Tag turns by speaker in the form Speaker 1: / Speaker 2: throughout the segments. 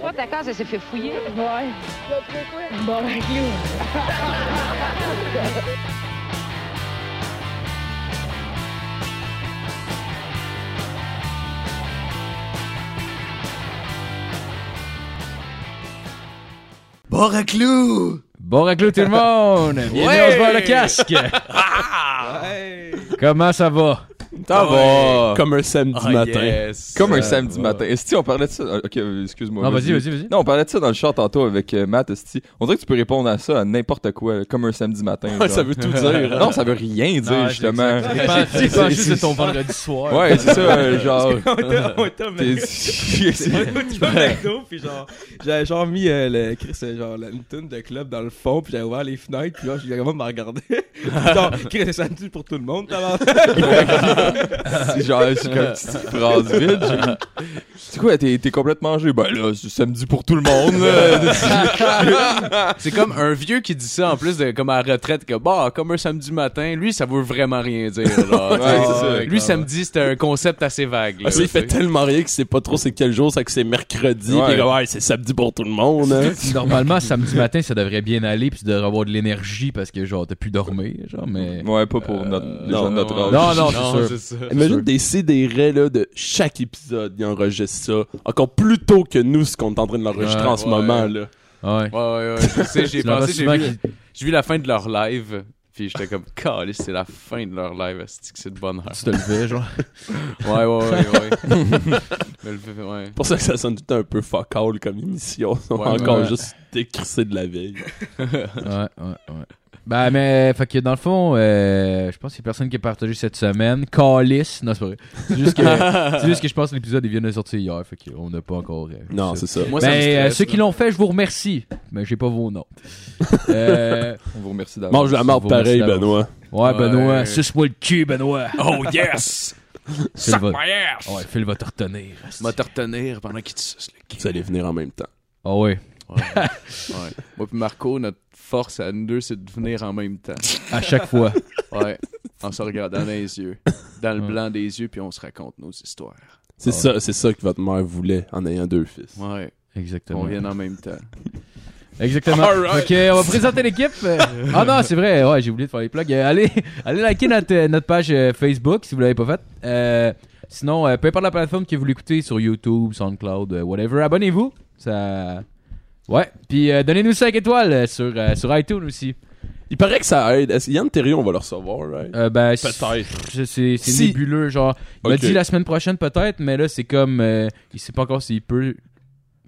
Speaker 1: Toi, ta case, elle s'est fait fouiller.
Speaker 2: Ouais. Bon, ben, clou.
Speaker 3: Boraclou!
Speaker 4: Oh,
Speaker 5: Bon raclou tout le monde! Bienvenue,
Speaker 4: Ouais!
Speaker 5: on se voit le casque! Comment ça va?
Speaker 4: Ça va!
Speaker 6: Comme un samedi
Speaker 5: Oh,
Speaker 4: Ah,
Speaker 6: matin.
Speaker 4: yes.
Speaker 6: Comme un
Speaker 4: Euh,
Speaker 6: samedi
Speaker 4: ouais.
Speaker 6: matin. Esti, on parlait de ça. ah, Ok, excuse-moi.
Speaker 5: Non, vas-y, vas-y, vas-y.
Speaker 6: Non, on parlait de ça dans le chat tantôt avec euh, Matt. Esti. On dirait que tu peux répondre à ça à n'importe quoi, là, comme un samedi matin. genre.
Speaker 4: ça veut tout dire. hein.
Speaker 6: Non, ça veut rien dire,
Speaker 5: Non,
Speaker 6: justement.
Speaker 5: c'est exact. Ça dépend- ça dépend juste de ton vendredi soir.
Speaker 6: Ouais, c'est ça, euh, genre.
Speaker 7: on était au
Speaker 6: t'es-
Speaker 7: McDo. On était au McDo, puis genre, j'avais genre mis euh, le, Chris, euh, genre, la- une toune de club dans le fond, puis j'avais ouvert les fenêtres, puis genre, j'ai vraiment me regarder. Puis genre, Chris, c'est samedi pour tout le monde, t'as
Speaker 6: C'est genre, c'est comme une petite phrase vide. genre. C'est quoi, t'es t'es complètement mangé? Ben là, c'est samedi pour tout le monde, là.
Speaker 4: C'est comme un vieux qui dit ça en plus de comme à la retraite que bah comme un samedi matin, lui ça veut vraiment rien dire. là.
Speaker 6: Ouais,
Speaker 4: Tu sais,
Speaker 6: c'est ça.
Speaker 4: lui samedi c'était un concept assez vague. là,
Speaker 6: Ah,
Speaker 4: tu
Speaker 6: c'est
Speaker 4: sais.
Speaker 6: fait
Speaker 4: tellement rien que c'est pas trop c'est quel jour, c'est que c'est mercredi. ah,
Speaker 6: puis comme,
Speaker 4: c'est samedi pour tout le monde.
Speaker 5: Normalement, samedi matin, ça devrait bien aller, puis tu devrais avoir de l'énergie parce que, genre, t'as pu dormir, genre, mais. euh,
Speaker 6: Ouais, pas pour notre, les gens de notre âge.
Speaker 5: Non, non, c'est sûr.
Speaker 4: ça.
Speaker 3: Imagine des sidérés, là, de chaque épisode, ils enregistrent ça. Encore plus tôt que nous, ce qu'on est en train de l'enregistrer
Speaker 4: Ouais,
Speaker 3: en ce
Speaker 4: ouais.
Speaker 3: moment, là.
Speaker 4: Ouais,
Speaker 5: Ouais.
Speaker 4: ouais, ouais, je sais, j'ai
Speaker 5: Tu l'entends
Speaker 4: pensé, j'ai
Speaker 5: souvent
Speaker 4: vu,
Speaker 5: qu'il-
Speaker 4: j'ai vu la fin de leur live, puis j'étais comme, caliste, c'est la fin de leur live, esti que c'est de bonne heure.
Speaker 5: Tu te levais, genre.
Speaker 4: Ouais, ouais, ouais, ouais. Mais le- ouais.
Speaker 3: C'est pour ça que ça sonne tout le temps un peu fuck all comme émission. On
Speaker 4: Ouais,
Speaker 3: va encore
Speaker 5: ouais.
Speaker 3: juste décrisser de la veille.
Speaker 5: Ouais, ouais, ouais. Ben, mais, fait que dans le fond, euh, je pense qu'il y a personne qui a partagé cette semaine. Calis, non, c'est pas vrai. C'est juste que, c'est juste que je pense que l'épisode, il vient de sortir hier, fait qu'on n'a pas encore. euh,
Speaker 3: Non,
Speaker 5: ça.
Speaker 3: c'est ça.
Speaker 4: Moi, ça me
Speaker 5: Ben, euh,
Speaker 4: stresse,
Speaker 5: ceux qui
Speaker 4: là.
Speaker 5: l'ont fait, je vous remercie. Mais j'ai pas vos noms. Euh,
Speaker 6: On vous remercie d'avoir.
Speaker 3: Mange la marde
Speaker 5: Vous
Speaker 3: pareil,
Speaker 5: remercie
Speaker 3: Benoît.
Speaker 5: ouais, Benoît,
Speaker 4: Ouais.
Speaker 5: suce-moi le cul, Benoît.
Speaker 4: Oh yes!
Speaker 5: Phil va,
Speaker 4: ass!
Speaker 5: ouais, Phil va te retenir.
Speaker 4: M'a te retenir pendant qu'il te suce le cul.
Speaker 3: Vous allez venir en même temps.
Speaker 5: Ah ouais,
Speaker 4: Ouais. ouais. Moi puis Marco, notre force à nous deux, c'est de venir en même temps.
Speaker 5: à chaque fois.
Speaker 4: Ouais. En se regardant dans les yeux. Dans le
Speaker 5: Ouais.
Speaker 4: blanc des yeux, puis on se raconte nos histoires.
Speaker 3: C'est
Speaker 5: Ah
Speaker 3: ça, c'est ça que votre mère voulait en ayant deux fils.
Speaker 4: Ouais.
Speaker 5: Exactement.
Speaker 4: On vient en même temps.
Speaker 5: Exactement. Ok, on va présenter l'équipe. Euh, Ah non, c'est vrai, ouais, j'ai oublié de faire les plugs. Euh, allez, allez liker notre, euh, notre page euh, Facebook si vous l'avez pas faite. Euh, sinon, euh, peu importe la plateforme que vous l'écoutez sur YouTube, SoundCloud, euh, whatever, abonnez-vous. Ça. Ouais, puis euh, donnez-nous 5 étoiles euh, sur, euh, sur iTunes aussi.
Speaker 3: Il paraît que ça aide. Est-ce- Yann Terrion, on va le recevoir, right?
Speaker 5: Euh, ben, c'est-
Speaker 3: Peut-être.
Speaker 5: c'est- C'est c'est
Speaker 3: Si.
Speaker 5: nébuleux, genre. Il
Speaker 3: Ok.
Speaker 5: m'a dit la semaine prochaine peut-être, mais là c'est comme euh, il sait pas encore s'il peut,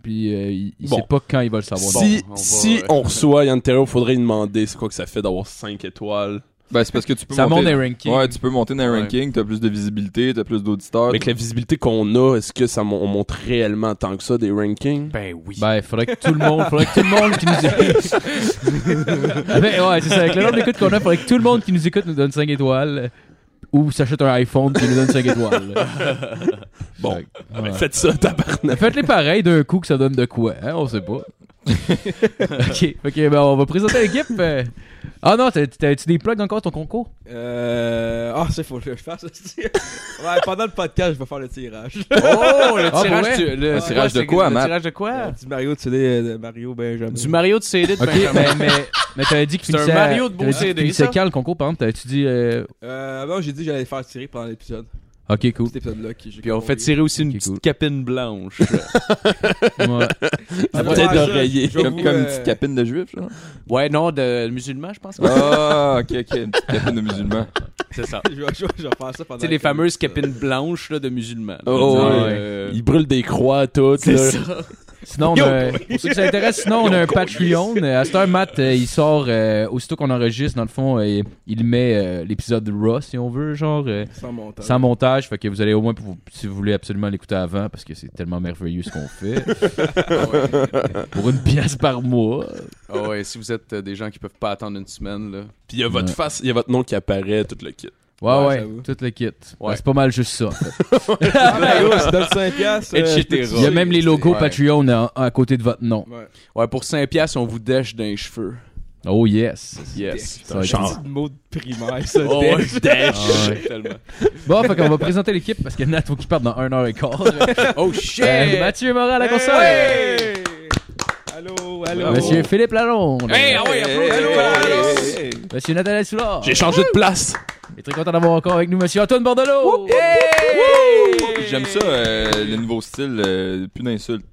Speaker 5: puis euh, il, il
Speaker 3: Bon.
Speaker 5: sait pas quand il va le savoir.
Speaker 3: Si,
Speaker 4: Bon, on va-
Speaker 3: si on reçoit Yann Terrion, faudrait lui demander c'est quoi que ça fait d'avoir 5 étoiles.
Speaker 6: Ben, c'est parce que tu peux
Speaker 5: ça monte les
Speaker 6: monter.
Speaker 5: rankings.
Speaker 6: Ouais, tu peux monter dans
Speaker 4: Ouais.
Speaker 6: un ranking, t'as plus de visibilité, t'as plus d'auditeurs.
Speaker 3: Avec la visibilité qu'on a, est-ce que ça mon- on montre réellement tant que ça des rankings?
Speaker 4: Ben oui.
Speaker 5: Ben, il faudrait que tout le monde, faudrait que tout le monde qui nous écoute. ben, ouais, c'est ça. Avec le nombre d'écoutes qu'on a, faudrait que tout le monde qui nous écoute nous donne 5 étoiles. euh, Ou s'achète un iPhone qui nous donne 5 étoiles.
Speaker 3: Bon.
Speaker 5: Fait que,
Speaker 3: Ben,
Speaker 5: ouais.
Speaker 3: Faites ça, tabarnak.
Speaker 5: Faites-les pareil d'un coup que ça donne de quoi, hein, on sait pas. ok, ok, ben on va présenter l'équipe. euh. Ah non, t'as- t'as-tu des plugs encore ton concours?
Speaker 7: Euh. Ah, c'est faut que je fasse aussi. Ouais, pendant le podcast, je vais faire le tirage.
Speaker 4: Oh, le
Speaker 5: pour
Speaker 4: tirage,
Speaker 5: vrai?
Speaker 4: tu- le
Speaker 6: Un tirage
Speaker 4: c'est-
Speaker 6: de quoi,
Speaker 4: le
Speaker 6: Matt?
Speaker 4: tirage de quoi?
Speaker 7: du Mario tu sais, euh, de Mario Benjamin.
Speaker 4: Ah. Du Mario de CD de
Speaker 5: Ok, ben,
Speaker 4: Benjamin.
Speaker 5: mais, mais, mais t'avais dit que
Speaker 4: C'est un
Speaker 5: finissait-
Speaker 4: Mario de beau
Speaker 5: t'avais dit que
Speaker 4: CD,
Speaker 5: finissait
Speaker 4: ça.
Speaker 5: quand le concours, par exemple? T'avais-tu dit. euh,
Speaker 7: Euh, avant, j'ai dit que j'allais le faire tirer pendant l'épisode.
Speaker 5: Ok, cool.
Speaker 7: Cet épisode-là qui j'ai
Speaker 4: Puis on fait
Speaker 7: confondu.
Speaker 4: tirer aussi une
Speaker 5: Ok,
Speaker 4: petite
Speaker 5: cool.
Speaker 4: capine blanche.
Speaker 5: Ouais.
Speaker 7: Ah, Je vais
Speaker 3: Peut-être
Speaker 7: faire ça,
Speaker 3: d'oreiller.
Speaker 7: je vais
Speaker 6: Comme,
Speaker 7: vous,
Speaker 6: comme une
Speaker 7: euh,
Speaker 6: petite capine de juif, genre.
Speaker 4: ouais, non, de musulman, je pense.
Speaker 6: Ah, ok, ok, une petite capine de musulman.
Speaker 4: C'est ça.
Speaker 7: je, vais, je vais- je vais faire ça pendant
Speaker 4: Tu sais, les fameuses capines blanches là, de musulmans. là.
Speaker 3: Oh,
Speaker 5: ouais.
Speaker 4: Euh,
Speaker 3: Ils brûlent des croix, tout,
Speaker 4: C'est
Speaker 3: là.
Speaker 4: ça.
Speaker 5: Sinon, on a- pour ceux qui s'intéressent, sinon on a un Patreon. Euh, À cette heure, Matt, euh, il sort euh, aussitôt qu'on enregistre, dans le fond, euh, il met euh, l'épisode raw, si on veut, genre euh,
Speaker 7: Sans montage.
Speaker 5: sans montage. Fait que vous allez au moins, pour- si vous voulez absolument l'écouter avant, parce que c'est tellement merveilleux ce qu'on fait. Pour une pièce par mois.
Speaker 4: Ah ouais, si vous êtes euh, des gens qui peuvent pas attendre une semaine, là.
Speaker 3: Puis il y a votre
Speaker 5: Ouais.
Speaker 3: face, il y a votre nom qui apparaît, tout le kit.
Speaker 5: Ouais,
Speaker 7: Ouais,
Speaker 5: ouais,
Speaker 7: j'avoue.
Speaker 5: tout le kit. Ben,
Speaker 4: Ouais.
Speaker 5: C'est pas mal juste ça.
Speaker 7: Ah, Mario, c'est dans le 5 piastres, euh,
Speaker 4: Etc.
Speaker 7: je peux
Speaker 5: Il y a même les logos
Speaker 4: Ouais.
Speaker 5: Patreon à, à côté de votre nom.
Speaker 7: te- Ouais.
Speaker 4: Ouais, pour 5 piastres, on vous dèche d'un cheveu.
Speaker 5: Oh yes.
Speaker 4: Yes.
Speaker 5: Ça va être-
Speaker 3: Genre.
Speaker 7: Petit mot de primaire, ça.
Speaker 4: Oh,
Speaker 7: dès-
Speaker 4: ouais, dèche.
Speaker 5: Ah ouais.
Speaker 4: Tellement.
Speaker 5: Bon, fait qu'on va présenter l'équipe parce que Nat, faut qu'il parte dans 1 heure et quart.
Speaker 4: Oh shit!
Speaker 5: Euh, Mathieu Morin à la console.
Speaker 4: Hey!
Speaker 7: Allô, allô.
Speaker 5: Monsieur Philippe Lalonde.
Speaker 4: Hey, ah ouais, applaudissements.
Speaker 7: Allô, allô.
Speaker 5: Monsieur Nathalie Soulard.
Speaker 3: J'ai changé de place.
Speaker 5: Et très content d'avoir encore avec nous Monsieur Antoine Bordelot.
Speaker 4: ben,
Speaker 6: J'aime ça, euh, le nouveau style, euh, plus d'insultes.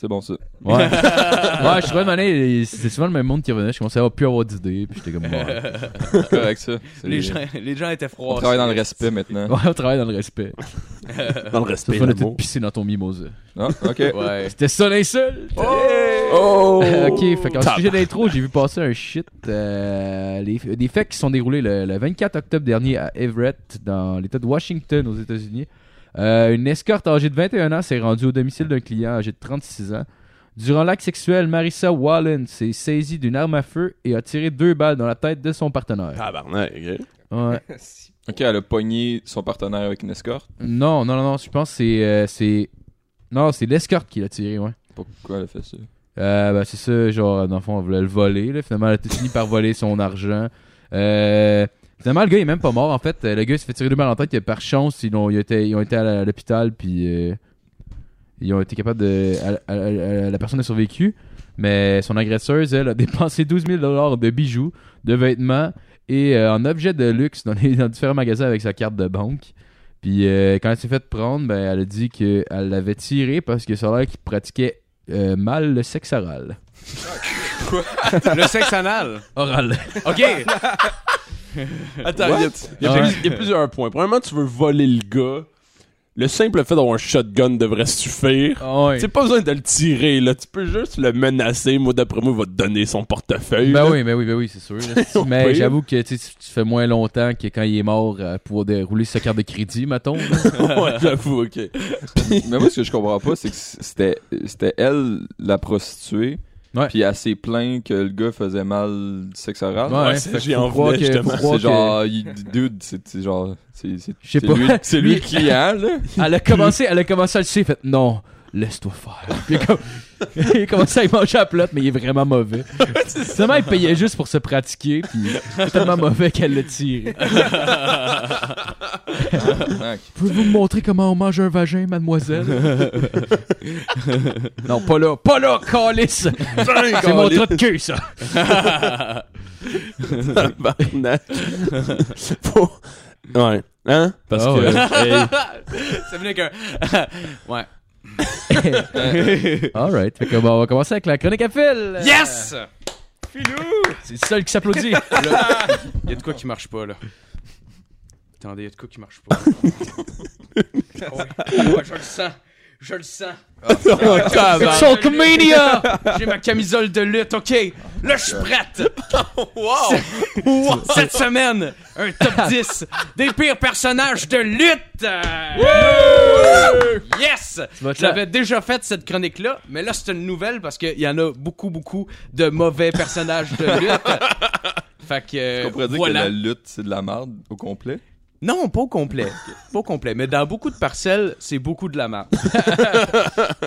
Speaker 6: C'est bon ça.
Speaker 5: Ouais. ouais, je suis vraiment c'était souvent le même monde qui revenait. Je commençais à plus avoir d'idées, puis j'étais comme. ouais.
Speaker 6: C'est correct ça. C'est-
Speaker 4: ben. Les gens, les gens étaient froids.
Speaker 6: On travaille dans le respect maintenant.
Speaker 5: Ouais, on travaille dans le respect.
Speaker 3: Dans le
Speaker 5: Sauf
Speaker 3: respect,
Speaker 5: qu'on a tout
Speaker 3: l'amour.
Speaker 5: pissé dans ton mimosa.
Speaker 6: Ah, ok.
Speaker 4: Ouais.
Speaker 5: C'était ça l'insulte! Euh,
Speaker 3: Oh!
Speaker 5: ok, fait qu'en
Speaker 3: Tab-
Speaker 5: sujet d'intro, j'ai vu passer un shit. euh, les- des faits qui se sont déroulés le, le 24 octobre dernier à Everett, dans l'État de Washington, aux États-Unis. Euh, une escorte âgée de 21 ans s'est rendue au domicile d'un client âgé de 36 ans. Durant l'acte sexuel, Marissa Wallen s'est saisie d'une arme à feu et a tiré deux balles dans la tête de son partenaire.
Speaker 3: Tabarnak, ok.
Speaker 5: Ouais.
Speaker 6: Ok, elle a pogné son partenaire avec une escorte.
Speaker 5: Non, non, non, non, je pense que c'est. euh, c'est- non, c'est l'escorte qui l'a tiré, ouais.
Speaker 6: Pourquoi elle a fait ça?
Speaker 5: Euh, ben, c'est ça, genre, dans le fond, on voulait le voler. Là. Finalement, elle a tout fini par voler son argent. Euh, finalement, le gars, il est même pas mort. En fait, Euh, le gars, il s'est fait tirer deux balles en tête. que Par chance, ils ont, ils ont été, ils ont été à la- à l'hôpital, puis euh, ils ont été capables de. à- à- à- la personne a survécu. Mais son agresseuse, elle, a dépensé 12 000 de bijoux, de vêtements et euh, en objets de luxe dans, les, dans différents magasins avec sa carte de banque. Puis euh, quand elle s'est fait prendre, ben, elle a dit qu'elle l'avait tiré parce que ça a l'air qu'il pratiquait euh, mal le sexe oral.
Speaker 4: Le sexe anal.
Speaker 5: Oral.
Speaker 4: OK.
Speaker 3: Attends, il y, a
Speaker 5: Ouais.
Speaker 3: plus- il y a plusieurs points. Premièrement, tu veux voler le gars. Le simple fait d'avoir un shotgun devrait suffire.
Speaker 5: Ah
Speaker 3: Tu pas besoin de le tirer, là. Tu peux juste le menacer. Moi, d'après moi, il va te donner son portefeuille.
Speaker 5: Ben
Speaker 3: là.
Speaker 5: oui, ben oui, ben oui, c'est sûr. là.
Speaker 3: Au
Speaker 5: mais
Speaker 3: pire.
Speaker 5: j'avoue que tu sais, tu- tu fais moins longtemps que quand il est mort euh, pour dérouler sa carte de crédit, mettons. là.
Speaker 3: Ouais, j'avoue, ok.
Speaker 6: Mais moi, ce que je comprends pas, c'est que c'était, c'était elle, la prostituée,
Speaker 5: Ouais.
Speaker 6: puis elle s'est plainte que le gars faisait mal du sexe oral.
Speaker 5: Ouais,
Speaker 3: c'est-
Speaker 5: fait que
Speaker 3: j'y
Speaker 5: faut
Speaker 3: en
Speaker 5: croire
Speaker 3: venais,
Speaker 5: que-
Speaker 3: justement.
Speaker 5: faut
Speaker 6: C'est
Speaker 5: croire que-
Speaker 6: genre, il- dude, c'est, c'est genre, c'est, c'est,
Speaker 5: Je sais
Speaker 6: c'est
Speaker 5: pas.
Speaker 6: lui, c'est lui le client, là.
Speaker 5: Elle a commencé, elle a commencé à le suivre, fait non, laisse-toi faire. Puis il a comme- il a commencé à y manger à la plate, mais il est vraiment mauvais. Seulement, il payait juste pour se pratiquer, puis il est tellement mauvais qu'elle le tire.
Speaker 6: Tabarnak.
Speaker 5: Pouvez-vous me montrer comment on mange un vagin, mademoiselle? non, pas là, pas là, calice! C'est mon truc de cul, ça!
Speaker 3: Tabarnak. Faut- Ouais. Hein? Parce
Speaker 5: Ah
Speaker 3: que. hey,
Speaker 4: Ça venait qu'un. ouais.
Speaker 5: Alright, fait que bon, on va commencer avec la chronique à fil.
Speaker 4: Yes!
Speaker 5: C'est le seul qui s'applaudit.
Speaker 4: Il y a de quoi qui marche pas, là. Attendez, il y a de quoi qui marche pas. Ah ouais. Ah ouais, je le sens. Je le sens.
Speaker 3: Oh,
Speaker 5: It's all Media!
Speaker 4: J'ai ma camisole de lutte, ok. Là, je suis prête. wow! Cette semaine, un top 10 des pires personnages de lutte. Euh, Yes!
Speaker 5: vas te la-
Speaker 4: J'avais déjà fait cette chronique-là, mais là, c'est une nouvelle parce qu'il y en a beaucoup, beaucoup de mauvais personnages de lutte. Fait que, euh,
Speaker 6: On pourrait dire
Speaker 4: voilà.
Speaker 6: que la lutte, c'est de la merde au complet.
Speaker 4: Non, pas au complet. Pas au complet. Mais dans beaucoup de parcelles, c'est beaucoup de la merde.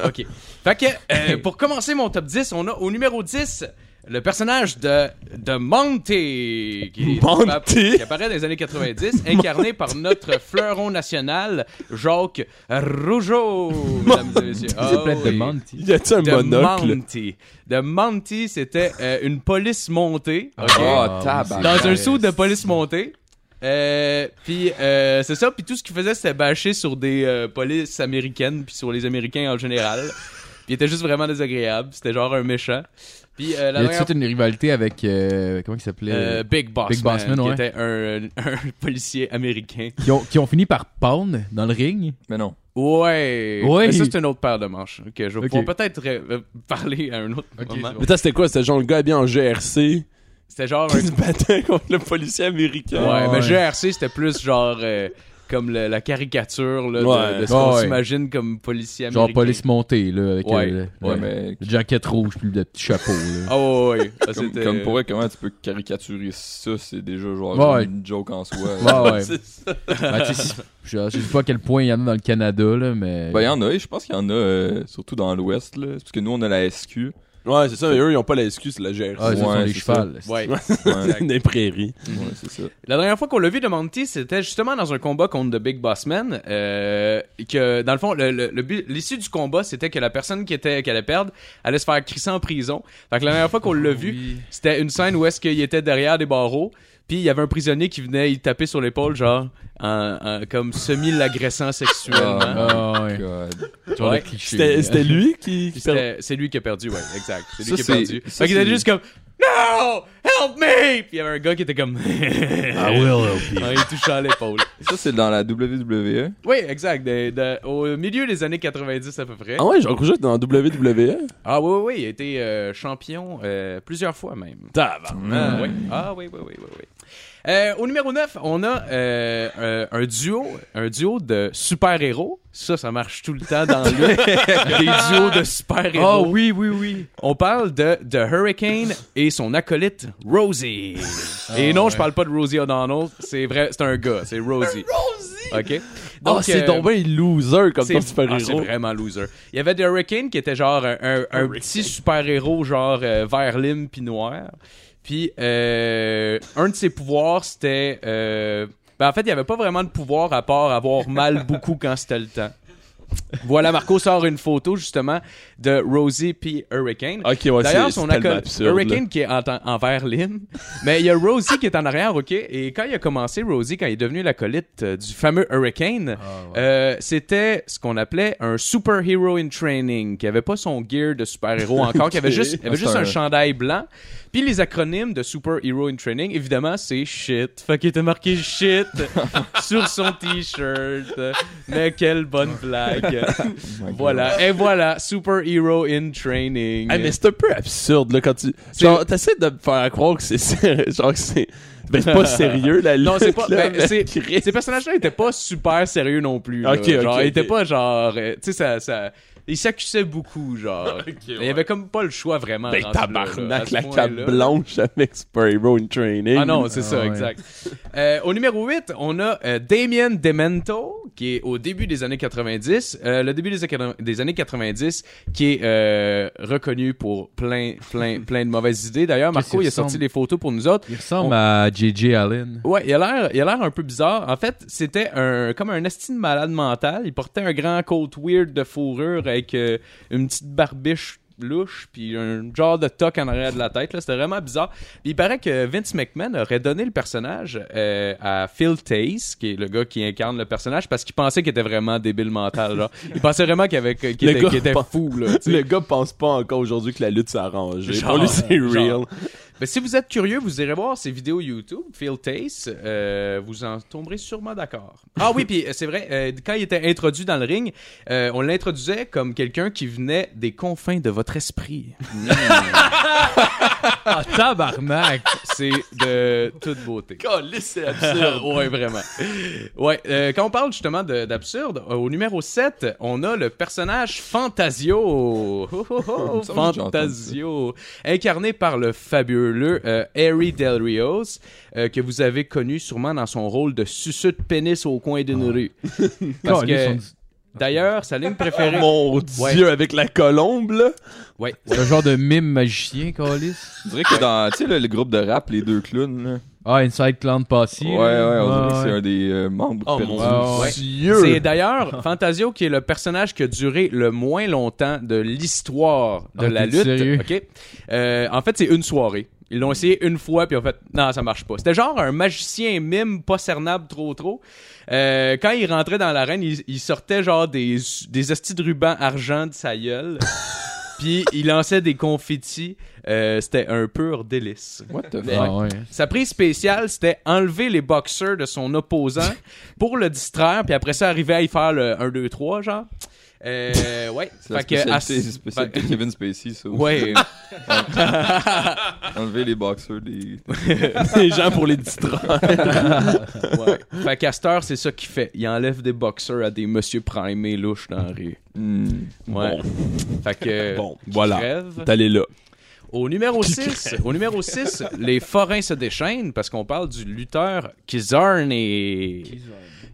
Speaker 4: OK. Fait que, euh, pour commencer mon top 10, on a au numéro 10 le personnage de, de Monty. Qui,
Speaker 3: Monty?
Speaker 4: Qui apparaît dans les années 90, incarné par notre fleuron national, Jacques Rougeau. Mesdames et messieurs.
Speaker 5: C'est
Speaker 4: Oh
Speaker 5: plein de
Speaker 4: oui.
Speaker 5: Monty.
Speaker 3: y a-tu un
Speaker 4: De
Speaker 3: monocle?
Speaker 4: Monty. De Monty, c'était euh, une police montée. OK?
Speaker 5: oh,
Speaker 6: Ah,
Speaker 4: dans un saut de police montée. Euh, puis euh, c'est ça, puis tout ce qu'il faisait c'était bâcher sur des euh, polices américaines puis sur les Américains en général. Puis il était juste vraiment désagréable, c'était genre un méchant. Puis euh,
Speaker 5: Il
Speaker 4: la
Speaker 5: y a
Speaker 4: dernière-
Speaker 5: toute une rivalité avec. euh, comment il s'appelait
Speaker 4: euh, Big Boss,
Speaker 5: Big Boss
Speaker 4: Man,
Speaker 5: Man,
Speaker 4: qui
Speaker 5: ouais.
Speaker 4: était un, euh, un policier américain.
Speaker 5: qui, ont, qui ont fini par pound dans le ring.
Speaker 6: Mais non.
Speaker 4: Ouais.
Speaker 5: Ouais.
Speaker 4: Mais ça c'est une autre paire de manches. Ok, je vais
Speaker 5: Ok.
Speaker 4: pouvoir peut-être euh, parler à un autre
Speaker 5: Ok,
Speaker 4: moment.
Speaker 5: c'est
Speaker 3: Mais attends, c'était quoi? C'était genre le gars habillé en GRC
Speaker 4: C'était genre un
Speaker 3: qui se battait contre le policier américain.
Speaker 4: Ouais,
Speaker 5: Ouais.
Speaker 4: mais GRC, c'était plus genre euh, comme le- la caricature là, de- de,
Speaker 3: Ouais.
Speaker 4: ce qu'on
Speaker 5: Ouais.
Speaker 4: s'imagine comme policier américain.
Speaker 5: Genre police montée, là, avec
Speaker 4: Ouais,
Speaker 5: euh, le,
Speaker 6: Ouais,
Speaker 5: le-
Speaker 6: mais
Speaker 5: le jacket rouge puis le petit chapeau. Là.
Speaker 4: Ah ouais, ouais, ouais. Ça,
Speaker 6: comme,
Speaker 4: c'était-
Speaker 6: comme pour elle, comment tu peux caricaturer ça? C'est déjà genre
Speaker 5: Ouais.
Speaker 6: une joke en soi.
Speaker 5: Ouais, ouais. Ben, tu sais, si- je, je sais pas à quel point il y en a dans le Canada, là, mais.
Speaker 6: Ben, il y en a, et je pense qu'il y en a euh, surtout dans l'Ouest, là. C'est Parce que nous, on a la SQ.
Speaker 3: Ouais, c'est ça, mais eux, ils ont pas la excuse, c'est la GRC.
Speaker 5: Ah, ils
Speaker 6: Ouais,
Speaker 5: sont des
Speaker 6: c'est
Speaker 5: chevals.
Speaker 4: Ouais.
Speaker 6: Ouais,
Speaker 3: des prairies.
Speaker 6: ouais, c'est ça.
Speaker 4: La dernière fois qu'on l'a vu de Monty, c'était justement dans un combat contre The Big Boss Man. euh, que, dans le fond, le- le- le but- l'issue du combat, c'était que la personne qui était qu'elle allait perdre allait se faire crisser en prison. Fait que la dernière fois qu'on
Speaker 5: Oh
Speaker 4: l'a vu, c'était une scène où est-ce qu'il était derrière des barreaux, puis il y avait un prisonnier qui venait il taper sur l'épaule, genre, en- en- comme semi-l'agressant sexuellement.
Speaker 5: Ah, ouais.
Speaker 6: God.
Speaker 5: Genre
Speaker 4: Ouais.
Speaker 5: le cliché.
Speaker 3: C'était c'était lui qui.
Speaker 4: Puis
Speaker 3: qui perd-
Speaker 4: c'était- C'est lui qui a perdu, ouais, exact. C'est lui
Speaker 6: Ça,
Speaker 4: qui a
Speaker 6: c'est-
Speaker 4: perdu.
Speaker 6: ça,
Speaker 4: fait qu'il était
Speaker 6: c'est-
Speaker 4: juste comme No! Help me! Puis il y avait un gars qui était comme I will help you. il touchait à l'épaule.
Speaker 6: Ça, c'est dans la E. WWE.
Speaker 4: Oui, exact. de- de- au milieu des années 90 à peu près.
Speaker 3: Ah ouais, Jean Rougeau était dans E. WWE.
Speaker 4: Ah oui, oui, oui, il a été euh, champion euh, plusieurs fois même. Ah oui, ah, oui, oui, oui, oui. oui. Euh, au numéro 9, on a euh, euh, un duo, un duo de super-héros. Ça, ça marche tout le temps dans le des duos de super-héros.
Speaker 5: Oh oui, oui, oui.
Speaker 4: On parle de The Hurricane et son acolyte Rosie. et non, je parle pas de Rosie O'Donnell, c'est vrai, c'est un gars, c'est Rosie. Rosie. OK.
Speaker 3: Ah,
Speaker 4: Donc,
Speaker 3: c'est
Speaker 4: euh,
Speaker 3: tombé loser comme
Speaker 4: c'est
Speaker 3: ton super
Speaker 4: ah, c'est
Speaker 3: héros.
Speaker 4: vraiment loser. Il y avait The Hurricane qui était genre un, un- un petit super-héros genre euh, vert lime puis noir. Puis euh, un de ses pouvoirs c'était euh, ben, en fait, il n'y avait pas vraiment de pouvoir à part avoir mal beaucoup quand c'était le temps. Voilà, Marco sort une photo justement de Rosie puis Hurricane.
Speaker 3: Ok, ouais,
Speaker 4: D'ailleurs,
Speaker 3: c'est c'est
Speaker 4: son
Speaker 3: tellement
Speaker 4: acolyte
Speaker 3: absurde.
Speaker 4: Hurricane qui est en, en- en vert lime. Mais il y a Rosie qui est en arrière, OK? Et quand il a commencé, Rosie, quand il est devenu l'acolyte euh, du fameux Hurricane, euh, c'était ce qu'on appelait un superhero in training, qui avait pas son gear de super-héros encore, qui avait juste, il avait
Speaker 6: Ah,
Speaker 4: juste
Speaker 6: c'est
Speaker 4: un
Speaker 6: un-
Speaker 4: chandail blanc. Puis les acronymes de superhero in training, évidemment, c'est shit. Fait qu'il était marqué shit sur son T-shirt. Mais quelle bonne blague.
Speaker 3: Oh
Speaker 4: voilà. Et voilà, superhero in training.
Speaker 3: Ah, mais c'est un peu absurde, là, quand tu. Genre, t'essaies de me faire croire que c'est sérieux. Genre, que c'est. Ben, c'est pas sérieux, la
Speaker 4: Non,
Speaker 3: lutte,
Speaker 4: c'est pas.
Speaker 3: là,
Speaker 4: ben,
Speaker 3: mais-
Speaker 4: c'est- ces personnages-là étaient pas super sérieux non plus. là.
Speaker 3: Ok, ok,
Speaker 4: genre, ils étaient
Speaker 3: ok.
Speaker 4: pas genre. euh, tu sais, ça, ça. Ils s'accusaient beaucoup, genre. Il y avait comme pas le choix vraiment.
Speaker 3: Ben,
Speaker 4: rendu là, là, à
Speaker 3: tabarnak,
Speaker 4: ce
Speaker 3: la
Speaker 4: point-là.
Speaker 3: cape blanche avec Super-Hero in Training.
Speaker 4: Ah non, c'est ça,
Speaker 5: ouais.
Speaker 4: exact. Euh, au numéro 8, on a euh, Damien Demento, qui est au début des années 90. Euh, le début des, écono- des années 90, qui est euh, reconnu pour plein, plein, plein de mauvaises idées. D'ailleurs,
Speaker 5: Qu'est-ce
Speaker 4: Marco,
Speaker 5: qu'il
Speaker 4: il a sorti
Speaker 5: ressemble?
Speaker 4: des photos pour nous autres.
Speaker 5: Il ressemble à JJ Allen.
Speaker 4: Ouais, il a l'air, il a l'air un peu bizarre. En fait, c'était un, comme un estime malade mental. Il portait un grand coat weird de fourrure avec euh, une petite barbiche louche puis un genre de toque en arrière de la tête. là. C'était vraiment bizarre. Puis il paraît que Vince McMahon aurait donné le personnage euh, à Phil Tace, qui est le gars qui incarne le personnage, parce qu'il pensait qu'il était vraiment débile mental. genre. Il pensait vraiment qu'il, avait- qu'il
Speaker 3: Le
Speaker 4: était,
Speaker 3: gars
Speaker 4: qu'il était
Speaker 3: pense-
Speaker 4: fou. Là, tu sais.
Speaker 3: Le gars pense pas encore aujourd'hui que la lutte s'est arrangée.
Speaker 4: Genre,
Speaker 3: Pour lui, c'est real.
Speaker 4: genre. Mais Ben, si vous êtes curieux, vous irez voir ses vidéos YouTube, Phil Tace. euh, vous en tomberez sûrement d'accord. Ah oui, puis euh, c'est vrai, euh, quand il était introduit dans le ring, euh, on l'introduisait comme quelqu'un qui venait des confins de votre esprit.
Speaker 5: Ah, tabarnak!
Speaker 4: C'est de toute beauté.
Speaker 3: c'est
Speaker 4: ouais, vraiment. Ouais, euh, quand on parle justement de- d'absurde, euh, au numéro 7, on a le personnage Fantasio. Oh, oh, oh,
Speaker 6: me semble que j'ai entendu ça.
Speaker 4: Fantasio. Incarné par le fabuleux euh, Harry Del Rios, euh, que vous avez connu sûrement dans son rôle de suceux de pénis au coin d'une rue. Parce
Speaker 5: Caliste,
Speaker 4: que,
Speaker 5: on dit-
Speaker 4: d'ailleurs, sa ligne préférée.
Speaker 3: Mon
Speaker 4: Ouais.
Speaker 3: dieu, avec la colombe, là.
Speaker 4: Ouais.
Speaker 5: C'est un genre de mime magicien, Calis.
Speaker 6: On dirait que dans, tu sais, là, le groupe de rap, les deux clowns, là.
Speaker 5: Ah, Inside Clan de Passy.
Speaker 6: Ouais, ouais,
Speaker 5: là. Ah,
Speaker 6: on dirait que c'est un des euh, membres
Speaker 3: Oh
Speaker 6: perdus.
Speaker 3: mon
Speaker 5: Ouais.
Speaker 4: C'est
Speaker 3: dieu.
Speaker 4: d'ailleurs Fantasio qui est le personnage qui a duré le moins longtemps de l'histoire de
Speaker 5: Ah,
Speaker 4: la
Speaker 5: t'es
Speaker 4: lutte.
Speaker 5: sérieux?
Speaker 4: Ok. Euh, en fait, c'est une soirée. Ils l'ont essayé une fois, puis en fait, non, ça marche pas. C'était genre un magicien mime pas cernable trop trop. Euh, quand il rentrait dans l'arène, il, il sortait genre des, des hosties de ruban argent de sa gueule. puis il lançait des confettis. Euh, C'était un pur délice.
Speaker 6: What the fuck?
Speaker 5: Ah, ouais.
Speaker 4: Sa prise spéciale, c'était enlever les boxeurs de son opposant pour le distraire, puis après ça, arriver à y faire le 1, 2, 3, genre. Euh, ouais.
Speaker 6: C'est la
Speaker 4: Fait que, à-
Speaker 6: spécialité, c'est spécialité de Kevin Spacey, ça. aussi.
Speaker 4: Ouais.
Speaker 6: Enlever les boxeurs des...
Speaker 3: Les gens pour les distraire.
Speaker 4: ouais. Fait qu'à cette heure, c'est ça qu'il fait. Il enlève des boxeurs à des monsieur primés louches dans la rue.
Speaker 6: Hmm.
Speaker 4: Ouais. Fait que.
Speaker 3: Bon,
Speaker 4: qui
Speaker 3: voilà.
Speaker 4: crève.
Speaker 3: T'allais là.
Speaker 4: Au numéro 6, au numéro 6, les forains se déchaînent parce qu'on parle du lutteur Kizarn et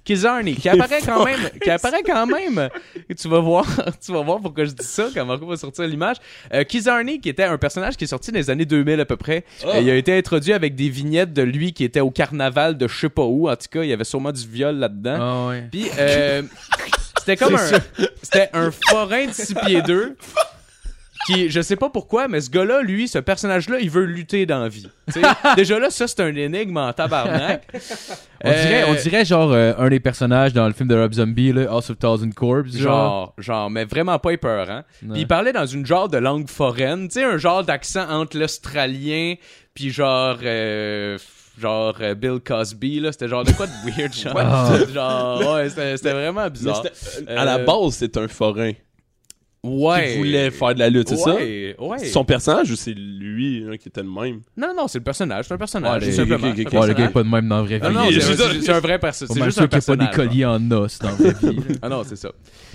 Speaker 4: Kiss Arnie, qui apparaît quand même, qui apparaît quand même. Et tu vas voir, tu vas voir pourquoi je dis ça quand Marco va sortir l'image. Euh, Kiss Arnie, qui était un personnage qui est sorti dans les années 2000 à peu près. Et il a été introduit avec des vignettes de lui qui était au carnaval de je sais pas où. En tout cas, il y avait sûrement du viol là-dedans.
Speaker 5: Ah ouais.
Speaker 4: Puis euh, c'était comme un, c'était un forain de 6 pieds 2 qui je sais pas pourquoi mais ce gars-là lui ce personnage-là il veut lutter dans la vie. Tu sais, Déjà là ça c'est un énigme en tabarnak.
Speaker 5: On,
Speaker 4: Euh,
Speaker 5: dirait, on dirait genre euh, un des personnages dans le film de Rob Zombie, là, House of Thousand Corpses. Genre.
Speaker 4: genre genre mais vraiment pas épeurant. hein.
Speaker 5: Ouais.
Speaker 4: Puis il parlait dans une genre de langue foraine, tu sais un genre d'accent entre l'australien puis genre euh, genre euh, Bill Cosby là, c'était genre de quoi de weird genre. genre ouais, c'était c'était vraiment
Speaker 3: Mais
Speaker 4: bizarre.
Speaker 3: c'était- À la
Speaker 4: Euh,
Speaker 3: base, c'est un forain
Speaker 4: Ouais.
Speaker 3: qui voulait faire de la lutte, c'est
Speaker 4: Ouais, ouais.
Speaker 3: ça? Son personnage ou c'est lui hein, qui était le même?
Speaker 4: Non, non, c'est le personnage. C'est un personnage.
Speaker 5: Ouais,
Speaker 4: tout
Speaker 5: Ah, les-
Speaker 4: simplement.
Speaker 3: ok, ok,
Speaker 4: C'est un
Speaker 3: ok.
Speaker 5: Ouais, le gars
Speaker 4: personnage.
Speaker 5: est pas de même dans la vraie
Speaker 4: Non,
Speaker 5: vie.
Speaker 4: non,
Speaker 3: Il est
Speaker 4: c'est
Speaker 3: juste-
Speaker 4: c'est- c'est un vrai personnage.
Speaker 5: Pas
Speaker 4: C'est
Speaker 5: mal
Speaker 4: juste
Speaker 5: sûr
Speaker 4: un
Speaker 5: qu'il y a pas
Speaker 4: personnage.
Speaker 5: des colliers en os dans la vraie vie. là.
Speaker 4: genre. Ah non, c'est ça.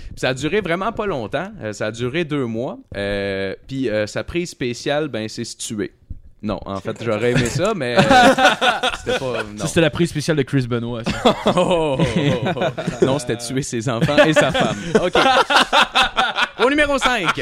Speaker 4: Puis ça a duré vraiment pas longtemps. Euh, ça a duré deux mois. Euh, puis euh, sa prise spéciale, ben, c'est se tuer. Non, en fait, j'aurais aimé ça, mais euh, c'était pas. Non.
Speaker 5: Ça, c'était la prise spéciale de Chris Benoit. ça.
Speaker 4: Oh, oh, oh, oh. Non, c'était tuer ses enfants et sa femme. OK. Au numéro 5.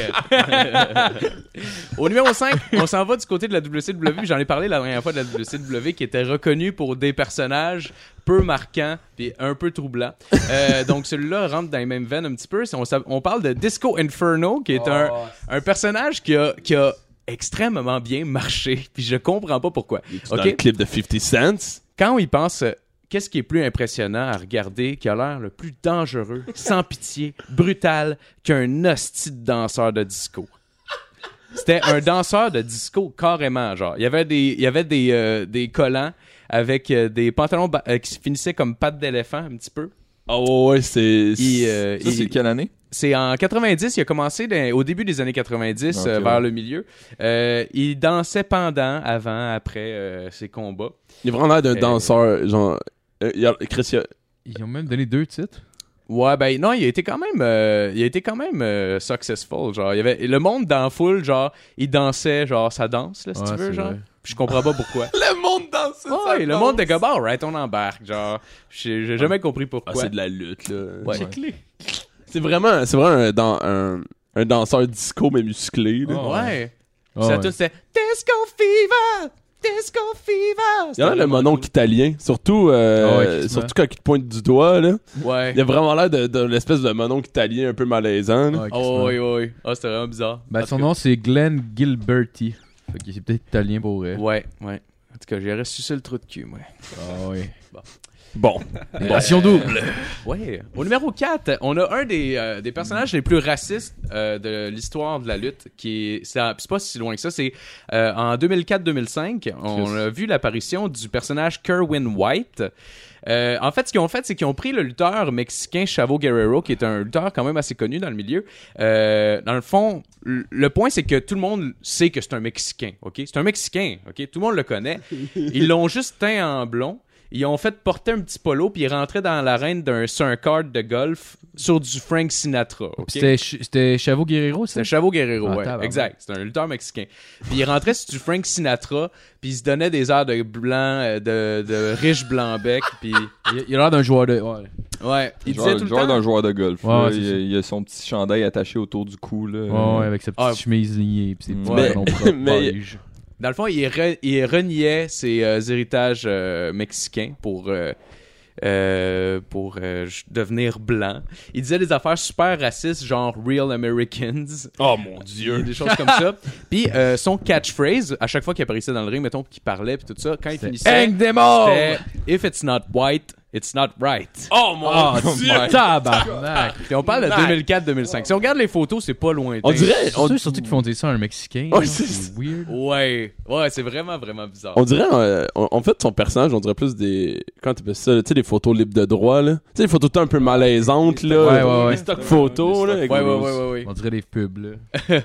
Speaker 4: Au numéro 5, on s'en va du côté de la WCW. puis J'en ai parlé la dernière fois de la WCW qui était reconnue pour des personnages peu marquants et un peu troublants. Euh, donc celui-là rentre dans les mêmes veines un petit peu. On, s'a- on parle de Disco Inferno qui est un, un personnage qui a, qui a extrêmement bien marché. Puis je comprends pas pourquoi.
Speaker 3: Dans
Speaker 4: OK?
Speaker 3: le clip de 50 Cent?
Speaker 4: quand il pense, euh, qu'est-ce qui est plus impressionnant à regarder, qui a l'air le plus dangereux, sans pitié, brutal, qu'un hostie de danseur de disco? C'était un danseur de disco carrément, genre. Il y avait des, il y avait des, euh, des collants avec euh, des pantalons ba- euh, qui finissaient comme pattes d'éléphant un petit peu.
Speaker 3: Ah ouais, ouais, c'est...
Speaker 4: Il, euh,
Speaker 6: Ça, c'est
Speaker 4: il-
Speaker 6: quelle année?
Speaker 4: c'est en 90, il a commencé dans- au début des années 90,
Speaker 6: Ok,
Speaker 4: euh,
Speaker 6: ouais.
Speaker 4: vers le milieu. Euh, il dansait pendant, avant, après euh, ses combats.
Speaker 3: Il a vraiment l'air d'un
Speaker 4: Euh,
Speaker 3: danseur, genre... euh, il a- Chris, il a-
Speaker 5: Ils ont même donné deux titres.
Speaker 4: Ouais, ben non, il a été quand même, euh, il a été quand même euh, successful. Genre, il y avait le monde dans la foule, genre, il dansait, genre, sa danse, là, si tu
Speaker 5: Ouais,
Speaker 4: veux,
Speaker 5: c'est
Speaker 4: genre.
Speaker 5: vrai.
Speaker 4: Puis je comprends pas pourquoi.
Speaker 3: Le monde danse
Speaker 4: ouais, le monde était comme, alright, on embarque, genre. J'ai j'ai jamais compris
Speaker 3: Ah,
Speaker 4: pourquoi.
Speaker 3: c'est de la lutte, là.
Speaker 4: Ouais.
Speaker 3: C'est vraiment, c'est vraiment un, dan- un, un danseur disco, mais musclé, là.
Speaker 5: Ah,
Speaker 4: Ouais. ouais.
Speaker 5: Ah,
Speaker 4: Puis ça
Speaker 5: ouais.
Speaker 4: tout c'était Disco Fever! Disco Fever!
Speaker 3: Il y a l'air
Speaker 4: C'était
Speaker 3: le
Speaker 4: vraiment
Speaker 3: mononcle italien, surtout, euh,
Speaker 5: Ah ouais,
Speaker 3: surtout quand il te pointe du doigt, là.
Speaker 4: cool. Ouais.
Speaker 3: Il a vraiment l'air de, de l'espèce de mononcle italien un peu malaisant, là.
Speaker 5: Ah, Chris
Speaker 4: Oh,
Speaker 5: Benoit.
Speaker 4: oui, oui, oui. Ah, c'était vraiment bizarre.
Speaker 5: Ben,
Speaker 4: En
Speaker 5: son
Speaker 4: tout cas,
Speaker 5: nom, c'est Glenn Gilberti. Fait que c'est peut-être italien pour vrai.
Speaker 4: Ouais, ouais. En tout cas, j'ai reçu ça le trou de cul, moi.
Speaker 5: Ah oui.
Speaker 3: Bon.
Speaker 5: Passion double.
Speaker 4: Ouais. Au numéro 4, on a un des, euh, des personnages les plus racistes euh, de l'histoire de la lutte, qui est, c'est à- c'est pas si loin que ça, c'est euh, en 2004-2005, on a vu l'apparition du personnage Kerwin White. Euh, en fait, ce qu'ils ont fait, c'est qu'ils ont pris le lutteur mexicain Chavo Guerrero, qui est un lutteur quand même assez connu dans le milieu. Euh, dans le fond, l- le point, c'est que tout le monde sait que c'est un Mexicain, OK? C'est un Mexicain, OK? Tout le monde le connaît. Ils l'ont juste teint en blond. Ils ont fait porter un petit polo, puis ils rentraient dans l'arène d'un, sur un card de golf sur du Frank Sinatra, OK?
Speaker 5: C'était Ch- C'était Chavo Guerrero, ça?
Speaker 4: C'était Chavo Guerrero,
Speaker 5: Ah,
Speaker 4: ouais.
Speaker 5: tabarnak.
Speaker 4: Exact. C'était un lutteur mexicain. Puis il rentrait sur du Frank Sinatra, puis il se donnait des airs de blanc, euh, de, de riche blanc-bec, puis...
Speaker 5: Il il a l'air d'un joueur de. Ouais.
Speaker 4: Ouais, il disait
Speaker 6: Joueur,
Speaker 4: tout le
Speaker 6: joueur
Speaker 4: temps...
Speaker 6: d'un joueur de golf.
Speaker 5: Ouais,
Speaker 6: là.
Speaker 5: c'est
Speaker 6: il,
Speaker 5: ça.
Speaker 6: il a son petit chandail attaché autour du cou. Là.
Speaker 5: Ouais, ouais, avec sa petite
Speaker 4: Ah.
Speaker 5: chemise lignée pis ses petits
Speaker 6: Mais-
Speaker 5: pantalons propres
Speaker 3: mais-
Speaker 5: beige.
Speaker 4: Dans le fond, il, re- il reniait ses euh, héritages euh, mexicains pour... euh, euh, pour euh, j- devenir blanc. Il disait des affaires super racistes, genre Real Americans.
Speaker 3: Oh mon dieu.
Speaker 4: Des choses comme ça. Puis euh, son catchphrase, à chaque fois qu'il apparaissait dans le ring, mettons, qu'il parlait, puis tout ça, quand il finissait.
Speaker 5: Hang them all!
Speaker 4: C'était If it's not white, it's not right.
Speaker 3: Oh mon
Speaker 5: Ah,
Speaker 3: dieu.
Speaker 5: tabarnak!
Speaker 4: Puis on parle de 2004-2005. Si on regarde les photos, c'est pas loin.
Speaker 3: On dirait, on,
Speaker 5: C'est surtout qu'ils font dire ça à un Mexicain.
Speaker 3: Ouais,
Speaker 5: là,
Speaker 3: c'est-
Speaker 5: c'est weird.
Speaker 4: Ouais, ouais, c'est vraiment vraiment bizarre.
Speaker 3: on dirait, euh, en- en fait, son personnage, on dirait plus des, comment t'appelles ça, là, tu sais, les photos libres de droit, là. Tu sais, les photos tout le temps un peu malaisantes, là.
Speaker 5: Ouais, ouais, ouais.
Speaker 3: Les stock photos, là.
Speaker 4: Ouais,
Speaker 3: avec
Speaker 4: ouais,
Speaker 3: les-
Speaker 4: ouais, ouais, ouais.
Speaker 5: On dirait des pubs, là.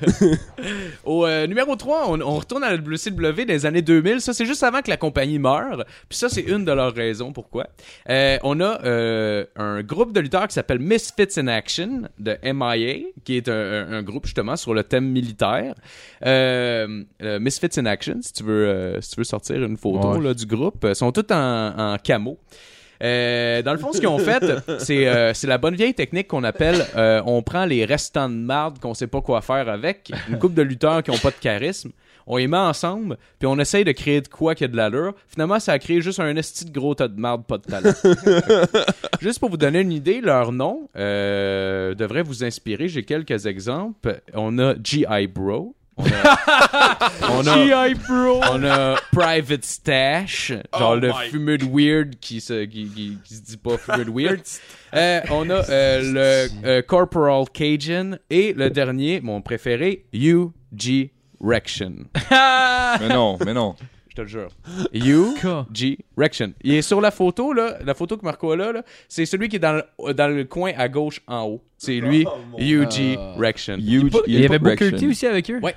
Speaker 4: Au euh, numéro 3, on, on retourne à la WCW des années 2000. Ça, c'est juste avant que la compagnie meure. Puis ça, c'est une de leurs raisons pourquoi. Euh, on a euh, un groupe de lutteurs qui s'appelle Misfits in Action de MIA, qui est un, un- un groupe justement sur le thème militaire. Euh, euh, Misfits in Action, si tu veux, euh, si tu veux sortir une photo
Speaker 5: Ouais.
Speaker 4: là, du groupe, euh, sont tous en, en camo. Euh, dans le fond, ce qu'ils ont fait, c'est euh, c'est la bonne vieille technique qu'on appelle euh, on prend les restants de marde qu'on sait pas quoi faire avec, une coupe de lutteurs qui ont pas de charisme, on les met ensemble, puis on essaye de créer de quoi qui a de l'allure. Finalement, ça a créé juste un esti de gros tas de marde, pas de talent. juste pour vous donner une idée, leur nom euh, devrait vous inspirer. J'ai quelques exemples. On a G.I. Bro. On a, on a- on a Private Stash, genre le fumeux de weird qui se, qui, qui- qui se dit pas fumeux de weird. Euh, on a euh, le euh, Corporal Cajun et le dernier, mon préféré, UG Rection.
Speaker 6: Mais non, mais non.
Speaker 4: Je te le jure. You
Speaker 5: Quoi?
Speaker 4: G Rection. Il est sur la photo, là. La photo que Marco a là, là, c'est celui qui est dans le, dans le coin à gauche en haut. C'est lui, UG Rection.
Speaker 6: Huge
Speaker 5: Il y avait Booker
Speaker 6: erection.
Speaker 5: T aussi avec eux.
Speaker 4: Ouais.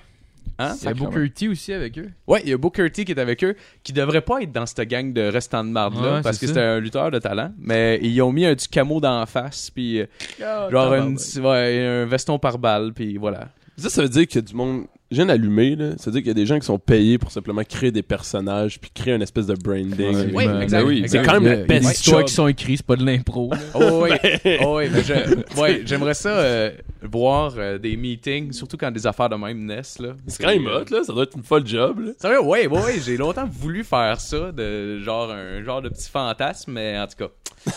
Speaker 4: Hein?
Speaker 5: Il y avait Booker T aussi avec eux.
Speaker 4: Ouais, il y a Booker T qui est avec eux, qui devrait pas être dans cette gang de restants de marde là,
Speaker 5: Ouais,
Speaker 4: parce
Speaker 5: c'est
Speaker 4: que
Speaker 5: ça.
Speaker 4: c'était un lutteur de talent, mais ils ont mis un du camo dans la face, puis euh, genre une- ouais, un veston par balle, puis voilà.
Speaker 3: Ça, ça veut dire qu'il y a du monde. Jeune allumé, là. Ça veut dire qu'il y a des gens qui sont payés pour simplement créer des personnages puis créer une espèce de branding.
Speaker 5: Ouais,
Speaker 4: Oui,
Speaker 5: ben,
Speaker 4: exact.
Speaker 5: ben
Speaker 6: oui,
Speaker 4: exact.
Speaker 3: C'est quand même
Speaker 5: Il y a-
Speaker 3: la
Speaker 5: il y a des
Speaker 3: peste
Speaker 5: histoires
Speaker 3: job.
Speaker 5: qui sont écrites, c'est pas de l'impro. là.
Speaker 4: Oh, oui, oh, oui, mais je- ouais, j'aimerais ça euh, voir euh, des meetings, surtout quand des affaires de même naissent là. Euh,
Speaker 3: C'est quand même hot, là. Ça doit être une folle job, là.
Speaker 4: Sérieux, ouais, ouais, ouais, j'ai longtemps voulu faire ça, de genre un genre de petit fantasme, mais en tout cas,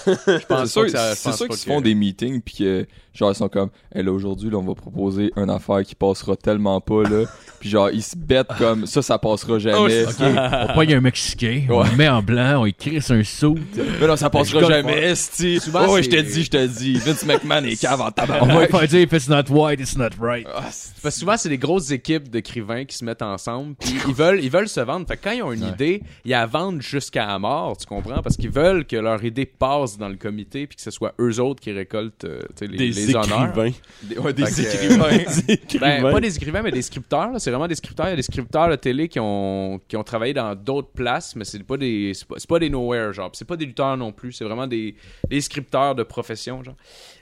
Speaker 4: je
Speaker 6: C'est
Speaker 4: pense
Speaker 6: sûr,
Speaker 4: pas que ça. je
Speaker 6: c'est
Speaker 4: pense
Speaker 6: sûr
Speaker 4: pas
Speaker 6: qu'ils se
Speaker 4: que-
Speaker 6: font des meetings puis que genre ils sont comme Eh là aujourd'hui là on va proposer une affaire qui passera tellement pas là puis genre ils se bêtent comme ça ça
Speaker 4: Oh,
Speaker 6: passera jamais
Speaker 5: On pogne un Mexicain, on le met en blanc, on écrit sur un saut.
Speaker 6: mais non ça passera
Speaker 4: Ben, Je
Speaker 6: jamais
Speaker 4: comprends.
Speaker 6: esti
Speaker 4: Souvent,
Speaker 6: oh, ouais, je te
Speaker 4: c'est-
Speaker 6: dis je te dis Vince McMahon est cave en
Speaker 5: On va
Speaker 6: tabac
Speaker 5: lui faire dire if it's not white, it's not right.
Speaker 4: Parce que souvent, c'est des grosses équipes d'écrivains qui se mettent ensemble, puis ils veulent, ils veulent se vendre. Fait que quand ils ont une idée, ils la vendent jusqu'à la mort, tu comprends? Parce qu'ils veulent que leur idée passe dans le comité, puis que ce soit eux autres qui récoltent euh, tu sais, les,
Speaker 3: Des
Speaker 4: les honneurs.
Speaker 3: écrivains.
Speaker 6: des, ouais, des
Speaker 4: Fait que,
Speaker 6: écrivains
Speaker 3: Des écrivains.
Speaker 4: Ben, pas des écrivains, mais des scripteurs. là. C'est vraiment des scripteurs. Il y a des scripteurs de télé qui ont, qui ont travaillé dans d'autres places, mais c'est pas des c'est pas, c'est pas des nowhere, genre. Puis C'est pas des lutteurs non plus. C'est vraiment des, des scripteurs de profession, genre.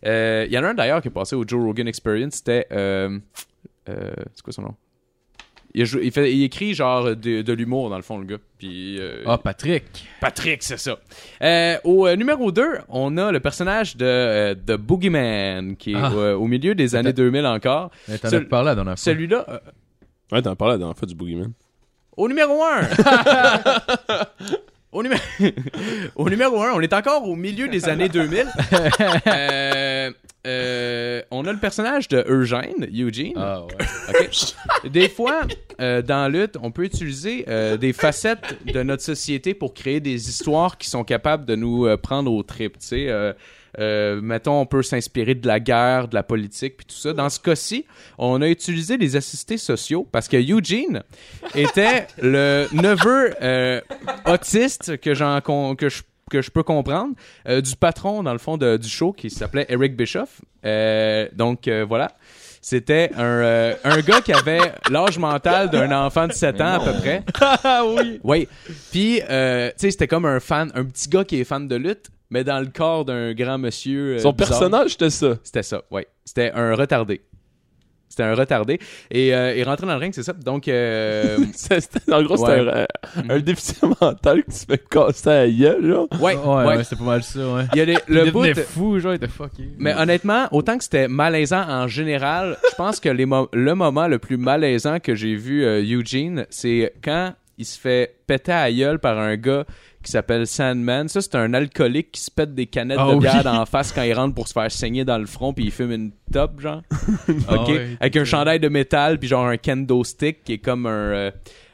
Speaker 4: Euh, Il y en a un d'ailleurs qui est passé au Joe Rogan Experience. C'était. euh, euh, c'est quoi son nom il, a joué- il fait- il écrit genre de, de l'humour dans le fond, le gars. Puis. euh,
Speaker 5: Ah, Patrick.
Speaker 4: Patrick, c'est ça. Euh, au euh, numéro 2, on a le personnage de euh, The Boogeyman, qui est
Speaker 5: Ah.
Speaker 4: euh, au milieu des années 2000 encore.
Speaker 5: Eh, T'en as
Speaker 4: Celui-
Speaker 5: parlé la dernière fois.
Speaker 4: Celui-là, euh,
Speaker 3: Ouais, t'en parlais la dernière fois du Boogeyman.
Speaker 4: au numéro 1. Au, numé- au numéro 1, on est encore au milieu des années 2000. Euh, euh, on a le personnage de Eugène, Eugene.
Speaker 5: Ah, ouais.
Speaker 4: Ok. Des fois, euh, dans lutte, on peut utiliser euh, des facettes de notre société pour créer des histoires qui sont capables de nous euh, prendre au trip. Tu sais, Euh, euh, mettons, on peut s'inspirer de la guerre, de la politique, puis tout ça. Dans ce cas-ci, on a utilisé les assistés sociaux parce que Eugene était le neveu euh, autiste que j'en con- que je que je peux comprendre, euh, du patron, dans le fond, de- du show qui s'appelait Eric Bischoff. Euh, donc, euh, voilà. C'était un, euh, un gars qui avait l'âge mental d'un enfant de 7 ans, à peu près.
Speaker 3: Ah
Speaker 4: oui. Oui. Puis, euh, tu sais, c'était comme un fan, un petit gars qui est fan de lutte, mais dans le corps d'un grand monsieur. euh,
Speaker 3: Son
Speaker 4: bizarre.
Speaker 3: personnage, c'était ça.
Speaker 4: C'était ça, oui. C'était un retardé. C'était un retardé. Et euh, il rentrait dans le ring, c'est ça. Donc, euh,
Speaker 3: C'est- c'était- en gros,
Speaker 4: Ouais.
Speaker 3: c'était
Speaker 4: Mm-hmm.
Speaker 3: un, un déficit mental qui se fait casser à la gueule, genre.
Speaker 4: ouais, ouais.
Speaker 5: Ouais, ouais, c'était pas mal ça, ouais.
Speaker 4: Il y a les-
Speaker 5: Le
Speaker 4: le bout. de-
Speaker 5: fou, genre, il était fucké.
Speaker 4: Mais honnêtement, autant que c'était malaisant en général, je pense que les mo- le moment le plus malaisant que j'ai vu euh, Eugene, c'est quand il se fait péter à la gueule par un gars qui s'appelle Sandman. Ça, c'est un alcoolique qui se pète des canettes
Speaker 5: Ah
Speaker 4: de
Speaker 5: oui.
Speaker 4: bière en face quand il rentre pour se faire saigner dans le front puis il fume une top, genre.
Speaker 5: Ah
Speaker 4: OK?
Speaker 5: ouais.
Speaker 4: Avec un chandail de métal puis genre un kendo stick qui est comme un, euh,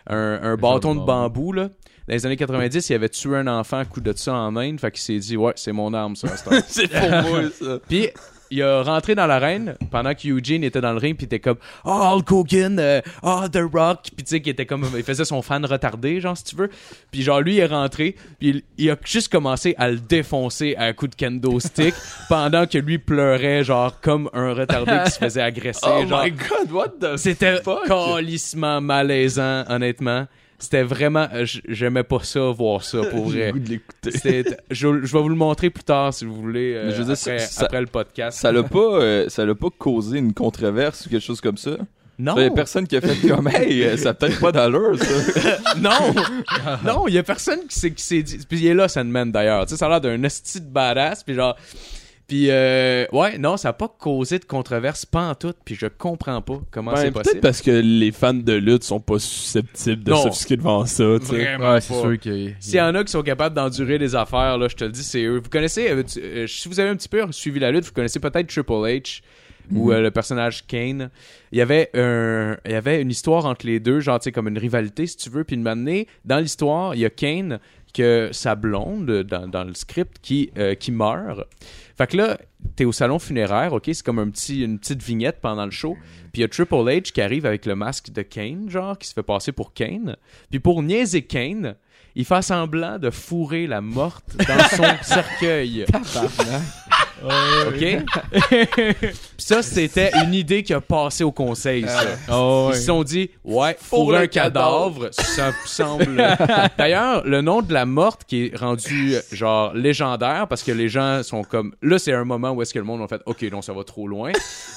Speaker 4: un, un bâton de
Speaker 5: bâton.
Speaker 4: bambou, là. Dans les années 90, il avait tué un enfant à coup de ça en Inde, fait qu'il s'est dit « Ouais, c'est mon arme, ça, à cette heure.
Speaker 3: C'est
Speaker 7: Oh,
Speaker 3: pour moi, ça.
Speaker 4: Puis il a rentré dans l'arène pendant que Eugene était dans le ring, puis il était comme Oh, Hulk Hogan, euh, oh, The Rock. Puis tu sais, qu'il était comme. Il faisait son fan retardé, genre, si tu veux. Puis genre, lui, il est rentré, puis il, il a juste commencé à le défoncer à coups de kendo stick pendant que lui pleurait, genre, comme un retardé qui se faisait agresser.
Speaker 3: Oh
Speaker 4: genre,
Speaker 3: my god, what the
Speaker 4: c'était
Speaker 3: fuck?
Speaker 4: calissement malaisant, honnêtement. C'était vraiment. euh, j- J'aimais pas ça, voir ça, pour
Speaker 3: J'ai
Speaker 4: vrai.
Speaker 3: le goût de l'écouter.
Speaker 4: C'était- Je, je vais vous le montrer plus tard si vous voulez, euh,
Speaker 6: Mais je veux dire,
Speaker 4: après,
Speaker 6: ça- ça-
Speaker 4: après le podcast.
Speaker 6: ça l'a pas euh, ça l'a pas causé une controverse ou quelque chose comme ça
Speaker 4: Non.
Speaker 6: Il y a personne qui a fait comme, hey, euh, ça a peut-être pas d'allure, ça.
Speaker 4: Non! non, il y a personne qui s'est, qui s'est dit. Puis il est là, Sandman d'ailleurs. Tu sais, ça a l'air d'un esti de badass. Puis genre. Puis euh, ouais, non, ça a pas causé de controverse pantoute. Puis je comprends pas comment
Speaker 3: Ben,
Speaker 4: Ah, c'est
Speaker 3: peut-être
Speaker 4: possible.
Speaker 3: parce que les fans de lutte sont pas susceptibles de
Speaker 4: Non.
Speaker 3: s'offusquer devant ça, tu sais.
Speaker 4: Vraiment
Speaker 5: Ouais, c'est
Speaker 4: pas.
Speaker 5: sûr que.
Speaker 4: S'il y en a qui sont capables d'endurer des affaires, là, je te le dis, c'est eux. Vous connaissez, euh, tu- euh, si vous avez un petit peu suivi la lutte, vous connaissez peut-être Triple H ou euh, le personnage Kane. Il y avait un, il y avait une histoire entre les deux, genre, tu sais, comme une rivalité, si tu veux. Puis une matinée, dans l'histoire, il y a Kane que sa blonde euh, dans, dans le script qui, euh, qui meurt. Fait que là, t'es au salon funéraire, ok, c'est comme un petit, une petite vignette pendant le show. Puis il y a Triple H qui arrive avec le masque de Kane, genre, qui se fait passer pour Kane. Puis pour niaiser Kane, il fait semblant de fourrer la morte dans son cercueil. OK? Puis ça, c'était une idée qui a passé au conseil, ça.
Speaker 5: Oh,
Speaker 4: Ils se sont dit, ouais, fourrer
Speaker 3: le
Speaker 4: un cadavre, ça me semble. D'ailleurs, le nom de la morte qui est rendu euh, genre légendaire parce que les gens sont comme. Là, c'est un moment où est-ce que le monde a fait, OK, non, ça va trop loin.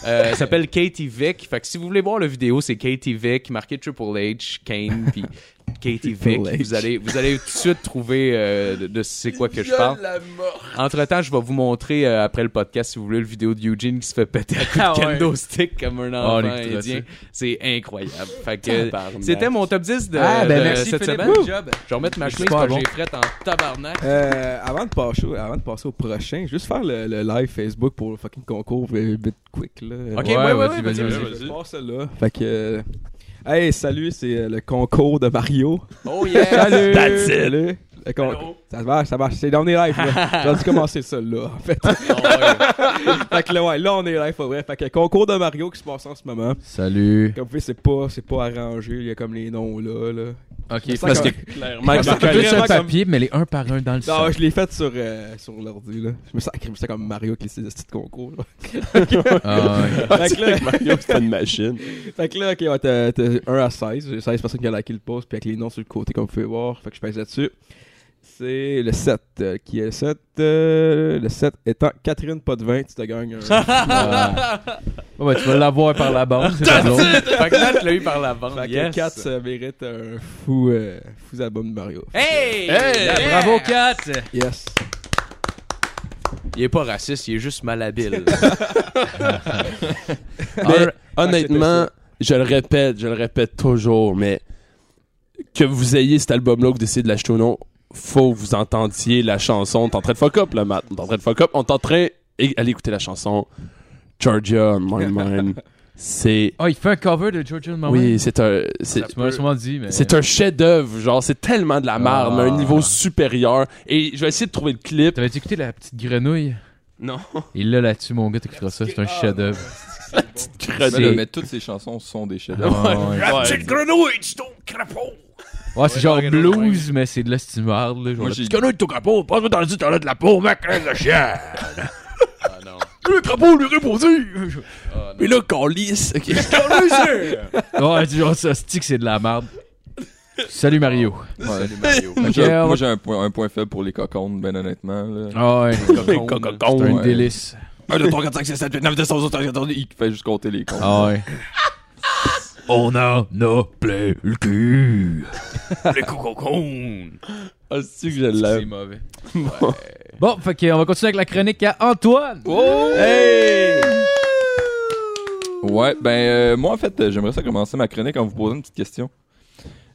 Speaker 4: Euh, elle s'appelle Katie Vick. Fait que si vous voulez voir la vidéo, c'est Katie Vick, marqué Triple H, Kane, puis Katie Vick. Vous allez, vous allez tout de suite trouver euh, de, de c'est quoi que je parle. Entre temps, je vais vous montrer euh, après le podcast, si vous voulez, le vidéo de Eugene qui se fait péter à coups de
Speaker 5: Ah ouais.
Speaker 4: kendo stick comme un
Speaker 5: on
Speaker 4: enfant
Speaker 5: écoutera
Speaker 4: indien.
Speaker 5: ça.
Speaker 4: C'est incroyable. Fait que c'était mon top 10 de,
Speaker 7: Ah,
Speaker 4: de
Speaker 7: ben merci,
Speaker 4: cette
Speaker 7: Philippe,
Speaker 4: semaine.
Speaker 7: good job.
Speaker 4: Je vais remettre ma
Speaker 5: C'est
Speaker 4: chemise
Speaker 5: pas
Speaker 4: parce
Speaker 5: bon.
Speaker 4: que j'ai frette en tabarnak.
Speaker 7: Euh, avant, de passer, au- avant de passer au prochain, juste faire le, le live Facebook pour le fucking concours euh, bit quick là.
Speaker 4: Ok,
Speaker 5: Ouais,
Speaker 4: ouais, ouais,
Speaker 5: vas-y,
Speaker 4: ouais,
Speaker 5: vas-y,
Speaker 4: vas-y,
Speaker 5: vas-y.
Speaker 4: vas-y.
Speaker 7: Je passe ça là. Fait que. euh, Hey, salut, c'est euh, le concours de Mario.
Speaker 4: Oh yeah!
Speaker 7: Salut!
Speaker 3: That's it.
Speaker 7: Salut! Le con-
Speaker 4: Allô?
Speaker 7: Ça marche, ça marche. C'est dans les lives, là. J'ai dû commencer ça, là, en fait. fait que là, Ah, ouais, là, on est live, pas vrai. Fait que concours de Mario qui se passe en ce moment.
Speaker 5: Salut.
Speaker 7: Comme vous pouvez, c'est pas, c'est pas arrangé. Il y a comme les noms, là, là.
Speaker 5: Ok,
Speaker 7: Ça, comme-
Speaker 3: Clairement, que
Speaker 7: Ça,
Speaker 3: ça
Speaker 5: Tout
Speaker 3: colle-
Speaker 7: c'est vraiment
Speaker 5: sur le
Speaker 7: comme-
Speaker 5: papier, mais les un par un dans
Speaker 4: Ah,
Speaker 5: le
Speaker 7: Non,
Speaker 5: sol.
Speaker 7: ouais, je l'ai fait sur, euh, sur l'ordi, là. Je me sens, je me sens comme Mario avec les petits petits concours, là.
Speaker 5: Ah, ouais.
Speaker 7: Fait que là,
Speaker 3: Mario, c'est une machine.
Speaker 4: Ah,
Speaker 7: fait que là, ok, ouais, t'as, t'as 1 à 16. J'ai 16 personnes qui ont liké le post, puis avec les noms sur le côté, comme vous pouvez voir. Fait que je pèse là-dessus. C'est le 7. euh, qui est le 7 euh, Le 7 étant Catherine Potvin, tu te gagnes un.
Speaker 5: Ouais, bah, tu vas l'avoir par la bande. c'est pas drôle.
Speaker 4: fait que là, tu l'as eu par la vente.
Speaker 7: Fait
Speaker 4: Yes.
Speaker 7: que 4 ça mérite un fou, euh, fou album de Mario.
Speaker 4: Hey!
Speaker 5: Yeah, Bravo, Kat!
Speaker 7: Yes.
Speaker 4: Il est pas raciste, il est juste malhabile.
Speaker 3: Mais
Speaker 5: Alright.
Speaker 3: honnêtement, je le répète, je le répète toujours, mais que vous ayez cet album-là ou que vous décidez de l'acheter ou non, faut que vous entendiez la chanson. T'es en train de fuck up, là, Matt. T'es en train de fuck up. On est en train. et- Allez écouter la chanson Georgia on my mind. C'est.
Speaker 5: Oh, il fait un cover de Georgian
Speaker 4: Ah
Speaker 5: Maman.
Speaker 3: Oui, c'est un. C'est
Speaker 5: Tu m'as sûrement dit, mais.
Speaker 3: c'est un chef-d'œuvre. Genre, c'est tellement de la merde, mais à un
Speaker 5: Ah.
Speaker 3: niveau supérieur. Et je vais essayer de trouver le clip.
Speaker 5: T'avais-tu écouté la petite grenouille?
Speaker 3: Non.
Speaker 5: Il l'a là-dessus, mon gars, t'écouteras ça, c'est un chef-d'œuvre.
Speaker 6: Mais, là,
Speaker 5: C'est-
Speaker 6: mais toutes ces chansons sont des chefs
Speaker 5: Ouais, ouais.
Speaker 4: grenouille, tu ton crapaud!
Speaker 5: Ah, Ouais, c'est genre blues, mais c'est de la stimard, là. genre
Speaker 6: Moi,
Speaker 5: la
Speaker 6: j'ai-
Speaker 5: petite-
Speaker 3: Connais de ton capot, passe-moi dans le dit, t'en as de la peau, mec, le chien!
Speaker 4: Ah non.
Speaker 3: Le crapaud lui répondit!
Speaker 4: Ah,
Speaker 3: Mais là, qu'on lisse, ok.
Speaker 5: Ouais, c'est genre ça, stick, c'est de la merde. Salut Mario.
Speaker 4: Salut Mario.
Speaker 6: Moi,
Speaker 5: Ok,
Speaker 6: j'ai-
Speaker 5: on va-
Speaker 6: Moi, j'ai un point, un point faible pour les cocombes, ben honnêtement. Là.
Speaker 5: Ah ouais, c'est
Speaker 3: Les
Speaker 4: Cocon.
Speaker 5: un
Speaker 3: cocons.
Speaker 6: Ouais.
Speaker 5: délice.
Speaker 3: 1, 2, 3, 4, 5, 6, 7, 8, 9, 10, 11, 12, 13, 14,
Speaker 6: Il fait juste compter les comptes.
Speaker 5: Ah ouais. On en a plein le cul.
Speaker 4: Les cocons.
Speaker 3: Ah, c'est que je
Speaker 4: C'est
Speaker 3: l'aime.
Speaker 4: mauvais.
Speaker 5: Bon, fait que, on va continuer avec la chronique à Antoine.
Speaker 6: Ouais, ben euh, moi en fait, euh, j'aimerais ça commencer ma chronique en vous posant une petite question.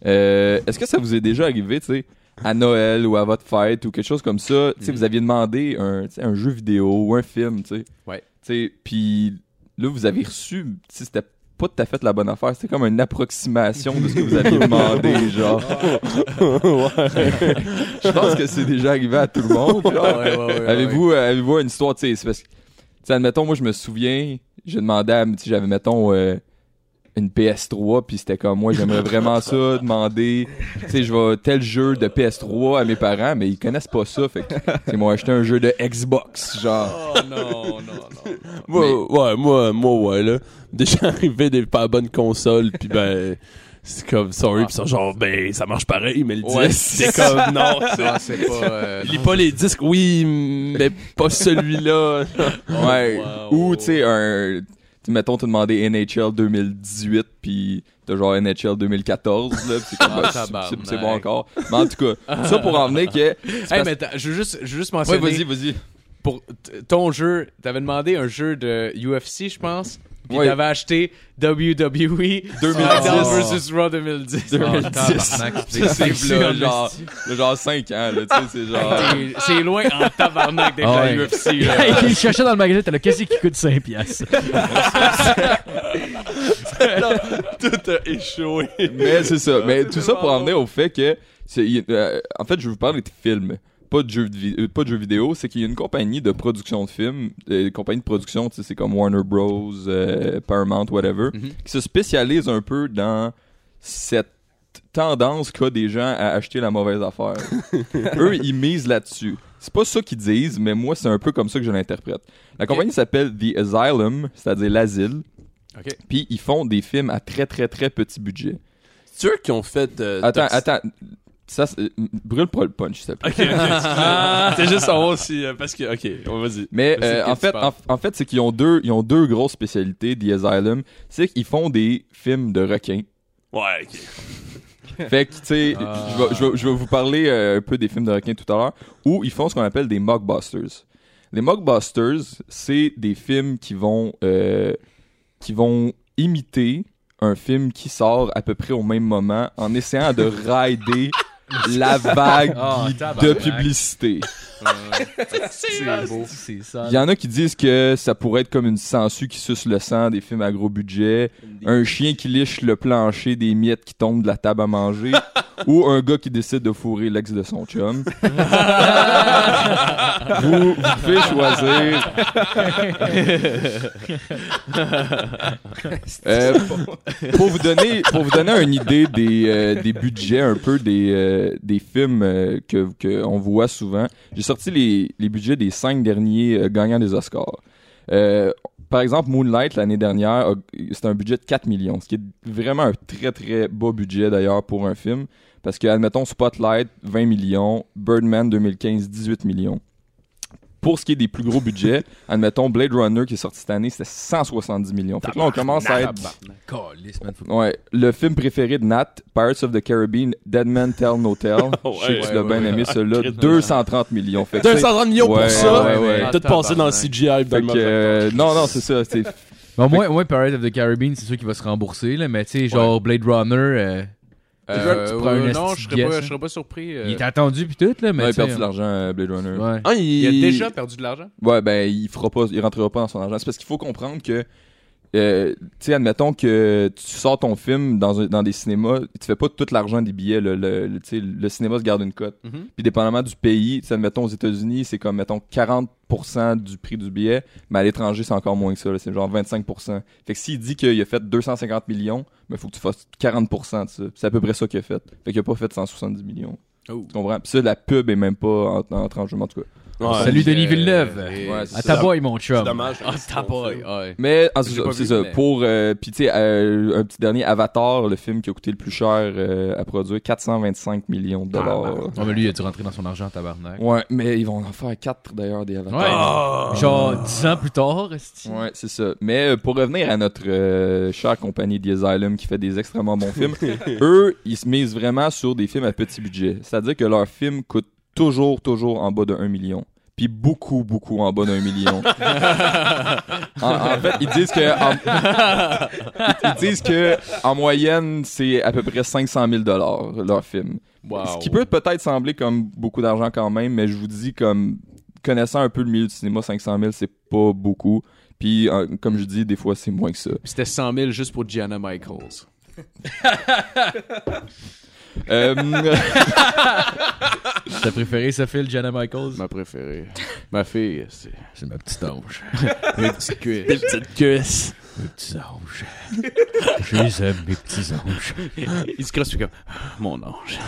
Speaker 6: Euh, Est-ce que ça vous est déjà arrivé, tu sais, à Noël ou à votre fête ou quelque chose comme ça, tu sais, vous aviez demandé un, tu sais, un jeu vidéo ou un film, tu sais.
Speaker 4: Ouais.
Speaker 6: Tu sais, puis là vous avez reçu, tu sais, c'était pas tout à fait la bonne affaire, c'était comme une approximation de ce que vous aviez demandé, genre. Je pense que c'est déjà arrivé à tout le monde. genre.
Speaker 4: Ouais, ouais, ouais, ouais.
Speaker 6: Avez-vous euh, avez-vous une histoire, tu sais, c'est parce que, tu sais, admettons, moi, je me souviens, j'ai demandé à, tu sais, j'avais, mettons, euh, une PS3, puis c'était comme, moi, j'aimerais vraiment ça, demander, tu sais, je vais tel jeu de PS3 à mes parents, mais ils connaissent pas ça, fait que, tu sais, moi, acheté un jeu de Xbox, genre.
Speaker 4: Oh non, non, non.
Speaker 3: Moi, ouais, moi, moi, ouais, là. Déjà arrivé des pas bonnes consoles, pis ben, c'est comme, sorry, pis ça, genre, ben, ça marche pareil, mais le
Speaker 4: Ouais,
Speaker 3: disque, c'est comme, non,
Speaker 4: Non, c'est pas. euh,
Speaker 3: lis pas les disques, oui, mais pas celui-là.
Speaker 6: Ouais.
Speaker 4: Oh, wow.
Speaker 6: Ou, tu sais, un, tu tu sais, mettons, t'as demandé NHL 2018, puis t'as genre NHL 2014, là, pis c'est comme,
Speaker 4: Ah,
Speaker 6: bah,
Speaker 4: tabarnak.
Speaker 6: c'est- c'est bon encore. Mais en tout cas, ça pour en venir que...
Speaker 4: Hey, mais attends, je veux juste, je veux juste
Speaker 6: Ouais,
Speaker 4: mentionner.
Speaker 6: vas-y, vas-y.
Speaker 4: pour t- ton jeu, t'avais demandé un jeu de UFC, je pense. Puis
Speaker 6: Ouais.
Speaker 4: t'avais acheté WWE
Speaker 6: 2010.
Speaker 4: vs Raw 2010.
Speaker 5: Ah,
Speaker 6: 2010.
Speaker 5: tabarnak, c'est-
Speaker 6: C'est c'est
Speaker 4: là,
Speaker 6: là, genre, le genre 5 ans, là, tu sais, c'est genre...
Speaker 4: T'es- Ah, C'est loin en tabarnak d'être
Speaker 5: Ah
Speaker 4: à
Speaker 5: ouais.
Speaker 4: UFC. là.
Speaker 5: Il cherchait dans le magasin, t'as le qu'est-ce qui coûte 5 piastres.
Speaker 3: Tout a échoué.
Speaker 6: Mais c'est ça. Mais tout ça pour en venir au fait que. c'est- il- euh, en fait, je vais vous parler de films, pas de jeux, de vi- euh, pas de jeux vidéo. C'est qu'il y a une compagnie de production de films, euh, une compagnie de production, tu sais, c'est comme Warner Bros, euh, Paramount, whatever,
Speaker 4: Mhm.
Speaker 6: qui se spécialise un peu dans cette tendance qu'a des gens à acheter la mauvaise affaire. Eux, ils misent là-dessus. C'est pas ça qu'ils disent, mais moi, c'est un peu comme ça que je l'interprète. La compagnie s'appelle The Asylum, c'est-à-dire l'asile.
Speaker 4: Ok.
Speaker 6: Puis ils font des films à très très très petit budget.
Speaker 3: C'est eux qui ont fait. euh,
Speaker 6: Attends,
Speaker 3: Toxic-
Speaker 6: attends. Ça, c'est- m- brûle pas le punch, s'il te plaît.
Speaker 3: Ok, ok. Ah. C'est juste savoir si. euh, parce que. Ok, on va- vas-y.
Speaker 6: Mais
Speaker 4: Je sais
Speaker 6: euh,
Speaker 4: de quoi
Speaker 6: en,
Speaker 4: tu
Speaker 6: fait,
Speaker 4: parles.
Speaker 6: en, en fait, c'est qu'ils ont deux, ils ont deux grosses spécialités, The Asylum. C'est qu'ils font des films de requins.
Speaker 3: Ouais, ok.
Speaker 6: Fait que, tu sais,
Speaker 4: Ah.
Speaker 6: je vais- je vais- je vais vous parler euh, un peu des films de requins tout à l'heure, où ils font ce qu'on appelle des mockbusters. Les mockbusters, c'est des films qui vont, euh, qui vont imiter un film qui sort à peu près au même moment en essayant de rider la vague
Speaker 4: Ah,
Speaker 6: de
Speaker 4: tabarnak.
Speaker 6: publicité.
Speaker 4: C'est beau.
Speaker 5: C'est ça.
Speaker 6: Il y en a qui disent que ça pourrait être comme une sangsue qui suce le sang des films à gros budget, un chien qui liche le plancher des miettes qui tombent de la table à manger, ou un gars qui décide de fourrer l'ex de son chum. vous, vous pouvez choisir. Euh, pour- pour vous donner pour vous donner une idée des, euh, des budgets un peu des, euh, des films euh, que qu'on voit souvent j'ai sorti les, les budgets des cinq derniers euh, gagnants des Oscars Euh, par exemple Moonlight l'année dernière a- c'était un budget de 4 millions ce qui est vraiment un très très bas budget d'ailleurs pour un film parce que admettons Spotlight 20 millions Birdman 2015 18 millions pour ce qui est des plus gros budgets, admettons Blade Runner qui est sorti cette année, c'était 170 millions. Fait que là, on commence à être
Speaker 5: Calisse, man, faut-
Speaker 6: Ouais, le film préféré de Nat, Pirates of the Caribbean, Dead Man Tell No Tell.
Speaker 3: Ouais,
Speaker 6: je sais que tu l'as
Speaker 4: ouais,
Speaker 6: bien
Speaker 4: ouais.
Speaker 6: aimé, celui-là. 230 millions. Fait que,
Speaker 3: 230 millions
Speaker 6: Ouais,
Speaker 3: pour ça.
Speaker 6: ouais, ouais.
Speaker 3: Ah, Tout passé dans le
Speaker 4: Tabarnak.
Speaker 3: CGI.
Speaker 6: fait que, euh, non, non, c'est ça. c'est-
Speaker 5: Bon, moi, moi, Pirates of the Caribbean, c'est sûr qu'il va se rembourser, là, mais tu sais, genre Blade Runner, euh,
Speaker 4: Euh,
Speaker 5: Tu prends un
Speaker 4: euh, non,
Speaker 5: esti
Speaker 4: je
Speaker 5: de
Speaker 4: serais, pas,
Speaker 5: guess,
Speaker 4: je serais pas surpris. euh,
Speaker 5: il est attendu puis tout, là,
Speaker 6: Il
Speaker 5: mais
Speaker 6: a
Speaker 5: tu sais,
Speaker 6: perdu de l'argent, euh, Blade Runner.
Speaker 5: ouais.
Speaker 3: Ah, il...
Speaker 4: il a déjà perdu de l'argent.
Speaker 6: Ouais, ben, il fera pas, il rentrera pas dans son argent. C'est parce qu'il faut comprendre que, euh, tu sais, admettons que tu sors ton film dans, un- dans des cinémas, tu fais pas tout l'argent des billets. Le, le, le- tu sais, le cinéma se garde une cote.
Speaker 4: Mhm.
Speaker 6: Puis dépendamment du pays, tu sais, admettons aux États-Unis, c'est comme, mettons, 40% du prix du billet, mais à l'étranger, c'est encore moins que ça, là, c'est genre 25%. Fait que s'il dit qu'il a fait 250 millions, mais faut que tu fasses 40% de ça. Puis C'est à peu près ça qu'il a fait. Fait qu'il a pas fait 170 millions.
Speaker 4: Oh.
Speaker 6: Tu comprends? Puis ça, la pub est même pas en, en tranche, en tout cas.
Speaker 3: Ouais.
Speaker 5: Salut
Speaker 4: Euh,
Speaker 5: Denis Villeneuve.
Speaker 4: et-
Speaker 6: Ouais, c'est
Speaker 5: À
Speaker 6: ça.
Speaker 5: ta boy, mon
Speaker 3: C'est
Speaker 5: chum.
Speaker 3: dommage.
Speaker 4: Ah, taboy. Ouais.
Speaker 6: Mais en tout
Speaker 4: J'ai
Speaker 6: cas,
Speaker 4: pas
Speaker 6: c'est
Speaker 4: vu,
Speaker 6: ça.
Speaker 4: mais-
Speaker 6: Pour euh, puis tu sais euh, un petit dernier Avatar, le film qui a coûté le plus cher euh, à produire 425 millions de
Speaker 4: Ah, bah,
Speaker 6: dollars.
Speaker 5: Ouais, Ah, mais lui, il a dû rentrer dans son argent, tabarnak.
Speaker 6: Ouais, mais ils vont en faire 4 d'ailleurs des Avatars.
Speaker 5: Ouais. Ah! Genre, 10 ans plus tard, esti.
Speaker 6: Ouais, c'est ça. Mais euh, pour revenir à notre euh, chère compagnie The Asylum qui fait des extrêmement bons films, eux, ils se misent vraiment sur des films à petit budget. C'est-à-dire que leurs films coûtent toujours, toujours en bas de 1 million. Puis beaucoup, beaucoup en bas d'un million. en, en fait, ils disent que... En, ils- ils disent que en moyenne, c'est à peu près 500 000 leur film.
Speaker 4: Wow.
Speaker 6: Ce qui peut peut-être sembler comme beaucoup d'argent quand même, mais je vous dis comme connaissant un peu le milieu du cinéma, 500 000 c'est pas beaucoup. Puis euh, comme je dis, des fois c'est moins que ça.
Speaker 4: C'était 100 000 juste pour Gianna Michaels.
Speaker 6: Euh,
Speaker 5: T'as préféré ce fil, Jenna Michaels?
Speaker 4: Ma préférée. Ma fille, c'est.
Speaker 5: C'est ma petite ange.
Speaker 4: Mes petites cuisses.
Speaker 3: Des petites cuisses.
Speaker 5: Mes petits anges. Je les aime, mes petits anges.
Speaker 4: Il se crosse, puis comme. Ah, Mon ange.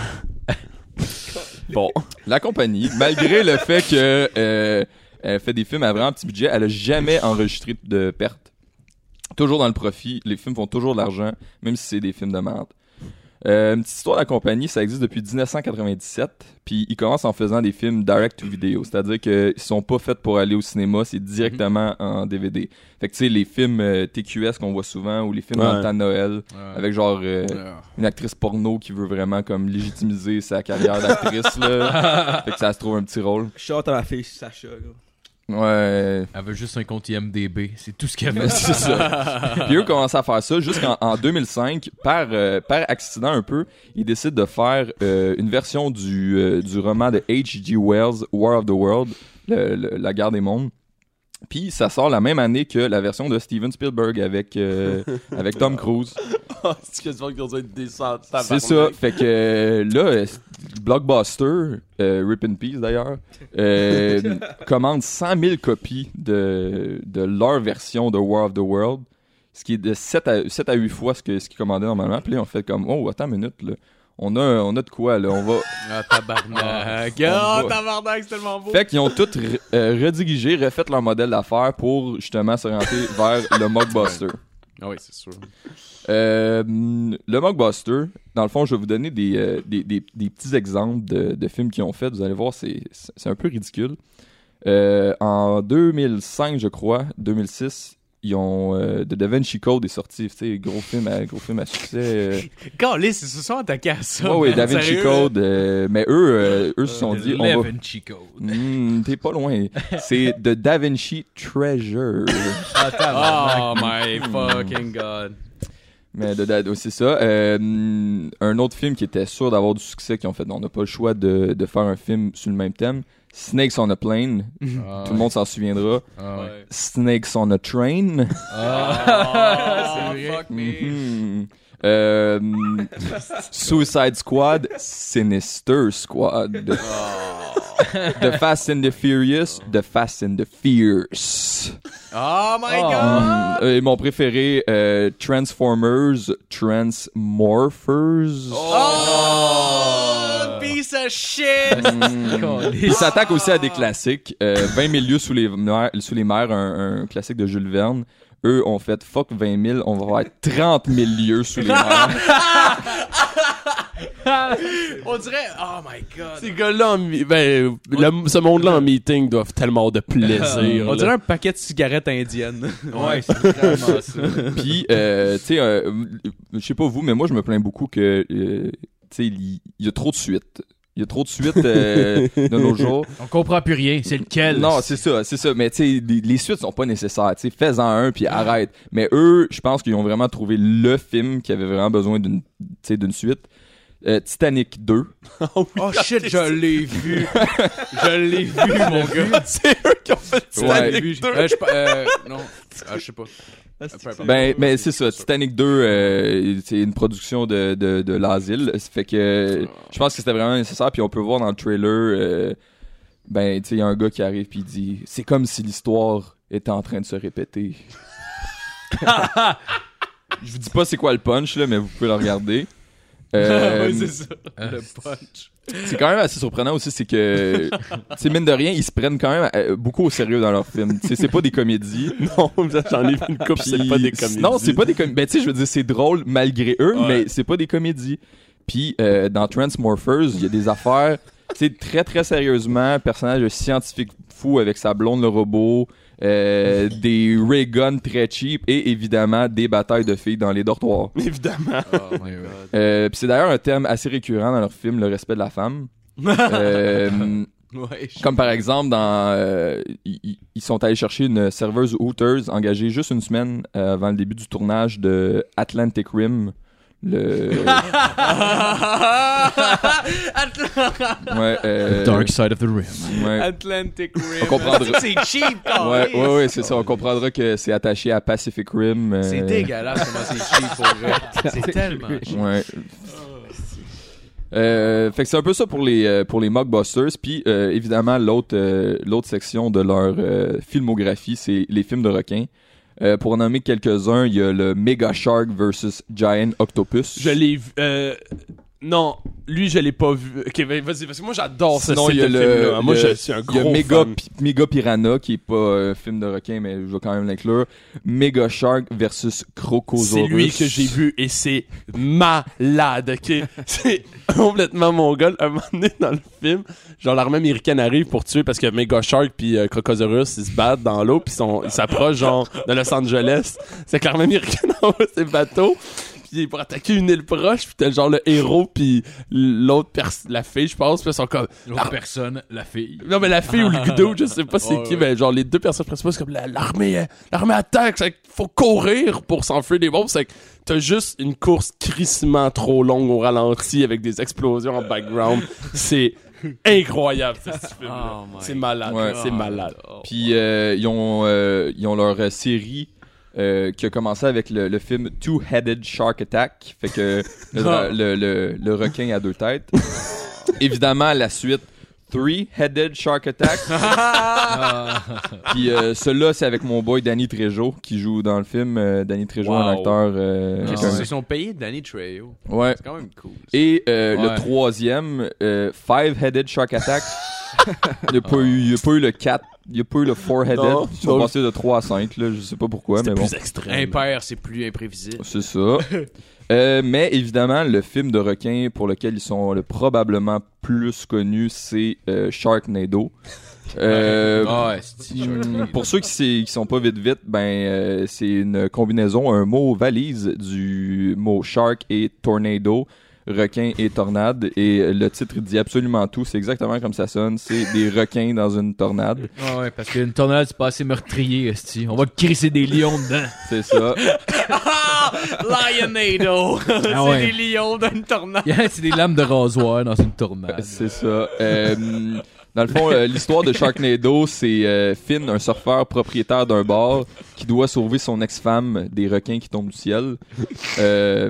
Speaker 6: bon, la compagnie, malgré le fait que euh, elle fait des films à vraiment petit budget, elle a jamais enregistré de pertes. Toujours dans le profit, les films font toujours de l'argent, même si c'est des films de merde. Euh, une petite histoire de la compagnie, ça existe depuis 1997. Puis ils commencent en faisant des films direct to video, c'est-à-dire qu'ils sont pas faits pour aller au cinéma, c'est directement en DVD. Fait que tu sais les films euh, TQS qu'on voit souvent ou les films dans
Speaker 3: Ouais.
Speaker 6: le temps de Noël
Speaker 4: Ouais.
Speaker 6: avec genre euh,
Speaker 4: Ah.
Speaker 6: une actrice porno qui veut vraiment comme légitimiser sa carrière d'actrice là. fait que ça se trouve un petit rôle.
Speaker 7: Shot à la fille Sacha, gros.
Speaker 6: Ouais.
Speaker 5: Elle veut juste un compte IMDB. C'est tout ce qu'elle
Speaker 6: Mais
Speaker 5: veut.
Speaker 6: c'est ça. Puis eux commençaient à faire ça jusqu'en en 2005. Par, euh, par accident un peu, ils décident de faire euh, une version du, euh, du roman de H.G. Wells, War of the World, le- le- La guerre des mondes. Puis ça sort la même année que la version de Steven Spielberg avec, euh, avec Tom Cruise.
Speaker 3: C'est quasiment qu'ils ont descendre.
Speaker 6: C'est ça. Fait que euh, là, euh, Blockbuster, euh, Rip in Peace d'ailleurs, euh, commande 100 000 copies de, de leur version de War of the World, ce qui est de 7 à, 7 à 8 fois ce qu'ils ce qu'ils commandaient normalement. Puis là, on fait comme, oh, attends une minute, là. On a, on a de quoi, là. On va.
Speaker 4: Ah, tabarnak.
Speaker 6: On
Speaker 3: Oh,
Speaker 4: Ah,
Speaker 6: va.
Speaker 4: tabarnak, c'est tellement beau.
Speaker 6: Fait qu'ils ont tout re- euh, redirigé, refait leur modèle d'affaires pour justement s'orienter vers le Mockbuster.
Speaker 4: Ah oui, c'est sûr.
Speaker 6: Euh, le mockbuster, dans le fond, je vais vous donner des, euh, des, des- des petits exemples de, de films qu'ils ont fait. Vous allez voir, c'est c'est un peu ridicule. Euh, en 2005, je crois, 2006, ils ont euh, The Da Vinci Code est sorti. Tu sais, gros film, à, gros film à succès. euh.
Speaker 4: Calice, ils se sont attaqués à ça.
Speaker 6: Ouais, ouais,
Speaker 4: man,
Speaker 6: Da Vinci
Speaker 4: sérieux, là.
Speaker 6: Code. euh, mais eux, euh, eux se sont dit, on va.
Speaker 5: Eleven Chico.
Speaker 6: Hmm, T'es pas loin. C'est The Da Vinci Treasure.
Speaker 4: Oh my fucking god.
Speaker 6: Mais de date, c'est ça. Euh, un autre film qui était sûr d'avoir du succès, qui ont fait, on n'a pas le choix de, de faire un film sur le même thème. Snakes on a plane, tout le monde s'en souviendra. Snakes on a train.
Speaker 4: Ah, c'est vrai.
Speaker 6: Mhm. Euh, Suicide Squad, Sinister Squad. the Fast and the Furious, The Fast and the Fierce.
Speaker 4: Oh my god.
Speaker 6: Hum, et mon préféré, euh, Transformers, Transmorphers.
Speaker 4: Oh, piece of shit.
Speaker 6: Il s'attaque aussi à des classiques. Euh, 20 000 lieux sous les, mers, sous les mers, un, un classique de Jules Verne. Eux ont fait fuck 20 000, on va avoir 30 000 lieux sous les mers.
Speaker 4: On dirait, oh my god.
Speaker 3: Ces gars-là, en mi- ben, le- ce monde-là en meeting doivent tellement avoir de plaisir.
Speaker 1: On
Speaker 3: là.
Speaker 1: dirait un paquet de cigarettes indiennes.
Speaker 5: Ouais, c'est vraiment ça.
Speaker 6: Puis, euh, tu sais, euh, je sais pas vous, mais moi je me plains beaucoup que, euh, tu sais, il y- il y a trop de suites. Il y a trop de suites euh, de nos jours.
Speaker 5: On comprend plus rien. C'est lequel?
Speaker 6: Non, c'est ça, c'est ça. Mais tu sais, les, les suites sont pas nécessaires. Tu sais, fais-en un puis arrête. Mais eux, je pense qu'ils ont vraiment trouvé le film qui avait vraiment besoin d'une, tu sais, d'une suite. Euh, Titanic 2.
Speaker 4: Oh shit, je l'ai vu. Je l'ai vu, mon gars.
Speaker 6: Ouais.
Speaker 4: Je l'ai vu. Euh, je pa- euh, non, Ah, je sais pas.
Speaker 6: Ben, mais c'est ça. Titanic 2, euh, c'est une production de, de, de l'asile. Ça fait que je pense que c'était vraiment nécessaire. Puis on peut voir dans le trailer, euh, ben, tu sais, il y a un gars qui arrive puis il dit, c'est comme si l'histoire était en train de se répéter. je vous dis pas c'est quoi le punch là, mais vous pouvez le regarder. Euh,
Speaker 4: Ouais, c'est ça. Le punch.
Speaker 6: c'est quand même assez surprenant aussi, c'est que, tu sais, mine de rien, ils se prennent quand même euh, beaucoup au sérieux dans leurs films. Tu sais, c'est pas des comédies.
Speaker 3: Non, j'en ai vu une coupe, c'est
Speaker 6: Puis-
Speaker 3: pas des comédies.
Speaker 6: Non, c'est pas des comédies. Ben, tu sais, je veux dire, c'est drôle malgré eux, mais c'est pas des comédies. Puis, euh, dans Transmorphers, il y a des affaires, tu sais, très, très sérieusement, personnage de scientifique fou avec sa blonde, le robot, euh, des ray guns très cheap et, évidemment, des batailles de filles dans les dortoirs.
Speaker 3: Évidemment.
Speaker 6: Euh, puis c'est d'ailleurs un thème assez récurrent dans leur film, le respect de la femme. Euh,
Speaker 4: Ouais, je-
Speaker 6: comme par exemple, dans, euh, ils- ils ils sont allés chercher une serveuse Hooters engagée juste une semaine euh, avant le début du tournage de Atlantic Rim. Le. ouais, euh,
Speaker 5: Dark Side of the Rim.
Speaker 6: ouais.
Speaker 4: Atlantic Rim.
Speaker 6: On comprendra.
Speaker 4: C'est cheap,
Speaker 6: Ouais,
Speaker 4: Calice.
Speaker 6: ouais, ouais, c'est ça. On comprendra que c'est attaché à Pacific Rim. euh,
Speaker 4: C'est dégueulasse comment c'est cheap pour vrai. C'est tellement cheap.
Speaker 6: Ouais. Euh, fait que c'est un peu ça pour les euh, pour les mockbusters puis euh, évidemment l'autre euh, l'autre section de leur euh, filmographie c'est les films de requins. Euh, pour en nommer quelques-uns, il y a le Mega Shark versus Giant Octopus.
Speaker 3: Je l'ai vu. euh, non, lui, je l'ai pas vu. Ok, ben, vas-y, parce que moi, j'adore ce
Speaker 6: Sinon,
Speaker 3: style
Speaker 6: il y a
Speaker 3: de
Speaker 6: le-
Speaker 3: film-là. Moi,
Speaker 6: le-
Speaker 3: je suis un
Speaker 6: Il y
Speaker 3: gros
Speaker 6: a Mega,
Speaker 3: fan.
Speaker 6: Pi- Mega Piranha, qui est pas euh, film de requin, mais je vais quand même l'inclure. Mega Shark versus
Speaker 3: C'est
Speaker 6: Crocosaurus.
Speaker 3: lui que j'ai vu et c'est malade, ok? C'est complètement mongol. Un moment donné dans le film, genre l'armée américaine arrive pour tuer parce que Mega Shark puis euh, Crocosaurus, ils se battent dans l'eau puis ils sont- ils s'approchent genre de Los Angeles. C'est que l'armée américaine envoie ses bateaux puis pour attaquer une île proche puis t'as genre le héros puis l'autre personne, la fille je pense, puis ils sont comme
Speaker 5: L'autre
Speaker 3: Ah.
Speaker 5: personne, la fille.
Speaker 3: non, mais la fille ou le dude, je sais pas c'est
Speaker 5: Ouais,
Speaker 3: qui,
Speaker 5: ouais.
Speaker 3: mais genre les deux personnes principales, c'est comme la- l'armée, euh, l'armée attaque, c'est que faut courir pour s'enfuir des bombes, c'est que t'as juste une course crissement trop longue au ralenti avec des explosions en background. C'est incroyable, ce petit film-là.
Speaker 5: Oh
Speaker 3: c'est malade,
Speaker 6: Ouais.
Speaker 3: c'est malade.
Speaker 6: Puis euh, ils, ont, euh, ils ont leur euh, série euh, qui a commencé avec le, le film Two-Headed Shark Attack. Fait que le, dra- le, le- le requin à deux têtes. Évidemment, la suite Three-Headed Shark Attack. Puis euh, celui-là, c'est avec mon boy Danny Trejo qui joue dans le film. Euh, Danny Trejo, un
Speaker 4: Wow.
Speaker 6: acteur. euh,
Speaker 4: Qu'est-ce
Speaker 6: comme-
Speaker 4: qu'ils se sont payés de Danny Trejo.
Speaker 6: Ouais.
Speaker 4: C'est quand même cool.
Speaker 6: Et euh,
Speaker 5: Ouais.
Speaker 6: le troisième, euh, Five Headed Shark Attack. il n'y a, pas eu- il y a pas eu le 4, il n'y a pas eu le Four Headed.
Speaker 3: Non,
Speaker 6: Ils sont
Speaker 3: non.
Speaker 6: passés de 3 à 5, là, je sais pas pourquoi, mais
Speaker 3: C'était
Speaker 6: bon.
Speaker 3: plus extrême.
Speaker 4: Impair, c'est plus imprévisible.
Speaker 6: C'est ça. Euh, mais évidemment, le film de requin pour lequel ils sont le probablement plus connus, c'est euh, Sharknado. Euh,
Speaker 5: Ah ouais, c'est
Speaker 6: Mm, Pour ceux qui, c'est- qui sont pas vite vite, ben euh, c'est une combinaison, un mot valise du mot shark et tornado, requin et tornade. Et le titre dit absolument tout. C'est exactement comme ça sonne. C'est des requins dans une tornade.
Speaker 5: Ah ouais, parce qu'une tornade, c'est pas assez meurtrier, esti. On va crisser des lions dedans.
Speaker 6: C'est ça.
Speaker 4: Lionado!
Speaker 5: Ah
Speaker 4: c'est
Speaker 5: ouais.
Speaker 4: des lions d'une tornade.
Speaker 5: c'est des lames de rasoir dans une tornade.
Speaker 6: C'est ça. Euh, dans le fond, euh, l'histoire de Sharknado, c'est euh, Finn, un surfeur propriétaire d'un bar, qui doit sauver son ex-femme des requins qui tombent du ciel. Euh,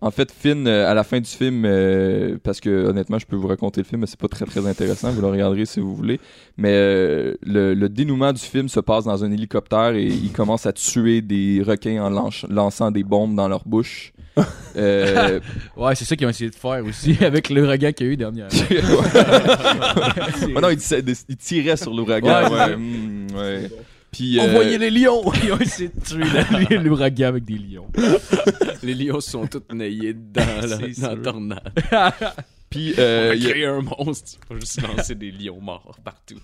Speaker 6: en fait, Finn, euh, à la fin du film, euh, parce que honnêtement, je peux vous raconter le film, mais c'est pas très très intéressant. Vous le regarderez si vous voulez. Mais euh, le, le dénouement du film se passe dans un hélicoptère et il commence à tuer des requins en lanche- lançant des bombes dans leur bouche. Euh,
Speaker 5: Ouais, c'est ça qu'ils ont essayé de faire aussi avec le regain qu'il y a eu dernière.
Speaker 6: Ouais. Ouais, non, il, tissait- il tirait sur l'ouragan.
Speaker 5: Ouais,
Speaker 6: Ouais, mm, ouais. Puis, euh,
Speaker 5: les lions! Ils ont essayé de tuer la- l'ouragan avec des lions.
Speaker 4: Les lions sont tous naillés dedans, là,
Speaker 5: C'est
Speaker 4: dans la
Speaker 5: sûr.
Speaker 4: tornade.
Speaker 6: puis, euh, il y a-
Speaker 4: Créer un monstre, tu vas juste lancer des lions morts partout.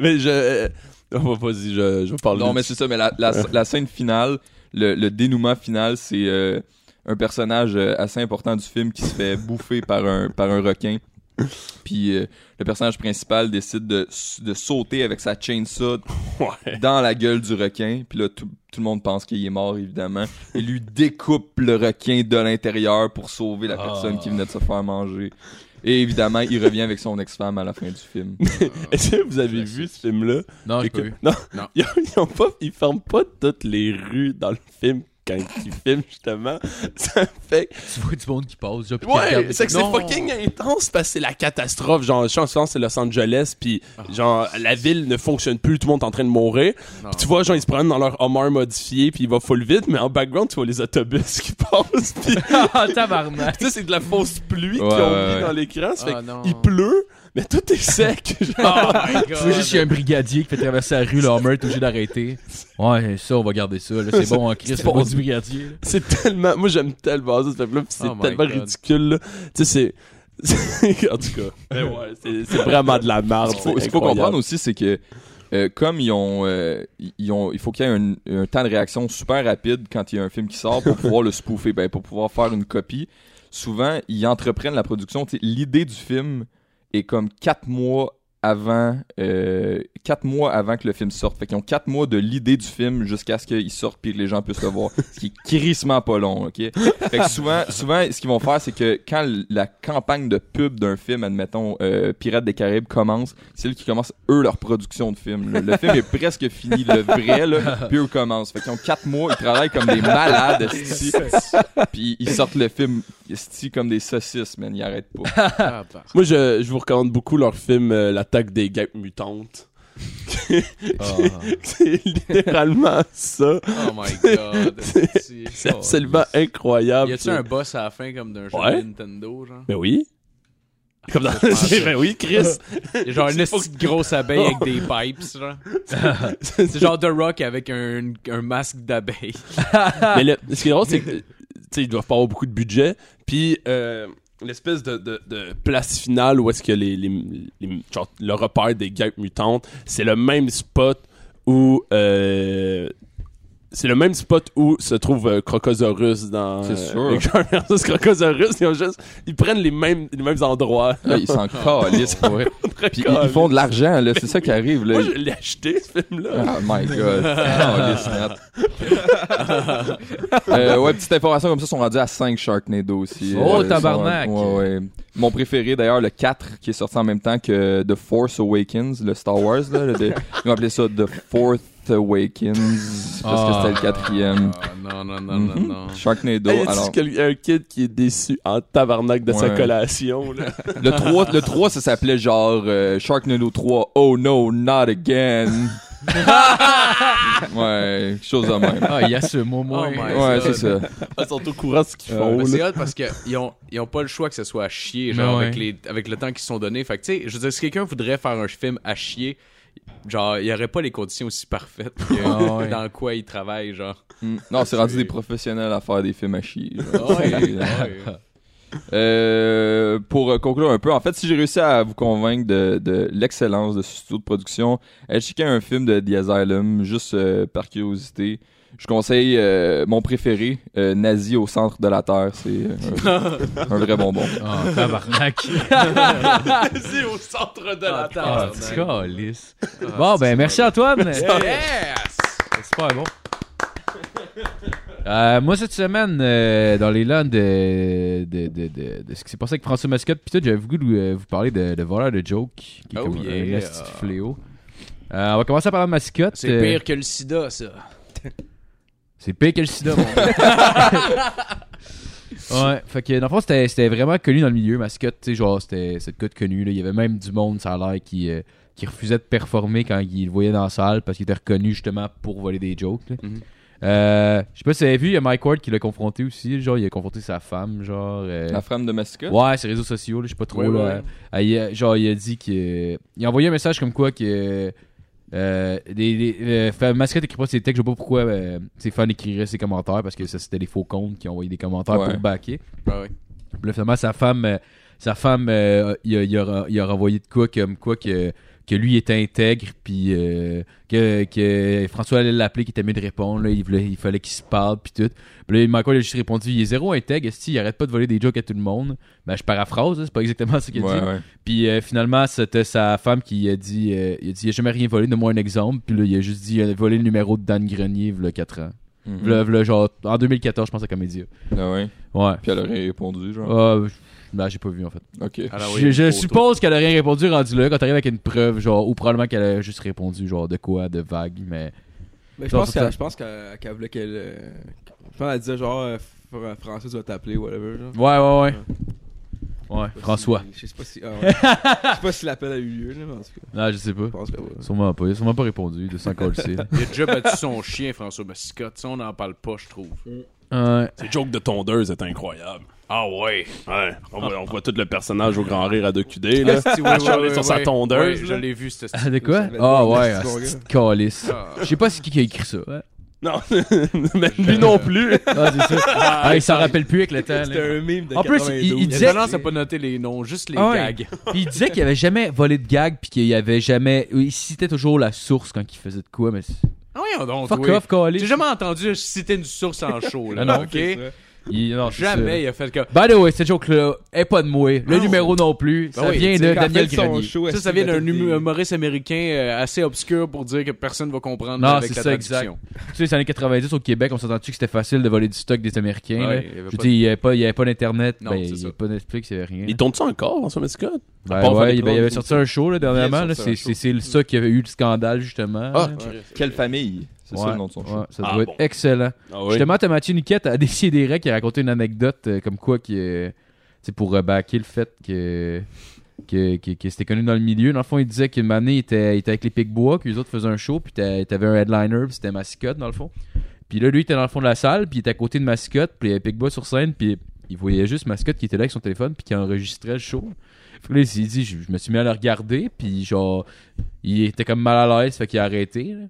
Speaker 3: mais je. euh, oh, vas-y, je, je parle.
Speaker 6: non, mais c'est ça, mais la, la- la scène finale, le, le dénouement final, c'est euh, un personnage euh, assez important du film qui se fait bouffer par un, par un requin. Puis euh, le personnage principal décide de, de sauter avec sa chainsaw
Speaker 3: Ouais.
Speaker 6: dans la gueule du requin. Puis là, tout, tout le monde pense qu'il est mort, évidemment. Il lui découpe le requin de l'intérieur pour sauver la personne qui venait de se faire manger. Et évidemment, il revient avec son ex-femme à la fin du film.
Speaker 3: Est-ce que vous avez vu ce film-là?
Speaker 6: Ah,
Speaker 5: Non, j'ai
Speaker 3: Et
Speaker 5: pas
Speaker 3: que-
Speaker 5: vu.
Speaker 3: Non,
Speaker 4: Non.
Speaker 3: Ils, ont- ils ont pas, ils ferment pas toutes les rues dans le film quand ils filment justement. Ça fait que-
Speaker 5: Tu vois du monde qui passe, là, puis qui regarde
Speaker 3: Ouais,
Speaker 5: les-
Speaker 3: c'est que c'est
Speaker 5: Non.
Speaker 3: fucking intense parce que c'est la catastrophe. Genre, je pense que c'est Los Angeles, puis genre, la ville ne fonctionne plus, tout le monde est en train de mourir. Puis tu vois, genre, ils se prennent dans leur Hummer modifié, puis il va full vite, mais en background, tu vois les autobus qui passent, puis
Speaker 5: Ah, tabarnak!
Speaker 3: tu sais, c'est de la fausse pluie
Speaker 6: Ouais,
Speaker 3: qu'ils ont
Speaker 6: ouais,
Speaker 3: mis
Speaker 6: ouais.
Speaker 3: dans l'écran. Ça fait
Speaker 4: Ah, non. Oh Ah,
Speaker 3: qu'il pleut, mais tout est sec. genre.
Speaker 5: Tu vois juste, il y a un brigadier qui fait traverser la rue, l'Homer est obligé d'arrêter. Ouais, ça, on va garder ça. Là, c'est bon, hein, Chris,
Speaker 3: C'est
Speaker 5: le bon
Speaker 3: bon.
Speaker 5: du brigadier. là.
Speaker 3: C'est tellement. Moi, j'aime tellement ça, ce film-là, pis c'est
Speaker 4: Oh my
Speaker 3: tellement
Speaker 4: God.
Speaker 3: ridicule, là. Tu sais, c'est. en tout cas. Mais ouais, c'est c'est vraiment de la merde.
Speaker 6: Ce qu'il faut- ce qu'il faut comprendre aussi, c'est que euh, comme ils ont, euh, ils- ils ont- il faut qu'il y ait un, un temps de réaction super rapide quand il y a un film qui sort pour pouvoir le spoofer, ben, pour pouvoir faire une copie. Souvent, ils entreprennent la production. Tu sais, L'idée du film est comme quatre mois avant, euh, quatre mois avant que le film sorte. Fait qu'ils ont quatre mois de l'idée du film jusqu'à ce qu'il sorte puis que les gens puissent le voir. ce qui est crissement pas long, ok? Fait que souvent, souvent, ce qu'ils vont faire, c'est que quand l- la campagne de pub d'un film, admettons, euh, Pirates des Caraïbes commence, c'est eux qui commencent, eux, leur production de film. là. Le film est presque fini, le vrai, là, puis eux commencent. Fait qu'ils ont quatre mois, ils travaillent comme des malades, esti. Puis ils sortent le film, esti, comme des saucisses, man, ils arrêtent pas.
Speaker 4: Ah, bah.
Speaker 3: Moi, je, je vous recommande beaucoup leur film euh, L'attaque des guêpes mutantes. C'est littéralement ça.
Speaker 4: Oh my god. C'est
Speaker 3: C'est absolument incroyable.
Speaker 4: Oh, Y a-tu un boss à la fin comme d'un jeu de
Speaker 3: Ouais.
Speaker 4: Nintendo, genre?
Speaker 3: Ben oui.
Speaker 4: Ah,
Speaker 3: Comme dans... ben oui, Chris.
Speaker 4: Y a genre une petite grosse abeille avec des pipes, genre. C'est genre The Rock avec un, un masque d'abeille.
Speaker 3: Mais le- ce qui est drôle, c'est que tu sais, ils doivent pas avoir beaucoup de budget. Puis euh, l'espèce de, de- de place finale où est-ce que les, les- les- genre, le repère des guêpes mutantes, c'est le même spot où euh, c'est le même spot où se trouve euh, Crocosaurus dans
Speaker 6: C'est sûr.
Speaker 3: euh, Kramer versus Crocosaurus, ils ont juste ils prennent les mêmes les mêmes endroits.
Speaker 6: Là, ils s'en calissent,
Speaker 5: Ah,
Speaker 6: pour vrai. Puis ils, ils font de l'argent, là. C'est ça qui arrive, là.
Speaker 3: Moi je l'ai acheté ce film là.
Speaker 6: Oh my god. Calisse, Nat. Euh, ouais, petite information comme ça, ils sont rendus à 5 Sharknado aussi. Euh,
Speaker 5: Oh,
Speaker 6: ils sont-
Speaker 5: tabarnak.
Speaker 6: ouais, ouais. Mon préféré, d'ailleurs, le 4, qui est sorti en même temps que The Force Awakens, le Star Wars, là. le- de- ils ont appelé ça The Fourth Awakens, parce que c'était le quatrième.
Speaker 4: Ah, non, non, non, non, non.
Speaker 6: Sharknado,
Speaker 3: Hey, y a-t-il
Speaker 6: alors...
Speaker 3: quel- un kid qui est déçu en tabarnak de sa
Speaker 6: Ouais.
Speaker 3: collation là.
Speaker 6: Le 3, le 3 ça s'appelait genre euh, Sharknado 3, Oh no, not again. ouais, quelque chose de même.
Speaker 5: Ah, il y a ce mot,
Speaker 4: Oh
Speaker 5: moi.
Speaker 4: my
Speaker 6: Ouais,
Speaker 4: God.
Speaker 6: c'est ça.
Speaker 3: Ils sont au courant de ce
Speaker 6: Euh,
Speaker 3: qu'ils font.
Speaker 4: Euh, Mais
Speaker 3: là.
Speaker 4: c'est hot parce qu'ils ont, ils ont pas le choix que ce soit à chier, genre,
Speaker 5: Non, ouais.
Speaker 4: avec, les, avec le temps qu'ils se sont donné. Fait que, tu sais, je veux dire, si quelqu'un voudrait faire un film à chier, genre, il y aurait pas les conditions aussi parfaites que
Speaker 5: Ah, ouais.
Speaker 4: dans quoi ils travaillent, genre.
Speaker 6: Mm. Non, c'est rendu des professionnels à faire des films à chier. genre.
Speaker 4: Ah Ouais,
Speaker 6: C'est-
Speaker 4: ouais.
Speaker 6: Euh, pour euh, conclure un peu, en fait, si j'ai réussi à vous convaincre de, de l'excellence de ce studio de production, allez checker un film de The Asylum, juste euh, par curiosité. Je conseille euh, mon préféré, euh, Nazi au centre de la Terre. C'est euh, un, un vrai bonbon.
Speaker 5: Oh, tabarnak.
Speaker 4: C'est au centre de la
Speaker 5: Ah,
Speaker 4: table.
Speaker 5: tu calisses. Bon, ben, merci Antoine.
Speaker 4: Ah, Yes!
Speaker 5: C'est super bon. Euh, moi, cette semaine, euh, dans les landes de, de, de, de, de ce qui s'est passé avec François Mascotte, puis tout, j'avais voulu euh, vous parler de, de voleur de joke, qui est
Speaker 4: Oh
Speaker 5: comme un
Speaker 4: yeah.
Speaker 5: esti de fléau. Euh, on va commencer par la mascotte.
Speaker 4: C'est
Speaker 5: Euh,
Speaker 4: pire que le sida, ça.
Speaker 5: C'est pire que le sida, mon gars. Ouais, fait que dans le fond, c'était c'était vraiment connu dans le milieu, mascotte, tu sais, genre, c'était cette gars de connu, là. Il y avait même du monde, ça a l'air, qui, euh, qui refusait de performer quand il le voyait dans la salle parce qu'il était reconnu justement pour voler des jokes, là.
Speaker 4: Mhm.
Speaker 5: Euh, je sais pas si vous avez vu, il y a Mike Ward qui l'a confronté aussi, genre, il a confronté sa femme, genre. euh,
Speaker 6: La femme de Mascotte.
Speaker 5: Ouais, ses réseaux sociaux, là, je sais pas trop.
Speaker 4: Ouais,
Speaker 5: là.
Speaker 4: ouais.
Speaker 5: Ah, il a- genre, il a dit que. Il a envoyé un message comme quoi que. Euh, les, les, euh, fa- Mascotte écrit pas ses textes, je sais pas pourquoi euh, ses fans écriraient ses commentaires parce que ça c'était des faux comptes qui ont envoyé des commentaires
Speaker 6: Ouais.
Speaker 5: pour backer.
Speaker 4: Ah ouais.
Speaker 5: Puis là, finalement, sa femme, euh, sa femme euh, il, a, il, a, re- il a renvoyé de quoi comme quoi que, que lui était intègre, puis euh, que, que François allait l'appeler, qu'il était mieux de répondre, là, il, voulait- il fallait qu'il se parle, puis tout. Puis là, Michael a juste répondu il est zéro intègre, si il arrête pas de voler des jokes à tout le monde. Ben, je paraphrase, là, c'est pas exactement ce qu'il a
Speaker 6: Ouais,
Speaker 5: dit.
Speaker 6: ouais.
Speaker 5: Puis euh, finalement, c'était sa femme qui a dit euh, il a dit, il a jamais rien volé, donne-moi un exemple. Puis là, il a juste dit il a volé le numéro de Dan Grenier, v'là 4 ans.
Speaker 6: Mhm.
Speaker 5: V'là- v'là, genre, en 2014, je pense, à Comédia.
Speaker 6: Ah ouais.
Speaker 5: Ouais.
Speaker 6: Puis elle aurait répondu, genre.
Speaker 5: Ah, je- ben, j'ai pas vu, en fait.
Speaker 6: Ok.
Speaker 4: Alors,
Speaker 5: Je,
Speaker 4: oui,
Speaker 5: je
Speaker 4: photo.
Speaker 5: suppose qu'elle a rien répondu rendu là quand t'arrives avec une preuve, genre, ou probablement qu'elle a juste répondu, genre, de quoi, de vague, mais.
Speaker 7: Mais je
Speaker 5: Genre,
Speaker 7: pense
Speaker 5: ça-
Speaker 7: qu'elle je pense qu'elle- qu'elle voulait qu'elle. euh, Je pense qu'elle disait genre euh, Fr- Francis va t'appeler ou whatever. Genre.
Speaker 5: Ouais, ouais, ouais. Ouais, François.
Speaker 7: Je sais pas si. ah ouais. Je sais pas si l'appel a eu lieu, là, mais en tout cas.
Speaker 5: Non, Ah, je sais pas.
Speaker 7: Je pense que ouais.
Speaker 5: Sûrement pas. Il a sûrement pas répondu, de s'en coller.
Speaker 4: Il a déjà battu son chien, François Mascotte. Ça, on n'en parle pas, je trouve.
Speaker 5: Ouais.
Speaker 3: Ces jokes de tondeuse est incroyable.
Speaker 4: Ah ouais.
Speaker 3: Ouais, on voit, on voit tout le personnage au grand rire à 2QD, là.
Speaker 4: Ah, c'est- oui,
Speaker 3: À
Speaker 4: oui,
Speaker 3: charler
Speaker 4: oui,
Speaker 3: sur sa
Speaker 4: oui.
Speaker 3: tondeuse,
Speaker 4: Oui, je
Speaker 3: là.
Speaker 4: l'ai vu, c'était
Speaker 5: Ah, de quoi?
Speaker 7: Ça va être
Speaker 5: Ah,
Speaker 7: bon,
Speaker 5: ouais,
Speaker 7: merci,
Speaker 5: ah,
Speaker 7: mon
Speaker 5: c'est calice.
Speaker 4: Ah.
Speaker 5: Je sais pas c'est qui qui a écrit ça. hein.
Speaker 3: Non, mais lui non plus.
Speaker 5: Ah, c'est ça. Ah, il s'en rappelle plus avec le temps.
Speaker 7: C'était
Speaker 5: là.
Speaker 7: un mime de
Speaker 5: En plus,
Speaker 7: 92.
Speaker 5: il- il
Speaker 4: Il
Speaker 5: disait-
Speaker 4: a tendance à pas noter les noms, juste les
Speaker 5: Ah ouais.
Speaker 4: gags.
Speaker 5: Puis il disait qu'il avait jamais volé de gag, puis qu'il y avait jamais. Il citait toujours la source quand il faisait de quoi, mais. c'est-
Speaker 4: Ah oui, donc,
Speaker 5: Fuck
Speaker 4: oui.
Speaker 5: off,
Speaker 4: J'ai
Speaker 5: calice.
Speaker 4: jamais entendu citer une source en show, là,
Speaker 5: Ah non,
Speaker 4: ok?
Speaker 7: C'est ça.
Speaker 5: Il- non, c'est ça.
Speaker 4: Jamais il a fait que...
Speaker 5: By the way, cette joke-là est pas de moi. Le numéro non plus. Ça
Speaker 4: Ah Ben oui,
Speaker 5: vient
Speaker 4: tu
Speaker 5: de
Speaker 7: Quand elle
Speaker 5: Daniel
Speaker 7: fait son
Speaker 5: Grenier.
Speaker 7: show,
Speaker 4: Ça, ça
Speaker 7: elle
Speaker 4: vient
Speaker 7: fait
Speaker 4: d'un
Speaker 7: des-
Speaker 4: humo- humoriste américain euh, assez obscur pour dire que personne va comprendre
Speaker 5: Non,
Speaker 4: avec
Speaker 5: c'est
Speaker 4: la
Speaker 5: ça,
Speaker 4: traduction.
Speaker 5: Tu sais, les années 90 au Québec, on s'entend-tu que c'était facile de voler du stock des Américains?
Speaker 4: Ouais,
Speaker 5: là?
Speaker 4: il y avait
Speaker 5: Je veux
Speaker 4: pas
Speaker 5: dire, il y avait pas- il y avait pas d'Internet,
Speaker 4: Non,
Speaker 5: ben,
Speaker 4: c'est
Speaker 5: il n'y
Speaker 4: ça.
Speaker 5: avait pas Netflix, il y avait rien.
Speaker 3: Il tombe ça encore, en ce Scott?
Speaker 5: Ben
Speaker 3: À part faire
Speaker 5: ouais,
Speaker 3: des
Speaker 5: ben, il
Speaker 3: drôles
Speaker 5: avait
Speaker 3: de
Speaker 5: sorti un show là, dernièrement. là,
Speaker 6: Il vient de
Speaker 5: C'est
Speaker 6: sortir
Speaker 5: c'est- c'est ça qui avait eu le scandale, justement.
Speaker 3: Ah,
Speaker 5: là.
Speaker 6: Quelle famille. C'est ça
Speaker 5: Ouais,
Speaker 6: le nom de son
Speaker 5: ouais,
Speaker 6: show.
Speaker 5: ça
Speaker 3: Ah,
Speaker 5: doit être
Speaker 3: bon.
Speaker 5: excellent.
Speaker 3: Ah oui.
Speaker 5: Justement, t'as Mathieu Niquette à euh, Décideret qui a raconté une anecdote euh, comme quoi qui euh, tu sais, pour rebaquer le fait que que, que, que c'était connu dans le milieu. Dans le fond, il disait qu'une année, il était, il était avec les Picbois, que les autres faisaient un show, puis t'a- t'avais un headliner, puis c'était Mascotte, dans le fond. Puis là, lui, il était dans le fond de la salle, puis il était à côté de Mascotte, puis il y avait Picbois sur scène, puis il voyait juste Mascotte qui était là avec son téléphone, puis qui enregistrait le show. Fait que là, il s'est dit, je, je me suis mis à le regarder, puis genre, il était comme mal à l'aise, fait qu'il a arrêté. là.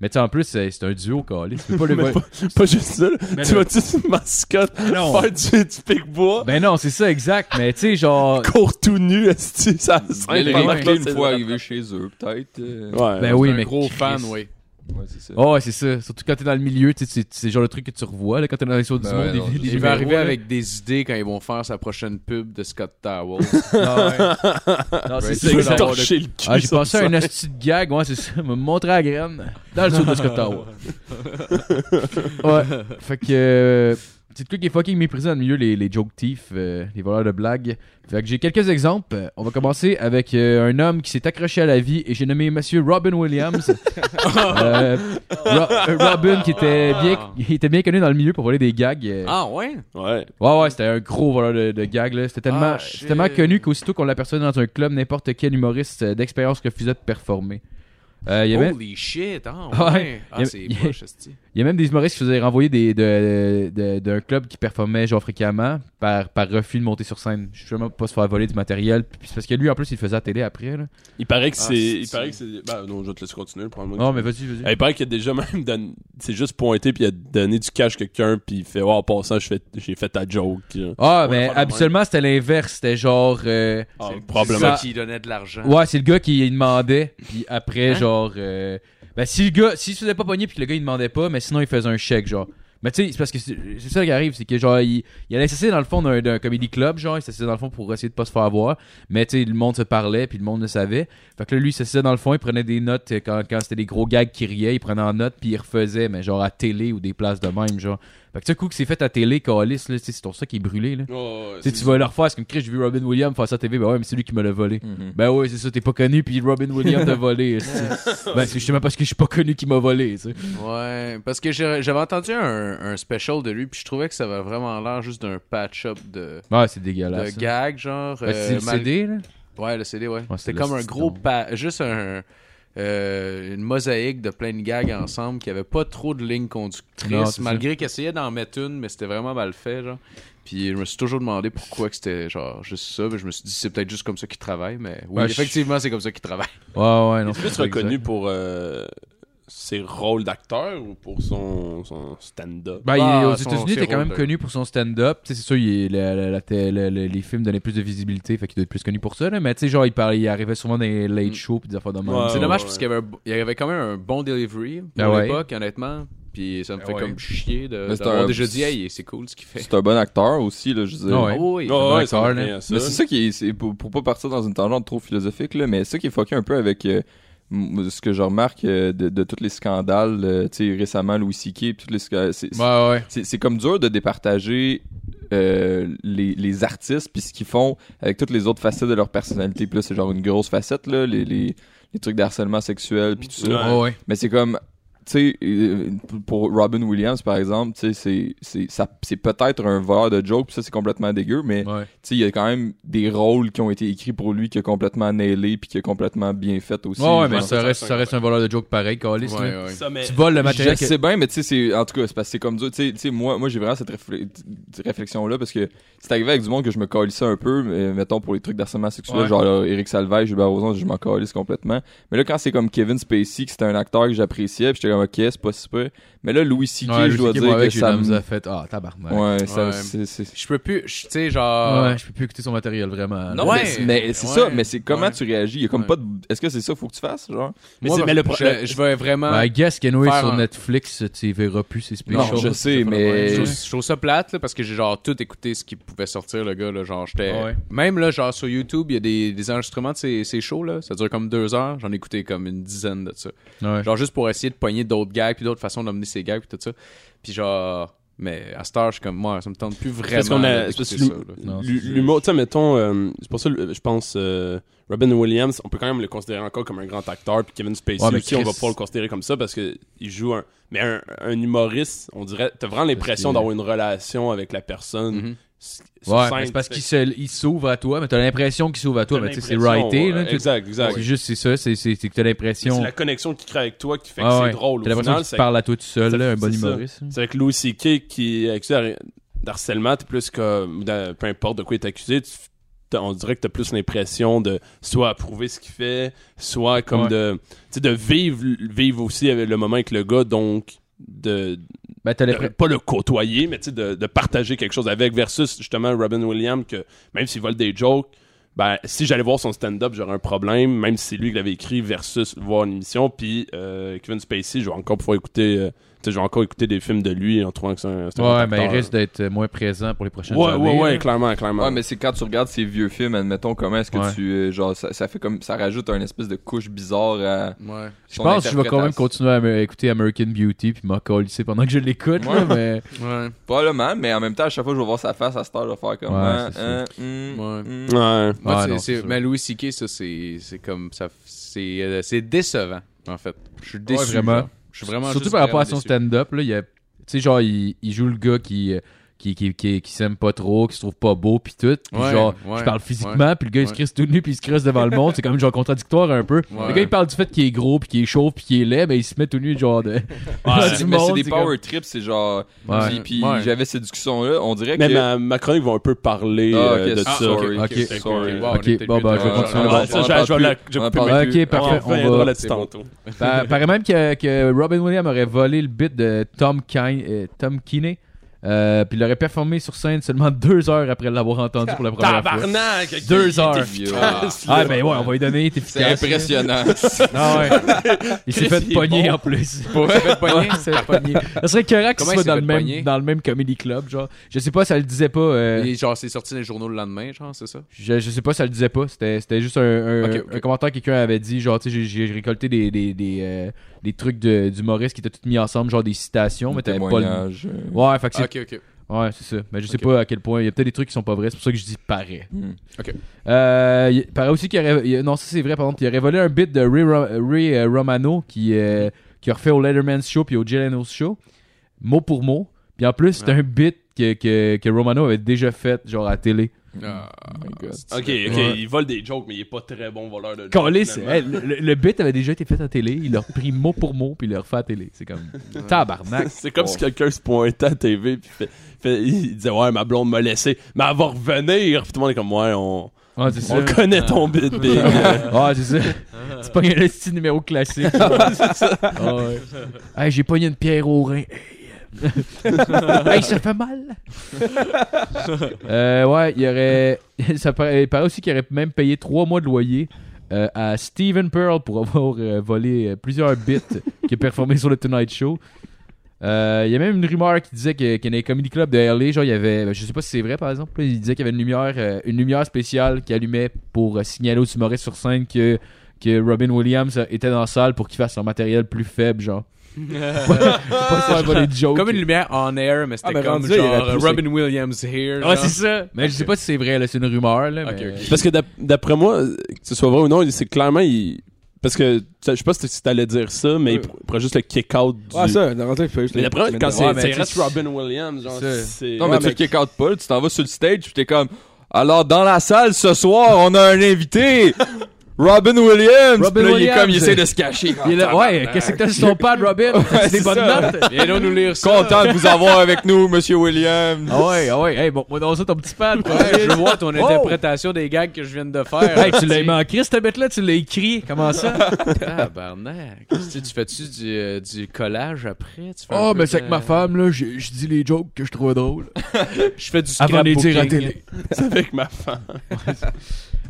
Speaker 5: Mais tu sais, en plus, c'est c'est un duo, calé. Tu peux pas le voir.
Speaker 3: Pas juste ça, là.
Speaker 5: Mais
Speaker 3: Tu
Speaker 5: là- Ah
Speaker 3: vas-tu sur une mascotte
Speaker 5: Non.
Speaker 3: faire du, du pic-bois?
Speaker 5: Ben non, c'est ça, exact. Mais tu sais, genre.
Speaker 3: Cours tout nu, est-ce que ça
Speaker 6: Il
Speaker 5: les
Speaker 6: l'a
Speaker 5: pendant
Speaker 6: remarqué une fois arrivé chez eux, peut-être. euh,
Speaker 5: Ben
Speaker 3: Ouais.
Speaker 4: C'est
Speaker 5: oui,
Speaker 4: un
Speaker 5: mais.
Speaker 4: gros fan,
Speaker 5: Christ.
Speaker 4: oui.
Speaker 6: ouais, c'est ça.
Speaker 5: Oh, ouais, c'est ça. Surtout quand t'es dans le milieu, tu sais, c'est- c'est genre le truc que tu revois, là, quand t'es dans les shows du
Speaker 6: Ben ouais,
Speaker 5: monde. des-
Speaker 6: non,
Speaker 5: des
Speaker 6: je sais.
Speaker 4: Il
Speaker 5: numéros,
Speaker 4: va arriver
Speaker 5: là.
Speaker 4: avec des idées quand ils vont faire sa prochaine pub de Scott Towell.
Speaker 6: Ah
Speaker 5: Non, c'est
Speaker 4: Ouais,
Speaker 5: ça,
Speaker 4: tu veux
Speaker 5: exact.
Speaker 4: l'avoir.
Speaker 3: torcher le cul.
Speaker 5: Ah, j'ai
Speaker 3: sur
Speaker 5: pensé à
Speaker 3: ça.
Speaker 5: un astuce de gag, ouais, c'est ça. Me montrer la graine dans le saut de Scott Tower. ouais. Fait que. euh, C'est le truc qui est fucking méprisé dans le milieu, les, les joke thiefs, euh, les voleurs de blagues. Fait que j'ai quelques exemples. Euh, On va commencer avec euh, un homme qui s'est accroché à la vie et j'ai nommé Monsieur Robin Williams. Euh, Ro- euh, Robin qui était bien, il était bien connu dans le milieu pour voler des gags. euh,
Speaker 4: ah ouais?
Speaker 3: Ouais.
Speaker 5: Ouais, ouais, c'était un gros voleur de, de gags, là. C'était tellement,
Speaker 4: Ah,
Speaker 5: c'était
Speaker 4: shit.
Speaker 5: tellement connu qu'aussitôt qu'on l'apercevait dans un club, n'importe quel humoriste euh, d'expérience refusait de performer. Euh, Il y, avait-
Speaker 4: Holy shit, ah ouais.
Speaker 5: Ah ouais.
Speaker 4: Ah, c'est
Speaker 5: Il y a-
Speaker 4: poche, esti.
Speaker 5: il y a même des humoristes qui se faisaient renvoyer des, de- de- d'un club qui performait genre fréquemment par, par refus de monter sur scène. Je sais pas se faire voler du matériel. Puis c'est parce que lui, en plus, il le faisait à la télé après, là.
Speaker 3: Il paraît que
Speaker 4: Ah,
Speaker 3: c'est.
Speaker 4: c'est-
Speaker 3: Il paraît que c'est. Ben non, je vais te laisser continuer, probablement.
Speaker 5: Non, Ah, mais vas-y, vas-y.
Speaker 3: Eh, Il paraît qu'il a déjà même donné. C'est juste pointé, puis il a donné du cash à quelqu'un, puis il fait Ouais, en passant, je fais- j'ai fait ta joke.
Speaker 5: Ah,
Speaker 3: là. Ouais,
Speaker 5: mais
Speaker 3: probablement.
Speaker 5: habituellement, c'était l'inverse. C'était genre. euh,
Speaker 3: Ah,
Speaker 4: C'est ça
Speaker 3: probablement.
Speaker 4: qui donnait de l'argent.
Speaker 5: Ouais, c'est le gars qui y demandait, puis après, genre. euh, ben, si le gars, s'il se faisait pas pogner, puis que le gars il demandait pas, mais sinon il faisait un chèque, genre. Mais tu sais, c'est parce que c'est c'est ça qui arrive, c'est que genre, il, il allait s'asseoir dans le fond d'un, d'un comedy club, genre, il s'asseyait dans le fond pour essayer de pas se faire voir. Mais tu sais, le monde se parlait, puis le monde le savait. Fait que là, lui, il s'asseyait dans le fond, il prenait des notes euh, quand, quand c'était des gros gags qui riaient, il prenait en note, puis il refaisait, mais genre à télé ou des places de même, genre. Fait que tu sais, le coup que c'est fait à télé, Calis, là, tu sais, c'est ton ça qui est brûlé, là. Tu sais, tu vas leur faire, c'est comme Chris, j'ai vu Robin Williams faire ça à TV, ben ouais, mais c'est lui qui me l'a volé.
Speaker 6: Mhm.
Speaker 5: Ben ouais, c'est ça, t'es pas connu, puis Robin Williams t'a volé. esti. ben c'est justement parce que je suis pas connu qu'il m'a volé. tu sais.
Speaker 4: Ouais, parce que j'ai- j'avais entendu un, un special de lui, puis je trouvais que ça avait vraiment l'air juste d'un patch-up de,
Speaker 5: Ben Ouais, c'est
Speaker 4: de
Speaker 5: dégueulasse. ça.
Speaker 4: gag, genre.
Speaker 5: Ben,
Speaker 4: euh,
Speaker 5: c'est le
Speaker 4: mal-
Speaker 5: CD, là.
Speaker 4: Ouais, le CD, ouais.
Speaker 5: c'est
Speaker 4: C'était
Speaker 5: le
Speaker 4: comme un
Speaker 5: CD,
Speaker 4: gros
Speaker 5: non.
Speaker 4: pa- juste un euh, une mosaïque de plein de gags ensemble qui avait pas trop de lignes conductrices
Speaker 5: Non, c'est
Speaker 4: malgré qu'il essayait d'en mettre une mais c'était vraiment mal fait genre. Puis je me suis toujours demandé pourquoi que c'était genre juste ça, mais je me suis dit c'est peut-être juste comme ça qu'il travaille mais oui,
Speaker 5: Ouais, je-
Speaker 4: effectivement c'est comme ça qu'il travaille.
Speaker 5: Ouais, ouais, non.
Speaker 3: plus
Speaker 5: c'est
Speaker 3: reconnu
Speaker 5: exact.
Speaker 3: pour euh, ses rôles d'acteur ou pour son, son stand-up
Speaker 5: Ben, il est- aux
Speaker 4: Ah, son-
Speaker 5: États-Unis,
Speaker 4: ses
Speaker 5: t'es quand même
Speaker 4: rôles,
Speaker 5: connu pour son stand-up. Tu sais, c'est sûr, il est- la- la- la télé- le- le- les films donnaient plus de visibilité, fait qu'il doit être plus connu pour ça, là. Mais tu sais, genre, il, parlait, il arrivait souvent dans les late
Speaker 4: Mm.
Speaker 5: shows, puis des affaires de même.
Speaker 3: Ouais,
Speaker 4: c'est dommage
Speaker 3: ouais.
Speaker 4: parce qu'il y avait un- il y avait quand même un bon delivery pour
Speaker 3: Ah
Speaker 5: Ben ouais.
Speaker 4: l'époque honnêtement, puis ça me
Speaker 5: Ben
Speaker 4: fait
Speaker 5: ouais.
Speaker 4: comme chier de
Speaker 6: Mais c'est
Speaker 4: d'avoir
Speaker 6: un-
Speaker 4: déjà dit hey, c'est cool ce qu'il fait.
Speaker 6: C'est un bon acteur aussi, là, je veux dire.
Speaker 5: Ah ouais.
Speaker 4: Oh, oui.
Speaker 3: Oh, ouais, ça
Speaker 5: acteur,
Speaker 3: me
Speaker 5: là.
Speaker 3: revient à ça.
Speaker 6: Mais c'est ça qui est, c'est pour, pour pas partir dans une tangente trop philosophique, là, mais ça qui est fucké un peu avec euh, m- ce que je remarque euh, de, de tous les scandales, euh, tu sais, récemment, Louis C.K., tous les sca- c'est- c'est-
Speaker 5: Ouais, ouais.
Speaker 6: c'est- c'est comme dur de départager euh, les, les artistes puis ce qu'ils font avec toutes les autres facettes de leur personnalité. Puis là, c'est genre une grosse facette, là, les, les, les trucs d'harcèlement sexuel puis tout ça.
Speaker 3: Ouais.
Speaker 5: Ouais, ouais.
Speaker 6: Mais c'est comme, tu sais, euh, pour Robin Williams, par exemple, tu sais, c'est- c'est ça- c'est peut-être un voleur de joke, puis ça, c'est complètement dégueu, mais
Speaker 5: Ouais.
Speaker 6: tu sais, il y a quand même des rôles qui ont été écrits pour lui, qui a complètement nailé, puis qui a complètement bien fait aussi.
Speaker 5: Ouais, ouais,
Speaker 6: Genre,
Speaker 5: mais ça
Speaker 3: ça
Speaker 5: reste,
Speaker 3: reste
Speaker 5: ça reste un voleur de joke pareil, Calis,
Speaker 4: Ouais,
Speaker 5: là.
Speaker 4: ouais.
Speaker 3: Ça, mais-
Speaker 5: Tu voles le
Speaker 6: Je
Speaker 5: matériel. que-
Speaker 6: sais bien, mais tu sais, c'est- en tout cas, c'est parce que c'est comme dur. Tu sais- tu sais, moi, moi j'ai vraiment cette réfl- cette réflexion-là parce que c'est arrivé avec du monde que je me calissais un peu, mais, mettons pour les trucs d'harcèlement sexuel,
Speaker 5: Ouais.
Speaker 6: genre là, Eric Salvaille, Gilbert Rozon, je m'en calisse complètement. Mais là, quand c'est comme Kevin Spacey, que c'était un acteur que j'appréciais, puis j'étais comme, ok, c'est pas si peu. Mais là, Louis C.K.,
Speaker 5: Ouais,
Speaker 6: je dois
Speaker 5: sais
Speaker 6: dire
Speaker 5: ouais,
Speaker 6: que
Speaker 5: j'ai eu de
Speaker 6: ça
Speaker 5: la misère
Speaker 6: me.
Speaker 5: à fait. Ah, tabarnak.
Speaker 6: Ouais, ça.
Speaker 4: Ouais.
Speaker 6: c'est- c'est-
Speaker 4: Je peux plus, je- tu sais genre
Speaker 5: Ouais, je peux plus écouter son matériel vraiment.
Speaker 4: Non, Ah
Speaker 5: là.
Speaker 4: Ouais.
Speaker 6: mais c'est- mais c'est
Speaker 4: Ouais.
Speaker 6: ça, mais c'est comment
Speaker 4: Ouais.
Speaker 6: tu réagis. Il y a comme
Speaker 4: Ouais.
Speaker 6: pas de. Est-ce que c'est ça, faut que tu fasses, genre?
Speaker 3: Mais
Speaker 4: Moi,
Speaker 3: c'est- mais le pro- Bah,
Speaker 4: je, je vais vraiment
Speaker 5: Ben, I guess qu'anyway,
Speaker 4: Faire
Speaker 5: sur
Speaker 4: un-
Speaker 5: Netflix, tu verras plus ces
Speaker 6: Non,
Speaker 5: spéciaux.
Speaker 6: je sais, mais.
Speaker 4: Je trouve- je trouve ça plate là, parce que j'ai genre tout écouté ce qui pouvait sortir le gars là, genre j'étais
Speaker 5: Ah ouais.
Speaker 4: même là genre sur YouTube il y a des, des enregistrements de ces, ces shows là ça dure comme deux heures j'en ai écouté comme une dizaine de ça
Speaker 5: Ouais.
Speaker 4: genre juste pour essayer de pogner d'autres gags puis d'autres façons d'amener ces gags puis tout ça puis genre mais à cette heure je suis comme moi ça me tente plus vraiment
Speaker 3: Parce qu'on a-
Speaker 4: d'écouter
Speaker 3: parce que
Speaker 4: ça,
Speaker 3: l'hu-
Speaker 4: là.
Speaker 5: Non,
Speaker 3: l'hu-
Speaker 5: c'est juste-
Speaker 3: l'humour, tu sais, mettons, euh, c'est pour ça, euh, je pense, euh, Robin Williams, on peut quand même le considérer encore comme un grand acteur, puis Kevin Spacey
Speaker 5: Ouais, mais
Speaker 3: aussi, on va
Speaker 5: Chris-
Speaker 3: pas le considérer comme ça parce que il joue un, mais un, un humoriste, on dirait, t'as vraiment l'impression
Speaker 5: Parce que- Mm-hmm.
Speaker 3: d'avoir une relation avec la personne
Speaker 4: Mhm.
Speaker 3: s- sur
Speaker 5: Ouais,
Speaker 3: scène,
Speaker 5: mais c'est parce
Speaker 3: tu
Speaker 5: qu'il
Speaker 3: sais.
Speaker 5: se- il s'ouvre à toi, mais t'as l'impression qu'il s'ouvre à toi,
Speaker 3: T'as
Speaker 5: mais tu sais, c'est
Speaker 3: l'impression,
Speaker 5: writé,
Speaker 3: euh,
Speaker 5: là. tu-
Speaker 3: Exact, exact.
Speaker 5: C'est juste, c'est ça, c'est c'est- c'est que t'as
Speaker 3: Mais C'est
Speaker 5: l'impression.
Speaker 3: la connexion qu'il crée avec toi qui fait que
Speaker 5: Ah
Speaker 3: c'est
Speaker 5: ouais.
Speaker 3: drôle.
Speaker 5: T'as
Speaker 3: Au
Speaker 5: l'impression
Speaker 3: final,
Speaker 5: que tu
Speaker 3: c'est
Speaker 5: parles à toi tout seul,
Speaker 3: ça
Speaker 5: là, un
Speaker 3: fait-
Speaker 5: bon
Speaker 3: c'est ça.
Speaker 5: humoriste.
Speaker 3: c'est avec Louis C.K. qui est accusé d'har- d'harcèlement, t'es plus que de- peu importe de quoi il est accusé, tu- t'as- on dirait que t'as plus l'impression de soit approuver ce qu'il fait, soit comme
Speaker 5: Ouais.
Speaker 3: de tu sais, de vivre vivre aussi avec le moment avec le gars, donc de,
Speaker 5: Ben, t'as
Speaker 3: de-
Speaker 5: l'impression.
Speaker 3: pas le côtoyer, mais tu sais, de, de partager quelque chose avec versus justement Robin Williams que même s'il vole des jokes, ben si j'allais voir son stand-up, j'aurais un problème, même si c'est lui qui l'avait écrit versus voir une émission. Puis euh, Kevin Spacey, je vais encore pouvoir écouter, euh, tu sais, je vais encore écouter des films de lui en trouvant que c'est un, c'est un bon
Speaker 5: Ouais, mais il
Speaker 3: acteur. hein.
Speaker 5: risque d'être euh, moins présent pour les prochaines
Speaker 3: Ouais,
Speaker 5: années.
Speaker 3: ouais, ouais,
Speaker 5: là.
Speaker 3: clairement, clairement.
Speaker 6: Ouais, mais c'est quand tu regardes ces vieux films, admettons, comment est-ce que
Speaker 5: Ouais.
Speaker 6: tu. euh, genre, ça, ça fait comme. Ça rajoute un espèce de couche bizarre à.
Speaker 4: Ouais.
Speaker 5: Je pense que je vais quand même continuer à me- écouter American Beauty puis m'accolisser pendant que je l'écoute, là,
Speaker 6: Ouais.
Speaker 5: mais.
Speaker 4: Ouais.
Speaker 6: Probablement, mais en même temps, à chaque fois que je vais voir sa face, à cette heure, je vais faire comme.
Speaker 5: Ouais,
Speaker 6: hein,
Speaker 5: c'est Ah,
Speaker 6: hein,
Speaker 4: Ouais.
Speaker 6: hum, hum.
Speaker 3: Ouais.
Speaker 4: Moi,
Speaker 5: Ouais,
Speaker 4: c'est-
Speaker 5: non,
Speaker 4: Ah, c'est-
Speaker 5: c'est sûr.
Speaker 4: mais Louis C.K., ça, c'est c'est comme. ça C'est euh, c'est décevant, en fait. Je suis déçu.
Speaker 5: vraiment.
Speaker 4: là. Je suis vraiment
Speaker 5: Surtout
Speaker 4: juste
Speaker 5: par rapport à son
Speaker 4: vraiment déçu.
Speaker 5: stand-up, là, il y a. Tu sais, genre, il, il joue le gars qui. euh, Qui, qui, qui, qui s'aime pas trop, qui se trouve pas beau, puis tout. Puis
Speaker 4: Ouais,
Speaker 5: genre,
Speaker 4: ouais,
Speaker 5: je parle physiquement, puis le gars il se
Speaker 4: ouais.
Speaker 5: crisse tout nu, puis il se crisse devant le monde. C'est comme genre contradictoire un peu.
Speaker 4: Ouais.
Speaker 5: Le gars il parle du fait qu'il est gros, puis qu'il est chauve, puis qu'il est laid, mais il se met tout nu, genre de.
Speaker 6: Ah,
Speaker 5: du
Speaker 6: c'est- mais c'est
Speaker 5: monde,
Speaker 6: des
Speaker 5: c'est
Speaker 6: power trips, c'est genre.
Speaker 5: Ouais.
Speaker 6: Puis, puis
Speaker 4: Ouais.
Speaker 6: j'avais cette discussion-là, on dirait
Speaker 3: Mais
Speaker 6: que.
Speaker 3: ma, ma chronique va un peu parler
Speaker 6: Ah,
Speaker 3: euh,
Speaker 6: ok,
Speaker 3: de
Speaker 6: ah,
Speaker 3: ça.
Speaker 6: sorry.
Speaker 5: Ok,
Speaker 6: ok,
Speaker 4: Ok,
Speaker 6: sorry.
Speaker 4: wow, on
Speaker 5: Ok,
Speaker 4: était
Speaker 5: bon,
Speaker 4: vite,
Speaker 5: bah, je vais
Speaker 4: euh,
Speaker 5: continuer.
Speaker 4: on
Speaker 3: Ah,
Speaker 4: en
Speaker 3: ça,
Speaker 4: parle
Speaker 3: je-
Speaker 4: pas.
Speaker 3: je vais la- je
Speaker 6: On en
Speaker 3: peux-
Speaker 6: parle
Speaker 5: Ok,
Speaker 6: plus.
Speaker 3: On
Speaker 5: parfait. On
Speaker 3: reviendra
Speaker 5: va-
Speaker 3: là-dessus tantôt.
Speaker 5: Pa- paraît même que, que Robin Williams aurait volé le bit de Tom, Kine, euh, Tom Keeney, euh, puis il l'aurait performé sur scène seulement deux heures après l'avoir entendu pour la première fois.
Speaker 3: Tabarnak! ok,
Speaker 5: Deux
Speaker 3: il est
Speaker 5: heures.
Speaker 4: euh,
Speaker 3: efficace, là.
Speaker 5: Ah ben ouais, on va lui donner, il est
Speaker 6: C'est
Speaker 5: efficace.
Speaker 6: impressionnant.
Speaker 5: Ah ouais. Il s'est fait
Speaker 3: Il est
Speaker 5: pogner
Speaker 3: bon.
Speaker 5: en plus.
Speaker 4: Faites pas rien.
Speaker 5: Ouais, il s'est fait pogner. Ça serait correct qu'il
Speaker 4: Comment
Speaker 5: soit
Speaker 4: il s'est
Speaker 5: dans
Speaker 4: fait
Speaker 5: le, même,
Speaker 4: pogner?
Speaker 5: dans le même comedy club, genre. Je sais pas, ça le disait pas. euh,
Speaker 4: Et genre, c'est sorti dans les journaux le lendemain, genre, c'est ça?
Speaker 5: Je, je sais pas, ça le disait pas. C'était c'était juste un, un,
Speaker 4: Ok, ok.
Speaker 5: un commentaire que quelqu'un avait dit. Genre, tu sais, j'ai- j'ai récolté des, des, des, euh, des trucs de- d'humoristes qui étaient tous mis ensemble, genre des citations, mais t'avais pas le.
Speaker 6: témoignage. euh,
Speaker 5: Ouais, fait que c'est
Speaker 4: Ok, ok.
Speaker 5: Ouais, c'est ça. Mais je sais
Speaker 4: Ok.
Speaker 5: pas à quel point. Il y a peut-être des trucs qui sont pas vrais. C'est pour ça que je dis paraît.
Speaker 6: Hmm.
Speaker 4: Ok.
Speaker 5: Euh, il paraît aussi qu'il aurait. il- non, ça c'est vrai, par exemple. Il aurait volé un bit de Ray, Ro- Ray, euh, Romano qui, euh, qui a refait au Letterman's Show puis au Jay Leno's Show, mot pour mot. Puis en plus, c'est un bit que, que, que Romano avait déjà fait, genre à la télé.
Speaker 4: Ah,
Speaker 5: Oh
Speaker 6: my God.
Speaker 3: Ok, ok,
Speaker 4: Ouais.
Speaker 3: il vole des jokes, mais il est pas très bon voleur de jokes.
Speaker 5: Calisse,
Speaker 3: finalement.
Speaker 5: hey, le, le- le bit avait déjà été fait à la télé. Il l'a repris mot pour mot puis il l'a refait à la télé. C'est comme. Tabarnak.
Speaker 3: C'est comme si quelqu'un se pointait à TV puis fait, fait- il disait ouais ma blonde m'a laissé mais elle va revenir puis tout le monde est comme ouais on,
Speaker 5: Ah, c'est ça.
Speaker 3: on connaît ton bit big
Speaker 5: Ah, c'est ça. C'est pas un style numéro classique. Ah ouais. Hey, j'ai pogné une pierre au rein. Hey. hey, ça fait mal. Euh, ouais, il y aurait. Ça paraît, il paraît aussi qu'il aurait même payé trois mois de loyer euh, à Steven Pearl pour avoir euh, volé euh, plusieurs bits qu'il a performé sur le Tonight Show. Euh, Il y a même une rumeur qui disait que, que dans les comedy clubs de LA, genre, il y avait, ben, je sais pas si c'est vrai par exemple, là, il disait qu'il y avait une lumière, euh, une lumière spéciale qui allumait pour euh, signaler aux humoristes sur scène que, que Robin Williams euh, était dans la salle pour qu'il fasse son matériel plus faible, genre. Pas pas se faire voler de jokes.
Speaker 4: Comme une lumière on air, mais c'était
Speaker 5: ben,
Speaker 7: Ah, mais
Speaker 4: comme
Speaker 7: rendu là, il
Speaker 4: genre
Speaker 7: aurait pu,
Speaker 4: Robin Williams here.
Speaker 5: Ah, Ouais,
Speaker 4: genre.
Speaker 5: c'est ça. Mais je sais pas si c'est vrai, là, c'est une rumeur, là.
Speaker 4: Ok,
Speaker 5: mais-
Speaker 4: ok.
Speaker 3: parce que d'ap- d'après moi que ce soit vrai ou non il- c'est clairement il- parce que je sais pas si t'allais dire ça mais il pr- prend juste le kick out du...
Speaker 7: Ouais, Ah, ça, dans le temps, il fallait juste.
Speaker 3: mais d'après moi quand c'est
Speaker 5: Ouais, mais
Speaker 3: c'est
Speaker 5: tu-
Speaker 3: reste Robin Williams genre
Speaker 5: C'est-
Speaker 3: c'est
Speaker 6: Non, mais tu le kick out pas, tu t'en vas sur le stage, puis t'es comme. Alors, dans la salle, ce soir, on a un invité! Robin Williams!
Speaker 5: Robin
Speaker 6: Puis là, il est comme,
Speaker 5: Williams.
Speaker 6: il essaie de se cacher.
Speaker 5: Il est là, ouais, qu'est-ce que t'as sur ton pad, Robin? C'est des
Speaker 6: c'est
Speaker 5: bonnes
Speaker 6: ça.
Speaker 5: notes?
Speaker 4: Viens donc nous lire ça.
Speaker 6: Content de vous avoir avec nous, monsieur Williams!
Speaker 5: Ah ouais, ah ouais, hey, bon, moi, dans ça, ton petit pad, quoi.
Speaker 4: Ouais, je vois ton
Speaker 5: Oh!
Speaker 4: interprétation des gags que je viens de faire.
Speaker 5: Hey, tu l'as manqué, cette bête-là, tu l'as écrit. Comment ça?
Speaker 4: Tabarnak. Qu'est-ce que Tu tu fais-tu du, euh, du collage après? Tu fais un
Speaker 5: Oh,
Speaker 4: peu
Speaker 5: mais c'est
Speaker 4: de-
Speaker 5: avec ma femme, là, je je dis les jokes que je trouve drôles.
Speaker 4: Je fais du
Speaker 5: Avant de les dire à
Speaker 4: scrapbooking.
Speaker 5: télé.
Speaker 3: avec ma femme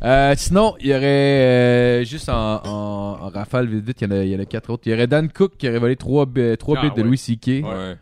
Speaker 5: Euh, sinon, il y aurait, euh, juste en, en- en rafale, vite, vite, il y, en a- il y en a quatre autres. Il y aurait Dan Cook qui aurait volé trois, bi- trois
Speaker 4: Ah,
Speaker 5: bits de
Speaker 4: ouais.
Speaker 5: Louis C.K. Ouais,
Speaker 6: Ouais.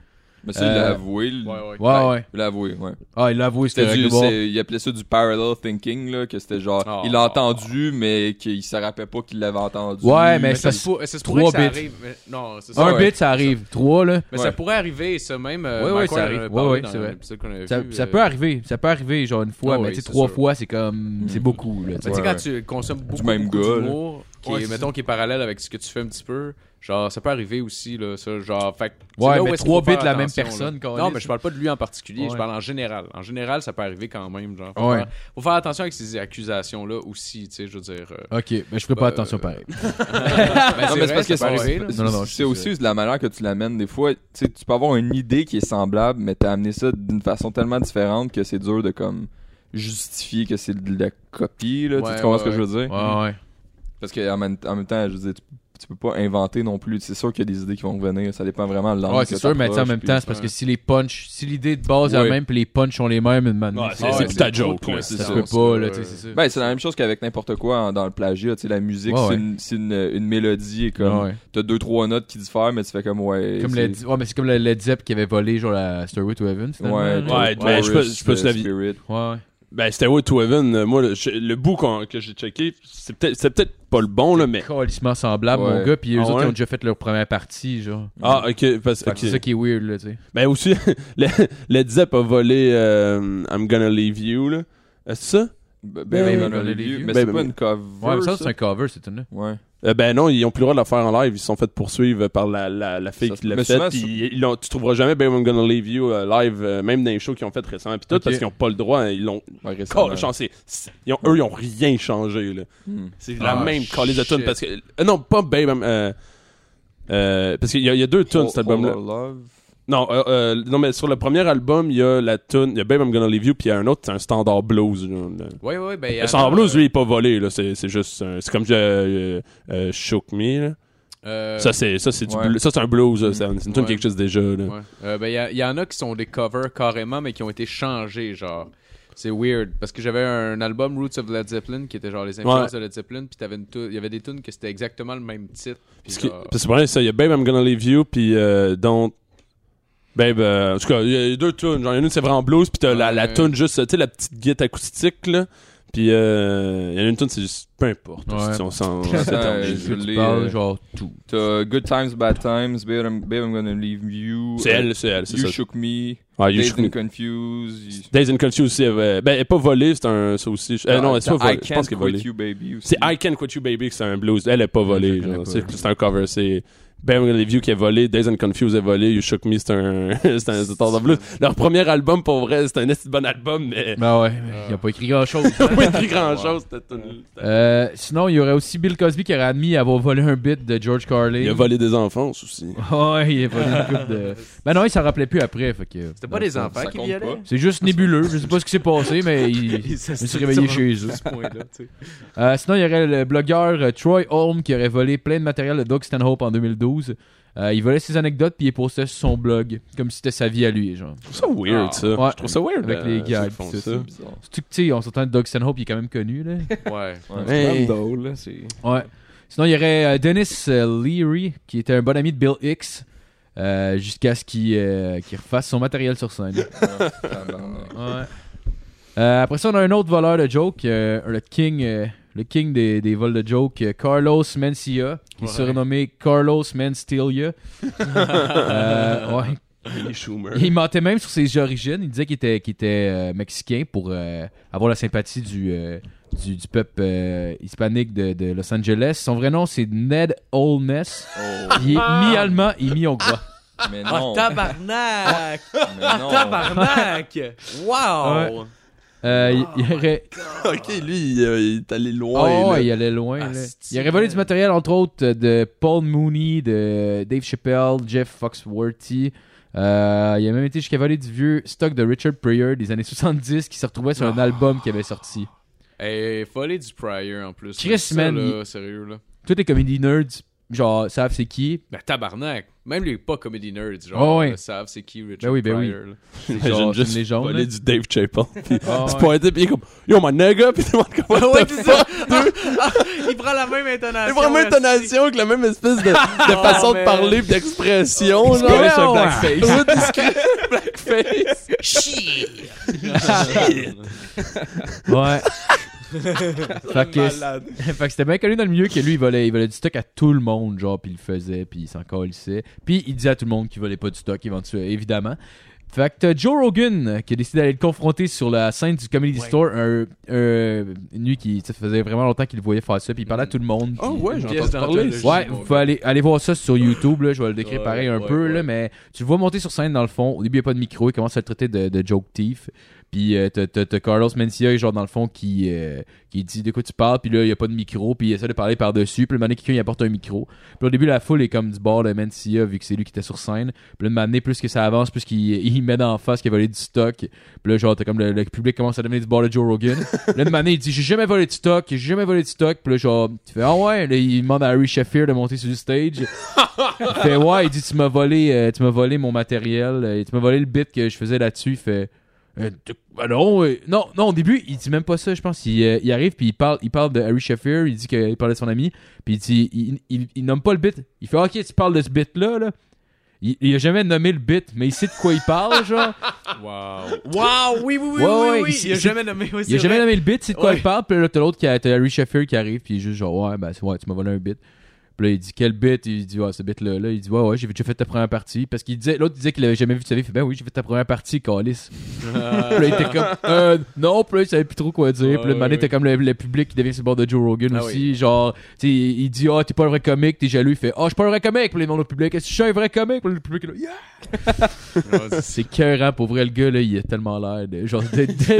Speaker 6: Mais ça,
Speaker 5: Euh,
Speaker 6: il l'a avoué. Il
Speaker 4: Ouais, Ben, ouais.
Speaker 5: ouais.
Speaker 6: il l'a avoué, ouais.
Speaker 5: Ah, il l'a avoué, c'était
Speaker 6: C'était du,
Speaker 5: régulier.
Speaker 6: c'est- il appelait ça du parallel thinking, là, que c'était genre,
Speaker 5: Ah.
Speaker 4: Oh.
Speaker 6: il l'a entendu, mais qu'il se rappelait pas qu'il l'avait entendu.
Speaker 5: Ouais, mais
Speaker 4: Mais ça
Speaker 5: ça se-
Speaker 4: se pour- ça se
Speaker 5: trois
Speaker 4: pourrait que ça
Speaker 5: bits.
Speaker 4: arrive. mais- Non, c'est ça.
Speaker 5: Un
Speaker 4: Ouais.
Speaker 5: bit, ça arrive. Trois, là.
Speaker 4: Mais
Speaker 6: Ouais.
Speaker 4: ça pourrait arriver, ça même. euh,
Speaker 5: Ouais, ouais,
Speaker 4: Michael
Speaker 5: ça
Speaker 4: en a
Speaker 5: arrive.
Speaker 4: parlé
Speaker 5: Ouais, ouais,
Speaker 4: dans
Speaker 5: c'est vrai.
Speaker 4: l'épisode qu'on avait
Speaker 5: Ça,
Speaker 4: vu,
Speaker 5: ça
Speaker 4: euh,
Speaker 5: peut arriver, ça peut arriver, genre une fois,
Speaker 4: Ah
Speaker 5: mais
Speaker 4: oui,
Speaker 5: tu sais,
Speaker 4: c'est
Speaker 5: trois
Speaker 4: sûr.
Speaker 6: Mm.
Speaker 5: fois, c'est comme. C'est beaucoup, là.
Speaker 4: Mais tu
Speaker 5: tu sais.
Speaker 4: sais,
Speaker 6: Ouais,
Speaker 4: quand
Speaker 6: ouais.
Speaker 4: tu consommes beaucoup,
Speaker 6: même
Speaker 4: beaucoup
Speaker 6: gars, là.
Speaker 4: d'humour, qui
Speaker 3: Ouais,
Speaker 4: est,
Speaker 3: c'est
Speaker 4: mettons, qui est parallèle avec ce que tu fais un petit peu, genre, ça peut arriver aussi, là, ça, genre, fait que c'est
Speaker 5: Ouais,
Speaker 4: là où
Speaker 5: mais
Speaker 4: est-ce qu'il faut
Speaker 5: trois bits
Speaker 4: faire
Speaker 5: de la même
Speaker 4: attention,
Speaker 5: personne,
Speaker 4: là.
Speaker 5: câlisse.
Speaker 4: Non, mais je parle pas de lui en particulier, je
Speaker 5: Ouais.
Speaker 4: parle en général. En général, ça peut arriver quand même, genre. Faut,
Speaker 5: Ouais.
Speaker 4: faire, faut faire attention avec ces accusations-là aussi, tu sais, je veux dire. euh,
Speaker 5: Ok, mais je ferai
Speaker 4: Bah,
Speaker 5: pas attention
Speaker 4: euh,
Speaker 5: pareil.
Speaker 4: ben,
Speaker 6: Non, mais c'est
Speaker 4: vrai,
Speaker 6: parce que
Speaker 4: ça peut arriver, là.
Speaker 6: c'est-
Speaker 5: Non, non, non,
Speaker 6: c'est-
Speaker 5: je
Speaker 6: c'est
Speaker 5: sais,
Speaker 6: aussi de la manière que tu l'amènes. Des fois, tu sais, tu peux avoir une idée qui est semblable, mais t'as amené ça d'une façon tellement différente que c'est dur de comme justifier que c'est de la copie. Là, Tu-
Speaker 4: Ouais,
Speaker 6: tu comprends
Speaker 4: ouais,
Speaker 6: ce que je veux dire?
Speaker 5: Ouais, ouais.
Speaker 6: Parce que en même, en même temps, je veux dire, tu, tu peux pas inventer non plus. C'est sûr qu'il y a des idées qui vont revenir. Ça dépend vraiment de l'angle
Speaker 5: Ouais,
Speaker 6: que
Speaker 5: c'est sûr, mais tu sais, en
Speaker 6: t'approches,
Speaker 5: même
Speaker 6: puis-
Speaker 5: temps, c'est parce que si les punchs, si l'idée de base est la
Speaker 6: Ouais.
Speaker 5: même, puis les punchs sont les mêmes, une man-
Speaker 3: c'est
Speaker 5: ça
Speaker 4: ouais,
Speaker 3: c'est
Speaker 4: c'est
Speaker 3: plus ta
Speaker 4: trop
Speaker 3: joke,
Speaker 4: de
Speaker 3: là, c'est
Speaker 5: se
Speaker 4: coïncidence.
Speaker 3: sûr.
Speaker 5: peut pas, là,
Speaker 4: ouais.
Speaker 5: tu sais, c'est sûr.
Speaker 6: Ben, c'est la même chose qu'avec n'importe quoi en- dans le plagiat. Tu sais, la musique,
Speaker 5: Ouais,
Speaker 6: c'est
Speaker 5: ouais.
Speaker 6: une, c'est une, une mélodie. et Comme,
Speaker 5: Ouais.
Speaker 6: T'as deux, trois notes qui diffèrent, mais tu fais comme, ouais.
Speaker 5: Comme
Speaker 6: c'est-
Speaker 5: le, ouais, mais c'est comme le Led Zepp qui avait volé genre la Stairway to Heaven. finalement,
Speaker 6: Ouais,
Speaker 5: là.
Speaker 3: Ouais,
Speaker 6: Chorus,
Speaker 3: ben, je peux- je peux
Speaker 6: euh,
Speaker 3: se la-
Speaker 6: Spirit.
Speaker 5: ouais, ouais.
Speaker 3: Ben, c'était Way to Heaven. euh, Moi, le, je- le bout qu'on- que j'ai checké, c'est peut-être c'est peut-être pas le bon, là, mais.
Speaker 5: Calissement semblable,
Speaker 6: Ouais.
Speaker 5: mon gars, puis eux
Speaker 3: Ah
Speaker 5: autres,
Speaker 3: ouais?
Speaker 5: ils ont déjà fait leur première partie, genre.
Speaker 3: Ah, ok. Parce,
Speaker 5: Fait que C'est
Speaker 3: ok.
Speaker 5: ça qui est weird, là, tu sais.
Speaker 3: Ben, aussi, le- Led Zepp a volé euh, I'm Gonna Leave You, là. Est-ce ça?
Speaker 6: Ben,
Speaker 3: Ben,
Speaker 6: ben,
Speaker 3: ben,
Speaker 6: ben,
Speaker 5: ben,
Speaker 6: Olivier.
Speaker 5: ben,
Speaker 6: Mais
Speaker 3: ben,
Speaker 6: c'est pas
Speaker 3: ben,
Speaker 6: une cover.
Speaker 5: Ouais, mais ça,
Speaker 6: ça?
Speaker 5: c'est un cover, c'est une.
Speaker 6: Ouais.
Speaker 3: Euh, ben non, ils ont plus le droit de la faire en live. Ils se sont fait poursuivre par la, la, la fille
Speaker 6: Ça se
Speaker 3: qui l'a
Speaker 6: peut. Mais
Speaker 3: fait.
Speaker 6: souvent,
Speaker 3: puis ils l'ont- tu trouveras jamais Babe I'm Gonna Leave You euh, live, euh, même dans les shows qu'ils ont fait récemment. Puis tout,
Speaker 5: Ok.
Speaker 3: parce qu'ils ont pas le droit. hein, Ils l'ont.
Speaker 6: Ouais, récemment.
Speaker 3: Car- chancé. Ils ont- eux, ils ont rien changé, là.
Speaker 6: Hmm.
Speaker 3: C'est la
Speaker 5: Ah,
Speaker 3: même calice de tunes.
Speaker 5: shit.
Speaker 3: Parce que. euh, non, pas Babe I'm. euh, euh, parce qu'il y, a- il y a deux tunes, cet
Speaker 6: Whole- Whole
Speaker 3: album-là.
Speaker 6: Love.
Speaker 3: Non, euh, euh, non, mais sur le premier album, il y a la tune, il y a Babe I'm Gonna Leave You, puis il y a un autre, c'est un standard blues. genre, là.
Speaker 4: Ouais, ouais, ben.
Speaker 3: Le standard blues, lui, il est pas volé, là. C'est c'est juste. un- C'est comme euh, euh, Shook Me, là.
Speaker 4: euh,
Speaker 3: Ça, c'est ça, c'est du
Speaker 6: ouais.
Speaker 3: blu- ça, c'est un blues, là. c'est un- c'est une tune
Speaker 4: Ouais.
Speaker 3: qui existe déjà, là.
Speaker 4: Ouais. Euh, ben, il y a- il y, en a qui sont des covers carrément, mais qui ont été changés, genre. C'est weird. Parce que j'avais un album Roots of Led Zeppelin qui était genre les influences de Led Zeppelin, puis t'avais une tou- il y avait des tunes que c'était exactement le même titre. puis
Speaker 6: euh,
Speaker 3: Parce que
Speaker 4: genre-
Speaker 3: parce que c'est pareil, ça, il y a Babe I'm Gonna Leave You, puis euh, Don't. Babe, euh, en tout cas, il y a deux tunes. Genre, il y en a une, c'est vraiment blues, puis t'as la, la
Speaker 4: Ouais.
Speaker 3: tune juste, tu sais, la petite guitare acoustique, là. Puis euh, il y en a une tune, c'est juste. Peu importe.
Speaker 5: Ouais.
Speaker 3: Si on s'en.
Speaker 6: Euh,
Speaker 5: Je sais
Speaker 6: je
Speaker 5: que tu
Speaker 6: l'ai,
Speaker 5: parles,
Speaker 6: euh,
Speaker 5: genre tout.
Speaker 6: T'as Good Times, Bad Times, Babe, I'm, Babe, I'm Gonna Leave You.
Speaker 3: C'est
Speaker 6: euh,
Speaker 3: elle, c'est elle, c'est
Speaker 6: You
Speaker 3: ça.
Speaker 6: Shook Me.
Speaker 3: Ouais, You
Speaker 6: Dazed
Speaker 3: Shook Me.
Speaker 6: and Confused. you-
Speaker 3: Days and Confused aussi, elle, euh, ben, elle est pas volée, c'est un, ça aussi. je- euh, non, elle est
Speaker 6: T'as
Speaker 3: pas volée.
Speaker 6: Ah, I
Speaker 3: Je
Speaker 6: Can't
Speaker 3: pense qu'elle est volée.
Speaker 6: Quit You, Baby aussi.
Speaker 3: C'est I Can Quit You Baby, que c'est un blues. Elle est pas volée.
Speaker 5: Je connais
Speaker 3: genre.
Speaker 5: pas.
Speaker 3: C'est c'est un cover. C'est Bam Review qui est volé, Days and Confused est volé, You Shook Me, c'est un, c'est un standard de blues. Leur premier album, pour vrai, c'est un esti de bon album, mais
Speaker 5: Ben ouais, il a pas écrit grand-chose.
Speaker 3: ils ont pas écrit grand chose. cette tune-là.
Speaker 5: Euh, sinon, il y aurait aussi Bill Cosby qui aurait admis avoir volé un bit de George Carlin.
Speaker 3: Il a volé des enfants aussi.
Speaker 5: Ouais, il a volé une coupe de. Ben non, il s'en rappelait plus après. Fait que...
Speaker 4: C'était pas des enfants
Speaker 6: Ça
Speaker 4: qui
Speaker 6: compte
Speaker 4: violaient.
Speaker 6: pas.
Speaker 5: C'est juste nébuleux. Je sais pas ce qui s'est passé, mais il, il
Speaker 4: se
Speaker 5: s'est réveillé chez eux.
Speaker 4: point-là, tu sais.
Speaker 5: Euh, sinon, il y aurait le blogueur euh, Troy Holm qui aurait volé plein de matériel de Doug Stanhope en 2012. Euh, il volait ses anecdotes puis il les postait sur son blog, comme si c'était sa vie à lui, genre.
Speaker 3: Je trouve ça weird,
Speaker 4: Ah,
Speaker 3: ça.
Speaker 5: ouais.
Speaker 3: Je trouve ça weird.
Speaker 5: Avec
Speaker 3: euh,
Speaker 5: les gags,
Speaker 3: qu'ils font
Speaker 5: c'est
Speaker 3: ça.
Speaker 5: ça.
Speaker 6: Bizarre.
Speaker 5: Surtout que, tu sais, on s'entend que Doug Stanhope, il est quand même connu, là.
Speaker 4: Ouais.
Speaker 6: Ouais.
Speaker 7: C'est
Speaker 3: Hey.
Speaker 7: même drôle, là. C'est
Speaker 5: Ouais. Sinon, il y aurait euh, Dennis euh, Leary, qui était un bon ami de Bill Hicks, euh, jusqu'à ce qu'il euh, qu'il refasse son matériel sur scène.
Speaker 6: Tabarnak.
Speaker 5: Ouais. Euh, après ça, on a un autre voleur de joke, euh, le king, euh, le king des, des vols de joke, euh, Carlos Mencia, qui est surnommé Carlos Menstilia. Euh, ouais.
Speaker 3: Les Schumer.
Speaker 5: Il mentait même sur ses origines. Il disait qu'il était, qu'il était euh, mexicain pour euh, avoir la sympathie du, euh, du, du peuple euh, hispanique de, de Los Angeles. Son vrai nom, c'est Ned Olness.
Speaker 6: Oh,
Speaker 5: Il est mi-allemand et mi-hongrois.
Speaker 6: mais
Speaker 4: Ah,
Speaker 6: non.
Speaker 4: tabarnak!
Speaker 6: mais non.
Speaker 4: Tabarnak! Wow!
Speaker 5: Euh, il- il aurait-
Speaker 3: ok, lui, il, euh, il est allé loin.
Speaker 5: Oh,
Speaker 3: là.
Speaker 5: il allait loin.
Speaker 4: Ah,
Speaker 5: là.
Speaker 4: c'est-tu
Speaker 5: Il aurait volé
Speaker 4: vrai?
Speaker 5: du matériel, entre autres, euh, de Paul Mooney, de Dave Chappelle, Jeff Foxworthy. Euh, il a même été jusqu'à voler du vieux stock de Richard Pryor des années 70 qui se retrouvait sur un album qui avait sorti.
Speaker 4: Hey, follet du Prior en plus.
Speaker 5: Chris,
Speaker 4: Ça,
Speaker 5: man,
Speaker 4: là, sérieux, là.
Speaker 5: Tous les comédie nerds, genre, savent c'est qui.
Speaker 4: Ben, tabarnak! Même les pas comedy nerds, genre,
Speaker 5: Ah ouais.
Speaker 4: le savent c'est qui Richard
Speaker 5: Ben oui, ben oui.
Speaker 4: Pryor, là.
Speaker 3: Imagine
Speaker 5: genre,
Speaker 3: juste
Speaker 5: les jaunes,
Speaker 3: voler
Speaker 5: là.
Speaker 3: du Dave Chappelle. Puis
Speaker 5: Ah,
Speaker 3: se
Speaker 5: ouais.
Speaker 3: pointer, puis il est comme Yo, my nigga, puis tout le monde comme What the fuck?
Speaker 4: Il prend la même intonation.
Speaker 3: C'est Oh, vraiment une intonation avec la même espèce de, de façon de
Speaker 4: man.
Speaker 3: parler pis d'expression. genre.
Speaker 5: connaît
Speaker 3: Ouais,
Speaker 5: un
Speaker 3: ouais. Ouais, il se crée un blackface.
Speaker 5: Ouais. fait que, fait que c'était bien connu dans le milieu que lui, il volait, il volait du stock à tout le monde, genre, puis il le faisait, puis il s'en calissait. Puis il disait à tout le monde qu'il volait pas du stock, éventuellement, évidemment. Fait que t'as Joe Rogan euh, qui a décidé d'aller le confronter sur la scène du Comedy Store un- un- une nuit qui ça faisait vraiment longtemps qu'il le voyait faire ça puis il parlait à Ah, tout le monde.
Speaker 7: Oh, ouais, j'ai
Speaker 1: pièce
Speaker 7: entendu parler.
Speaker 1: d'anthologie.
Speaker 5: Ouais, vous pouvez aller, aller voir ça sur YouTube, là, je vais le décrire
Speaker 1: Ouais,
Speaker 5: pareil un
Speaker 1: ouais,
Speaker 5: peu,
Speaker 1: ouais.
Speaker 5: là, mais tu le vois monter sur scène dans le fond. Au début, il n'y a pas de micro, il commence à le traiter de, de joke thief. Puis euh, t'as- t'as t'as Carlos Mencia, genre dans le fond, qui, euh, qui dit de quoi tu parles, puis là, il n'y a pas de micro, puis il essaie de parler par-dessus, puis le moment donné, quelqu'un il apporte un micro. Puis au début, la foule est comme du bord de Mencia, vu que c'est lui qui était sur scène. Puis là, le moment donné, plus que ça avance, plus qu'il il met d'en face qu'il a volé du stock. Puis là, genre, t'as comme le, le public commence à devenir du bord de Joe Rogan. Là, de mané, il dit J'ai jamais volé de stock, j'ai jamais volé de stock. Puis là, genre, tu fais Ah ouais, là, il demande à Harry Shafir de monter sur le stage. il fait Ouais, il dit Tu m'as volé, euh, tu m'as volé mon matériel, euh, et tu m'as volé le bit que je faisais là-dessus. Il fait Euh, tu- bah non, euh, non, non, au début, il dit même pas ça, je pense. Il, euh, il arrive, puis il parle, il parle de Harry Shafir, il dit qu'il parlait de son ami, puis il dit il, il- il nomme pas le bit. Il fait Ok, tu parles de ce bit-là, là. Il, il a jamais nommé le bit, mais il sait de quoi il parle, genre.
Speaker 4: Wow, oui, oui, oui,
Speaker 5: Ouais,
Speaker 4: oui,
Speaker 5: ouais,
Speaker 4: oui.
Speaker 5: il-
Speaker 4: Il a
Speaker 5: il-
Speaker 4: jamais nommé. oui,
Speaker 5: Il
Speaker 4: c'est
Speaker 5: a jamais
Speaker 4: vrai.
Speaker 5: nommé le bit, c'est de quoi
Speaker 4: Ouais.
Speaker 5: il parle. Puis là, t'as l'autre qui, a- t'as Harry Sheffield qui arrive, puis il est juste genre, ouais, ben, c'est- ouais, tu m'as volé un bit. Puis là, il dit, quel bit Il dit, ouais, ce bit-là. Là, il dit, ouais, ouais, j'ai déjà fait ta première partie. Parce qu'il disait, l'autre disait qu'il avait jamais vu de sa vie. Il fait, ben oui, j'ai fait ta première partie, Calis. puis là, il était comme, euh, non, puis là, il savait plus trop quoi dire. puis là,
Speaker 1: Ouais,
Speaker 5: le moment donné,
Speaker 1: ouais,
Speaker 5: t'as comme le, le public qui devient sur le bord de Joe Rogan
Speaker 4: Ah
Speaker 5: aussi. Genre, tu sais, il il dit, ah, t'es pas un vrai comique, t'es jaloux. Il fait, ah, je suis pas un vrai comique. Puis là, il demande au public, est-ce que je suis un vrai comique Puis là, le public, est là, Yeah! C'est cœurant pour vrai, le gars, là, il a tellement l'air de, genre, de-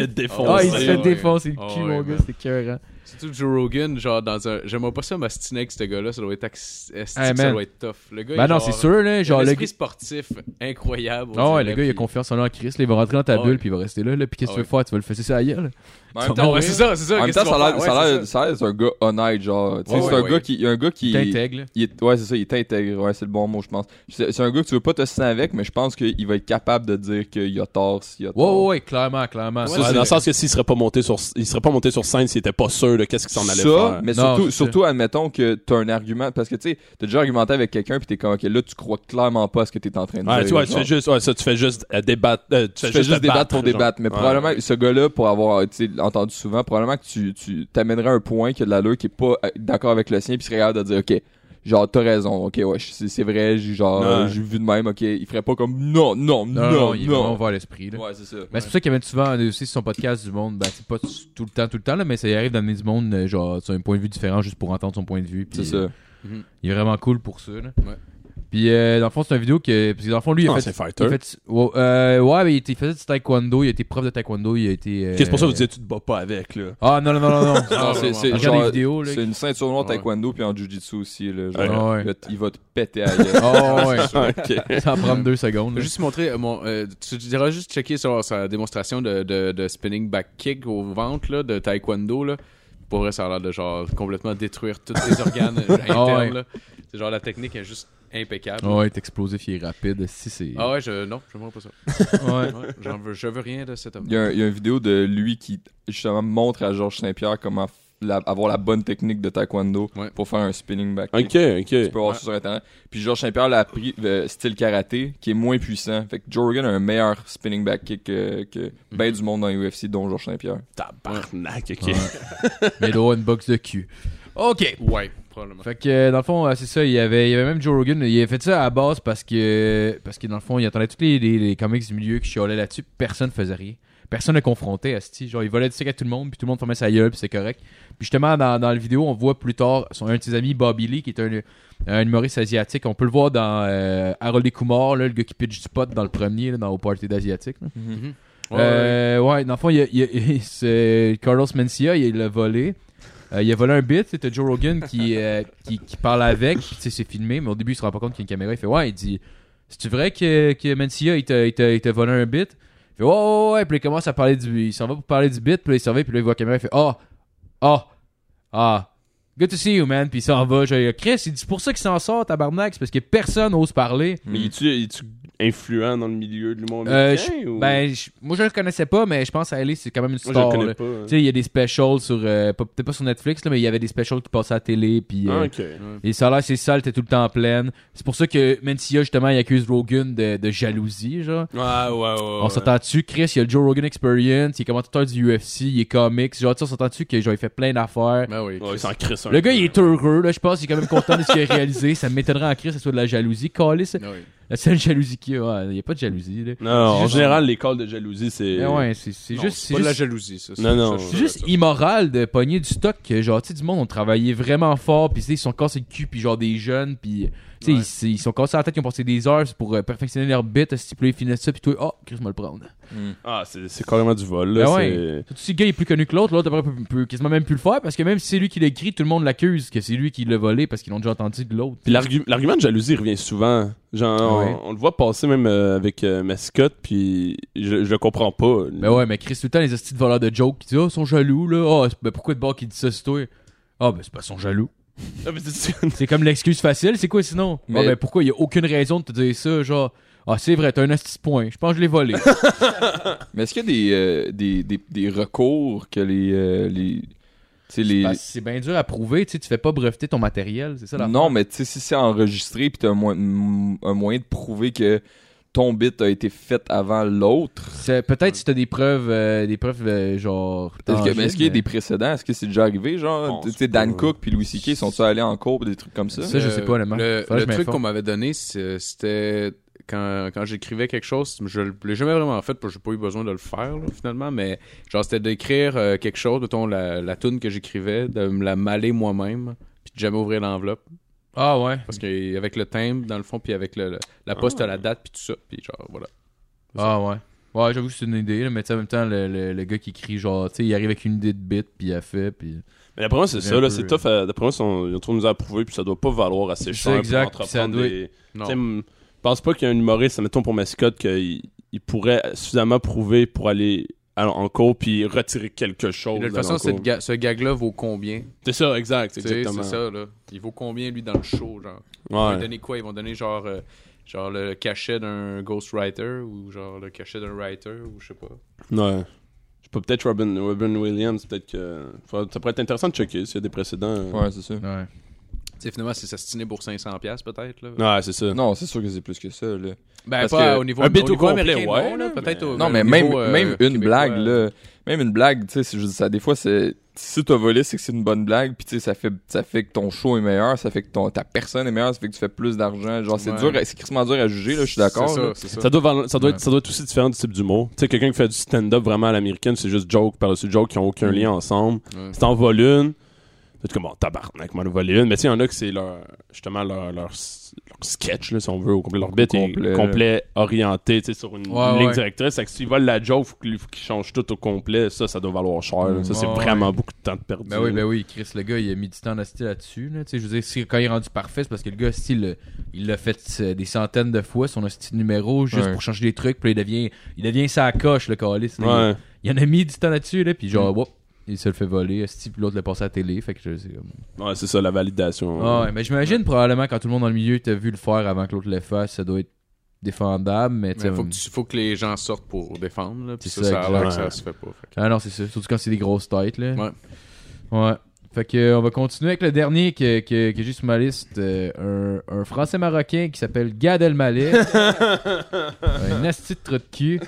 Speaker 5: de- ah, il se fait
Speaker 1: ouais.
Speaker 5: défoncer le
Speaker 1: Ah
Speaker 5: cul,
Speaker 1: ouais,
Speaker 5: mon
Speaker 1: man.
Speaker 5: gars, c'est cœurant.
Speaker 4: Surtout Joe Rogan, genre dans un. J'aimerais pas ça m'astiner avec ce gars-là, ça doit être ax- esti
Speaker 5: Hey,
Speaker 4: que ça
Speaker 5: man.
Speaker 4: doit être tough. Le gars,
Speaker 5: Ben
Speaker 4: il
Speaker 5: non,
Speaker 4: genre-
Speaker 5: c'est sûr, là.
Speaker 4: il a
Speaker 5: Genre,
Speaker 4: un
Speaker 5: le
Speaker 4: esprit
Speaker 5: gars.
Speaker 4: sportif incroyable. on
Speaker 5: Ah ouais, le
Speaker 4: dirait,
Speaker 5: gars, il a
Speaker 4: puis-
Speaker 5: confiance en lui en Chris. là, il va rentrer dans ta
Speaker 4: Ah
Speaker 5: bulle,
Speaker 4: ouais.
Speaker 5: puis il va rester là. là puis qu'est-ce
Speaker 4: Ah
Speaker 5: que tu veux faire Tu vas le fesser ça ailleurs,
Speaker 6: Mais en
Speaker 5: Ça
Speaker 6: même
Speaker 5: va,
Speaker 6: temps,
Speaker 4: Ouais, c'est ça, c'est ça.
Speaker 6: en même
Speaker 4: qu'est-ce
Speaker 6: temps,
Speaker 4: qu'il
Speaker 6: ça
Speaker 4: va
Speaker 6: a l'air,
Speaker 4: faire?
Speaker 6: ça
Speaker 4: Ouais,
Speaker 6: a
Speaker 4: c'est
Speaker 6: l'air, ça a l'air d'être un gars honnête, genre. Tu sais,
Speaker 4: Ouais,
Speaker 6: c'est un
Speaker 4: ouais,
Speaker 6: gars
Speaker 4: ouais.
Speaker 6: qui, il y a un gars qui.
Speaker 5: T'intègres, là.
Speaker 6: il est- ouais, c'est ça, il est intègre, ouais, c'est le bon mot, je pense. C'est c'est un gars que tu veux pas te signer avec, mais je pense qu'il va être capable de dire qu'il a tort s'il a
Speaker 5: Ouais,
Speaker 6: tort.
Speaker 5: ouais, ouais, clairement, clairement.
Speaker 4: Ouais,
Speaker 3: Ouais,
Speaker 4: c'est
Speaker 3: dans
Speaker 4: vrai.
Speaker 3: le sens que s'il serait pas monté sur il serait pas monté sur scène s'il était pas sûr de qu'est-ce qu'il s'en allait
Speaker 6: ça,
Speaker 3: faire.
Speaker 6: mais
Speaker 5: Non,
Speaker 6: surtout,
Speaker 5: c'est
Speaker 6: surtout admettons que t'as un argument, parce que tu sais, t'as déjà argumenté avec quelqu'un puis t'es comme, ok, là tu crois clairement pas à ce que t'es en train de
Speaker 3: Ouais,
Speaker 6: dire.
Speaker 3: tu vois, tu
Speaker 6: genre.
Speaker 3: fais juste ouais, ça tu fais juste euh, débattre euh,
Speaker 6: tu fais juste débattre pour
Speaker 3: genre.
Speaker 6: débattre, mais
Speaker 3: Ouais.
Speaker 6: probablement ce gars-là, pour avoir tu sais, entendu souvent, probablement que tu, tu t'amènerais un point qui a de l'allure qui est pas euh, d'accord avec le sien, puis serait capable de dire ok, genre t'as raison, ok ouais, je- c'est, c'est vrai, j'ai genre
Speaker 3: Ouais.
Speaker 6: euh, j'ai vu de même, ok, il ferait pas comme non non
Speaker 5: Non, non,
Speaker 6: non
Speaker 5: il est
Speaker 6: non.
Speaker 5: vraiment ouvert à l'esprit, là.
Speaker 6: Ouais c'est ça.
Speaker 5: Ben, c'est pour ça qu'il amène souvent euh, aussi sur son podcast du monde. Ben, c'est pas tout le temps, tout le temps, là, mais ça y arrive d'amener du monde, euh, genre, sur un point de vue différent, juste pour entendre son point de vue. puis,
Speaker 6: C'est ça.
Speaker 5: euh, Il est vraiment cool pour ça, là.
Speaker 4: Ouais.
Speaker 5: Puis, euh, dans le fond, c'est une vidéo que. Parce que dans le fond, lui, il a
Speaker 3: Non,
Speaker 5: fait.
Speaker 3: Ah, c'est
Speaker 5: il a
Speaker 3: fighter.
Speaker 5: fait- ouais, euh, ouais, mais il, était- il faisait du taekwondo, il a été prof de taekwondo, il a été. euh,
Speaker 3: C'est pour ça que vous disiez tu te bats pas avec là.
Speaker 5: Ah, non, non, non, non, non.
Speaker 4: Ah,
Speaker 6: Non, c'est,
Speaker 4: vraiment.
Speaker 6: c'est
Speaker 5: Regarde
Speaker 6: genre,
Speaker 5: les vidéos, là.
Speaker 6: c'est une ceinture noire
Speaker 4: Ouais.
Speaker 6: taekwondo puis en jujitsu aussi là, genre,
Speaker 5: Ah, ouais.
Speaker 6: il va te- il va te péter à la gueule.
Speaker 5: Oh, ouais.
Speaker 3: Ah, OK.
Speaker 5: Ça va prendre deux secondes.
Speaker 4: Je
Speaker 5: là.
Speaker 4: vais Juste montrer euh, mon, euh, tu diras juste checker sur sa démonstration de, de, de spinning back kick au ventre là, de taekwondo là. Pour vrai, ça a l'air de genre complètement détruire tous les organes euh, internes.
Speaker 5: Ah ouais.
Speaker 4: là. C'est genre la technique est juste impeccable.
Speaker 5: Ah ouais, t'es explosif, il est rapide. Si c'est.
Speaker 4: Ah ouais, je non, j'aimerais pas ça.
Speaker 5: ouais.
Speaker 4: Ouais, j'en veux, je veux rien de cet homme.
Speaker 6: Il y, a un- il y a une vidéo de lui qui justement montre à Georges Saint-Pierre comment f- la- avoir la bonne technique de taekwondo
Speaker 4: Ouais.
Speaker 6: pour faire un spinning back. kick. Tu
Speaker 3: OK,
Speaker 6: peux
Speaker 3: OK.
Speaker 6: voir ça sur internet. Puis Georges Saint-Pierre l'a appris euh, style karaté qui est moins puissant. Fait que Jorgen a un meilleur spinning back kick que,
Speaker 5: Mhm.
Speaker 6: que ben du monde dans l'UFC dont Georges Saint-Pierre.
Speaker 3: Tabarnak, OK.
Speaker 5: Ouais. Mais il doit avoir une box de cul. Ok.
Speaker 4: Ouais, probablement.
Speaker 5: Fait que euh, dans le fond, euh, c'est ça, il y avait, il y avait même Joe Rogan, il avait fait ça à la base parce que, parce que dans le fond, il attendait tous les, les, les comics du milieu qui chiolaient là-dessus, puis personne faisait rien. Personne ne confrontait à ce Genre, il volait du sec à tout le monde, puis tout le monde fermait sa gueule, puis c'est correct. Puis justement, dans, dans la vidéo, on voit plus tard son, un de ses amis, Bobby Lee, qui est un, un humoriste asiatique. On peut le voir dans euh, Harold et Kumar, là, le gars qui pitch du pot dans le premier, là, dans Au Party d'Asiatique. là.
Speaker 4: Ouais,
Speaker 5: Euh, ouais, dans le fond, il y a- il y a- c'est Carlos Mencia, il l'a volé. Euh, il a volé un bit, c'était Joe Rogan qui, euh, qui, qui parle avec, puis, tu sais, c'est filmé, mais au début, il se rend pas compte qu'il y a une caméra. Il fait Ouais, il dit C'est-tu vrai que, que Mencia, il t'a, il t'a- il t'a volé un bit Il fait Ouais, ouais, ouais, puis il commence à parler du. Il s'en va pour parler du bit, puis là, il s'en va, puis là, il voit la caméra, il fait Ah, ah, ah. Good to see you, man. Puis il s'en va. Je, Chris, il dit c'est pour ça qu'il s'en sort, tabarnak. C'est parce que personne n'ose parler.
Speaker 3: Mais il est-tu influent dans le milieu de l'humour
Speaker 5: Hmm. Euh,
Speaker 3: américain ou
Speaker 5: Ben, je- moi, je le connaissais pas, mais je pense à Ellie, c'est quand même une
Speaker 3: moi je le
Speaker 5: star. là.
Speaker 3: connais pas. hein.
Speaker 5: Tu sais, il y a des specials sur. euh, pas- Peut-être pas sur Netflix, là, mais il y avait des specials qui passaient à la télé. Puis,
Speaker 3: Ah,
Speaker 5: euh,
Speaker 3: OK.
Speaker 5: Et ça a l'air, c'est sale, t'es tout le temps en pleine. C'est pour ça que Mencia, justement, il accuse Rogan de, de jalousie, genre.
Speaker 1: Ouais, ouais, ouais.
Speaker 5: on s'entend-tu, Chris, il y a le Joe Rogan Experience, il est commentateur du UFC, il est comics. Genre, tu sais, on s'entend-tu que genre, il fait plein d'affaires.
Speaker 4: Ben oui.
Speaker 3: Ouais, il s'en crisse un
Speaker 5: Le gars,
Speaker 3: peu.
Speaker 5: il est heureux, là, je pense, il est quand même content de ce qu'il a réalisé. Ça m'étonnerait en Chris, que ce soit de la jalousie, Callis.
Speaker 4: Ah oui.
Speaker 5: La seule jalousie qu'il y a, il n'y a pas de jalousie. Là.
Speaker 3: Non, en
Speaker 5: juste-
Speaker 3: général, les calls de jalousie, c'est.
Speaker 5: Mais ouais, c'est c'est
Speaker 4: Non,
Speaker 5: juste.
Speaker 4: c'est
Speaker 5: c'est
Speaker 4: pas de la
Speaker 5: juste-
Speaker 4: jalousie, ça. ça,
Speaker 3: Non,
Speaker 4: ça,
Speaker 3: non.
Speaker 4: je
Speaker 5: c'est
Speaker 4: suis
Speaker 5: juste
Speaker 4: d'accord.
Speaker 5: immoral de pogner du stock que genre tu sais du monde ont travaillé vraiment fort puis tu sais, ils se sont cassés le cul puis genre des jeunes puis tu sais
Speaker 4: Ouais.
Speaker 5: ils se- ils, se sont cassés la tête ils ont passé des heures pour euh, perfectionner leur bit si tu ils finissent ça puis toi oh Chris me le prendre.
Speaker 3: Ah, c'est c'est carrément du vol, là.
Speaker 5: Ben
Speaker 3: c'est-
Speaker 5: ouais. Surtout si le gars est plus connu que l'autre l'autre après peut, peut quasiment même plus le faire parce que même si c'est lui qui l'écrit tout le monde l'accuse que c'est lui qui l'a volé parce qu'ils l'ont déjà entendu de l'autre.
Speaker 3: Puis l'argu- l'argument de jalousie revient souvent. Genre, on,
Speaker 5: Ah Ouais.
Speaker 3: on le voit passer même euh, avec euh, Mascotte, puis je, je le comprends pas.
Speaker 5: Mais Ben ouais, mais Chris, tout le temps, les hosties de voleurs de jokes qui disent Oh, ils sont jaloux, là. Oh, ben pourquoi de bord qui dit ça, c'est toi Ah, ben c'est pas son jaloux.
Speaker 3: Ah, mais c'est-
Speaker 5: C'est comme l'excuse facile, c'est quoi sinon Ah,
Speaker 6: Mais-
Speaker 5: ben pourquoi il y a aucune raison de te dire ça, genre Ah, c'est vrai, t'as un hostie de point, je pense que je l'ai volé.
Speaker 6: Mais est-ce qu'il y a des, euh, des, des, des recours que les. euh, les tu sais, les...
Speaker 5: Parce que c'est bien dur à prouver, tu sais, tu fais pas breveter ton matériel, c'est ça la
Speaker 6: Non, mais tu sais, si c'est enregistré puis t'as un, mo- m- un moyen de prouver que ton bit a été fait avant l'autre.
Speaker 5: C'est- Peut-être si t'as des preuves, euh, des preuves euh, genre.
Speaker 6: Est-ce que-
Speaker 5: tangibles,
Speaker 6: mais est-ce qu'il y a
Speaker 5: mais-
Speaker 6: des précédents? Est-ce que c'est déjà arrivé, genre?
Speaker 3: Non,
Speaker 6: Tu
Speaker 3: c'est
Speaker 6: sais, Dan
Speaker 3: pas-
Speaker 6: Cook puis Louis C.K. sont-ils allés en cours pour des trucs comme ça?
Speaker 5: Ça, je sais pas, honnêtement.
Speaker 4: Le,
Speaker 5: Faudrait que
Speaker 4: le
Speaker 5: je
Speaker 4: truc
Speaker 5: m'informe.
Speaker 4: qu'on m'avait donné, c'est- c'était quand, quand j'écrivais quelque chose, je l'ai jamais vraiment fait parce que j'ai pas eu besoin de le faire là, finalement, mais genre c'était d'écrire euh, quelque chose, mettons la, la toune que j'écrivais, de me la maler moi-même, puis de jamais ouvrir l'enveloppe.
Speaker 5: Ah ouais.
Speaker 4: Parce qu'avec le timbre, dans le fond, puis avec le- le- la poste,
Speaker 3: Ah.
Speaker 4: à la date, puis tout ça, puis genre voilà.
Speaker 5: Ah ouais. Ouais, j'avoue que c'est une idée, là, mais tu sais, en même temps, le, le- le gars qui crie, genre, tu sais, il arrive avec une idée de bit, puis il a fait, puis.
Speaker 3: Mais d'après moi, c'est
Speaker 5: C'est
Speaker 3: ça,
Speaker 5: un
Speaker 3: là.
Speaker 5: peu,
Speaker 3: C'est
Speaker 5: euh,
Speaker 3: tough. à- D'après moi, ils sont- ils ont trop de misère à prouver, puis ça doit pas valoir assez
Speaker 5: C'est
Speaker 3: cher pour
Speaker 5: exact, puis ça
Speaker 3: entreprendre
Speaker 5: doit-
Speaker 3: des-
Speaker 4: Non.
Speaker 3: Tu sais, m- pense pas qu'il y a un humoriste, mettons pour mascotte, qu'il il pourrait suffisamment prouver pour aller à- en cours puis retirer quelque
Speaker 4: Puis
Speaker 3: chose.
Speaker 4: de toute
Speaker 3: d'aller en
Speaker 4: façon, cette
Speaker 3: cours.
Speaker 4: ga- ce gag-là vaut combien?
Speaker 3: C'est ça,
Speaker 4: Tu
Speaker 3: exact. C'est
Speaker 4: sais, C'est
Speaker 3: exactement.
Speaker 4: ça, là. Il vaut combien, lui, dans le show, genre? Ils vont lui
Speaker 3: Ouais.
Speaker 4: donner quoi Ils vont donner genre, euh, genre le cachet d'un ghostwriter ou genre le cachet d'un writer ou je sais pas.
Speaker 3: ouais. Je sais pas, peut-être Robin, Robin Williams, peut-être que. Faudrait- Ça pourrait être intéressant de checker s'il y a des précédents.
Speaker 6: Ouais, c'est ça.
Speaker 5: Ouais.
Speaker 4: Tu sais, finalement, c'est s'astiner pour 500$ piastres, peut-être. Là.
Speaker 3: Ouais, c'est ça.
Speaker 6: Non, c'est sûr que c'est plus que ça, là.
Speaker 4: Ben,
Speaker 6: Parce
Speaker 4: pas
Speaker 6: que
Speaker 4: au niveau,
Speaker 3: un
Speaker 4: au
Speaker 3: bit
Speaker 4: niveau
Speaker 3: au complet,
Speaker 4: américain,
Speaker 3: ouais,
Speaker 4: non,
Speaker 3: là,
Speaker 4: là, peut-être
Speaker 3: mais-
Speaker 4: au
Speaker 6: Non,
Speaker 4: au
Speaker 6: mais même,
Speaker 4: niveau, euh,
Speaker 6: même une
Speaker 4: québécois. euh,
Speaker 6: blague, là. Même une blague, tu sais, c'est juste ça. Des fois, c'est. Si t'as volé, c'est que c'est une bonne blague, puis tu sais, ça fait, ça fait que ton show est meilleur, ça fait que ton, ta personne est meilleure, ça fait que tu fais plus d'argent. Genre, c'est
Speaker 4: Ouais.
Speaker 6: dur, à- c'est crissement dur à juger, là, je suis d'accord.
Speaker 4: C'est
Speaker 6: là.
Speaker 4: ça, c'est ça.
Speaker 3: Ça doit, valo- ça, doit être,
Speaker 5: Ouais.
Speaker 3: ça doit être aussi différent du type d'humour. Tu sais, quelqu'un qui fait du stand-up vraiment à l'américaine, c'est juste joke par-dessus joke qui ont
Speaker 5: Mm.
Speaker 3: aucun lien ensemble.
Speaker 4: Ouais.
Speaker 3: C'est en volume. Tu comme, bon, tabarnak, moi, le volume. Mais tu sais, il y en a que c'est leur, justement leur, leur, s- leur sketch, là, si on veut, au complet. Leur bit
Speaker 6: Complet.
Speaker 3: est complet, orienté, tu sais, sur une
Speaker 5: Ouais,
Speaker 3: ligne
Speaker 5: ouais.
Speaker 3: directrice. Fait que s'ils volent la joke, faut qu'il faut qu'ils changent tout au complet. Ça, ça doit valoir cher. là. Ça, c'est
Speaker 5: Ouais,
Speaker 3: vraiment beaucoup de temps de perdu.
Speaker 5: Ben oui, ben oui, Chris, le gars, il a mis du temps d'assister là-dessus. Là. Tu sais, Je veux dire, si- quand il est rendu parfait, c'est parce que le gars, si, le- il l'a fait euh, des centaines de fois, son hostie de numéro, juste
Speaker 6: Ouais.
Speaker 5: pour changer des trucs, puis là, il devient, il devient sa coche, le calice. là.
Speaker 3: Ouais.
Speaker 5: Il, il en a mis du temps là-dessus, là, puis genre, whoop, il se le fait voler, hostie, puis l'autre le passe à la télé. Fait que je sais comme.
Speaker 3: Ouais, c'est ça, la validation.
Speaker 5: Ah ouais, mais j'imagine probablement quand tout le monde dans le milieu t'a vu le faire avant que l'autre le fasse, ça doit être défendable, mais tu
Speaker 4: Mais
Speaker 5: sais,
Speaker 4: faut, que tu- faut que les gens sortent pour défendre. Là, puis
Speaker 5: euh, C'est
Speaker 4: ça, ça
Speaker 5: ça,
Speaker 4: a l'air que ça
Speaker 3: exact.
Speaker 4: se fait pas. fait que-
Speaker 5: Ah non, c'est ça. Surtout quand c'est des grosses têtes, là.
Speaker 4: Ouais.
Speaker 5: Ouais. Fait que, euh, on va continuer avec le dernier que, que, que j'ai sur ma liste. euh, un, un Français marocain qui s'appelle Gad Elmaleh. un nasty de trou de cul.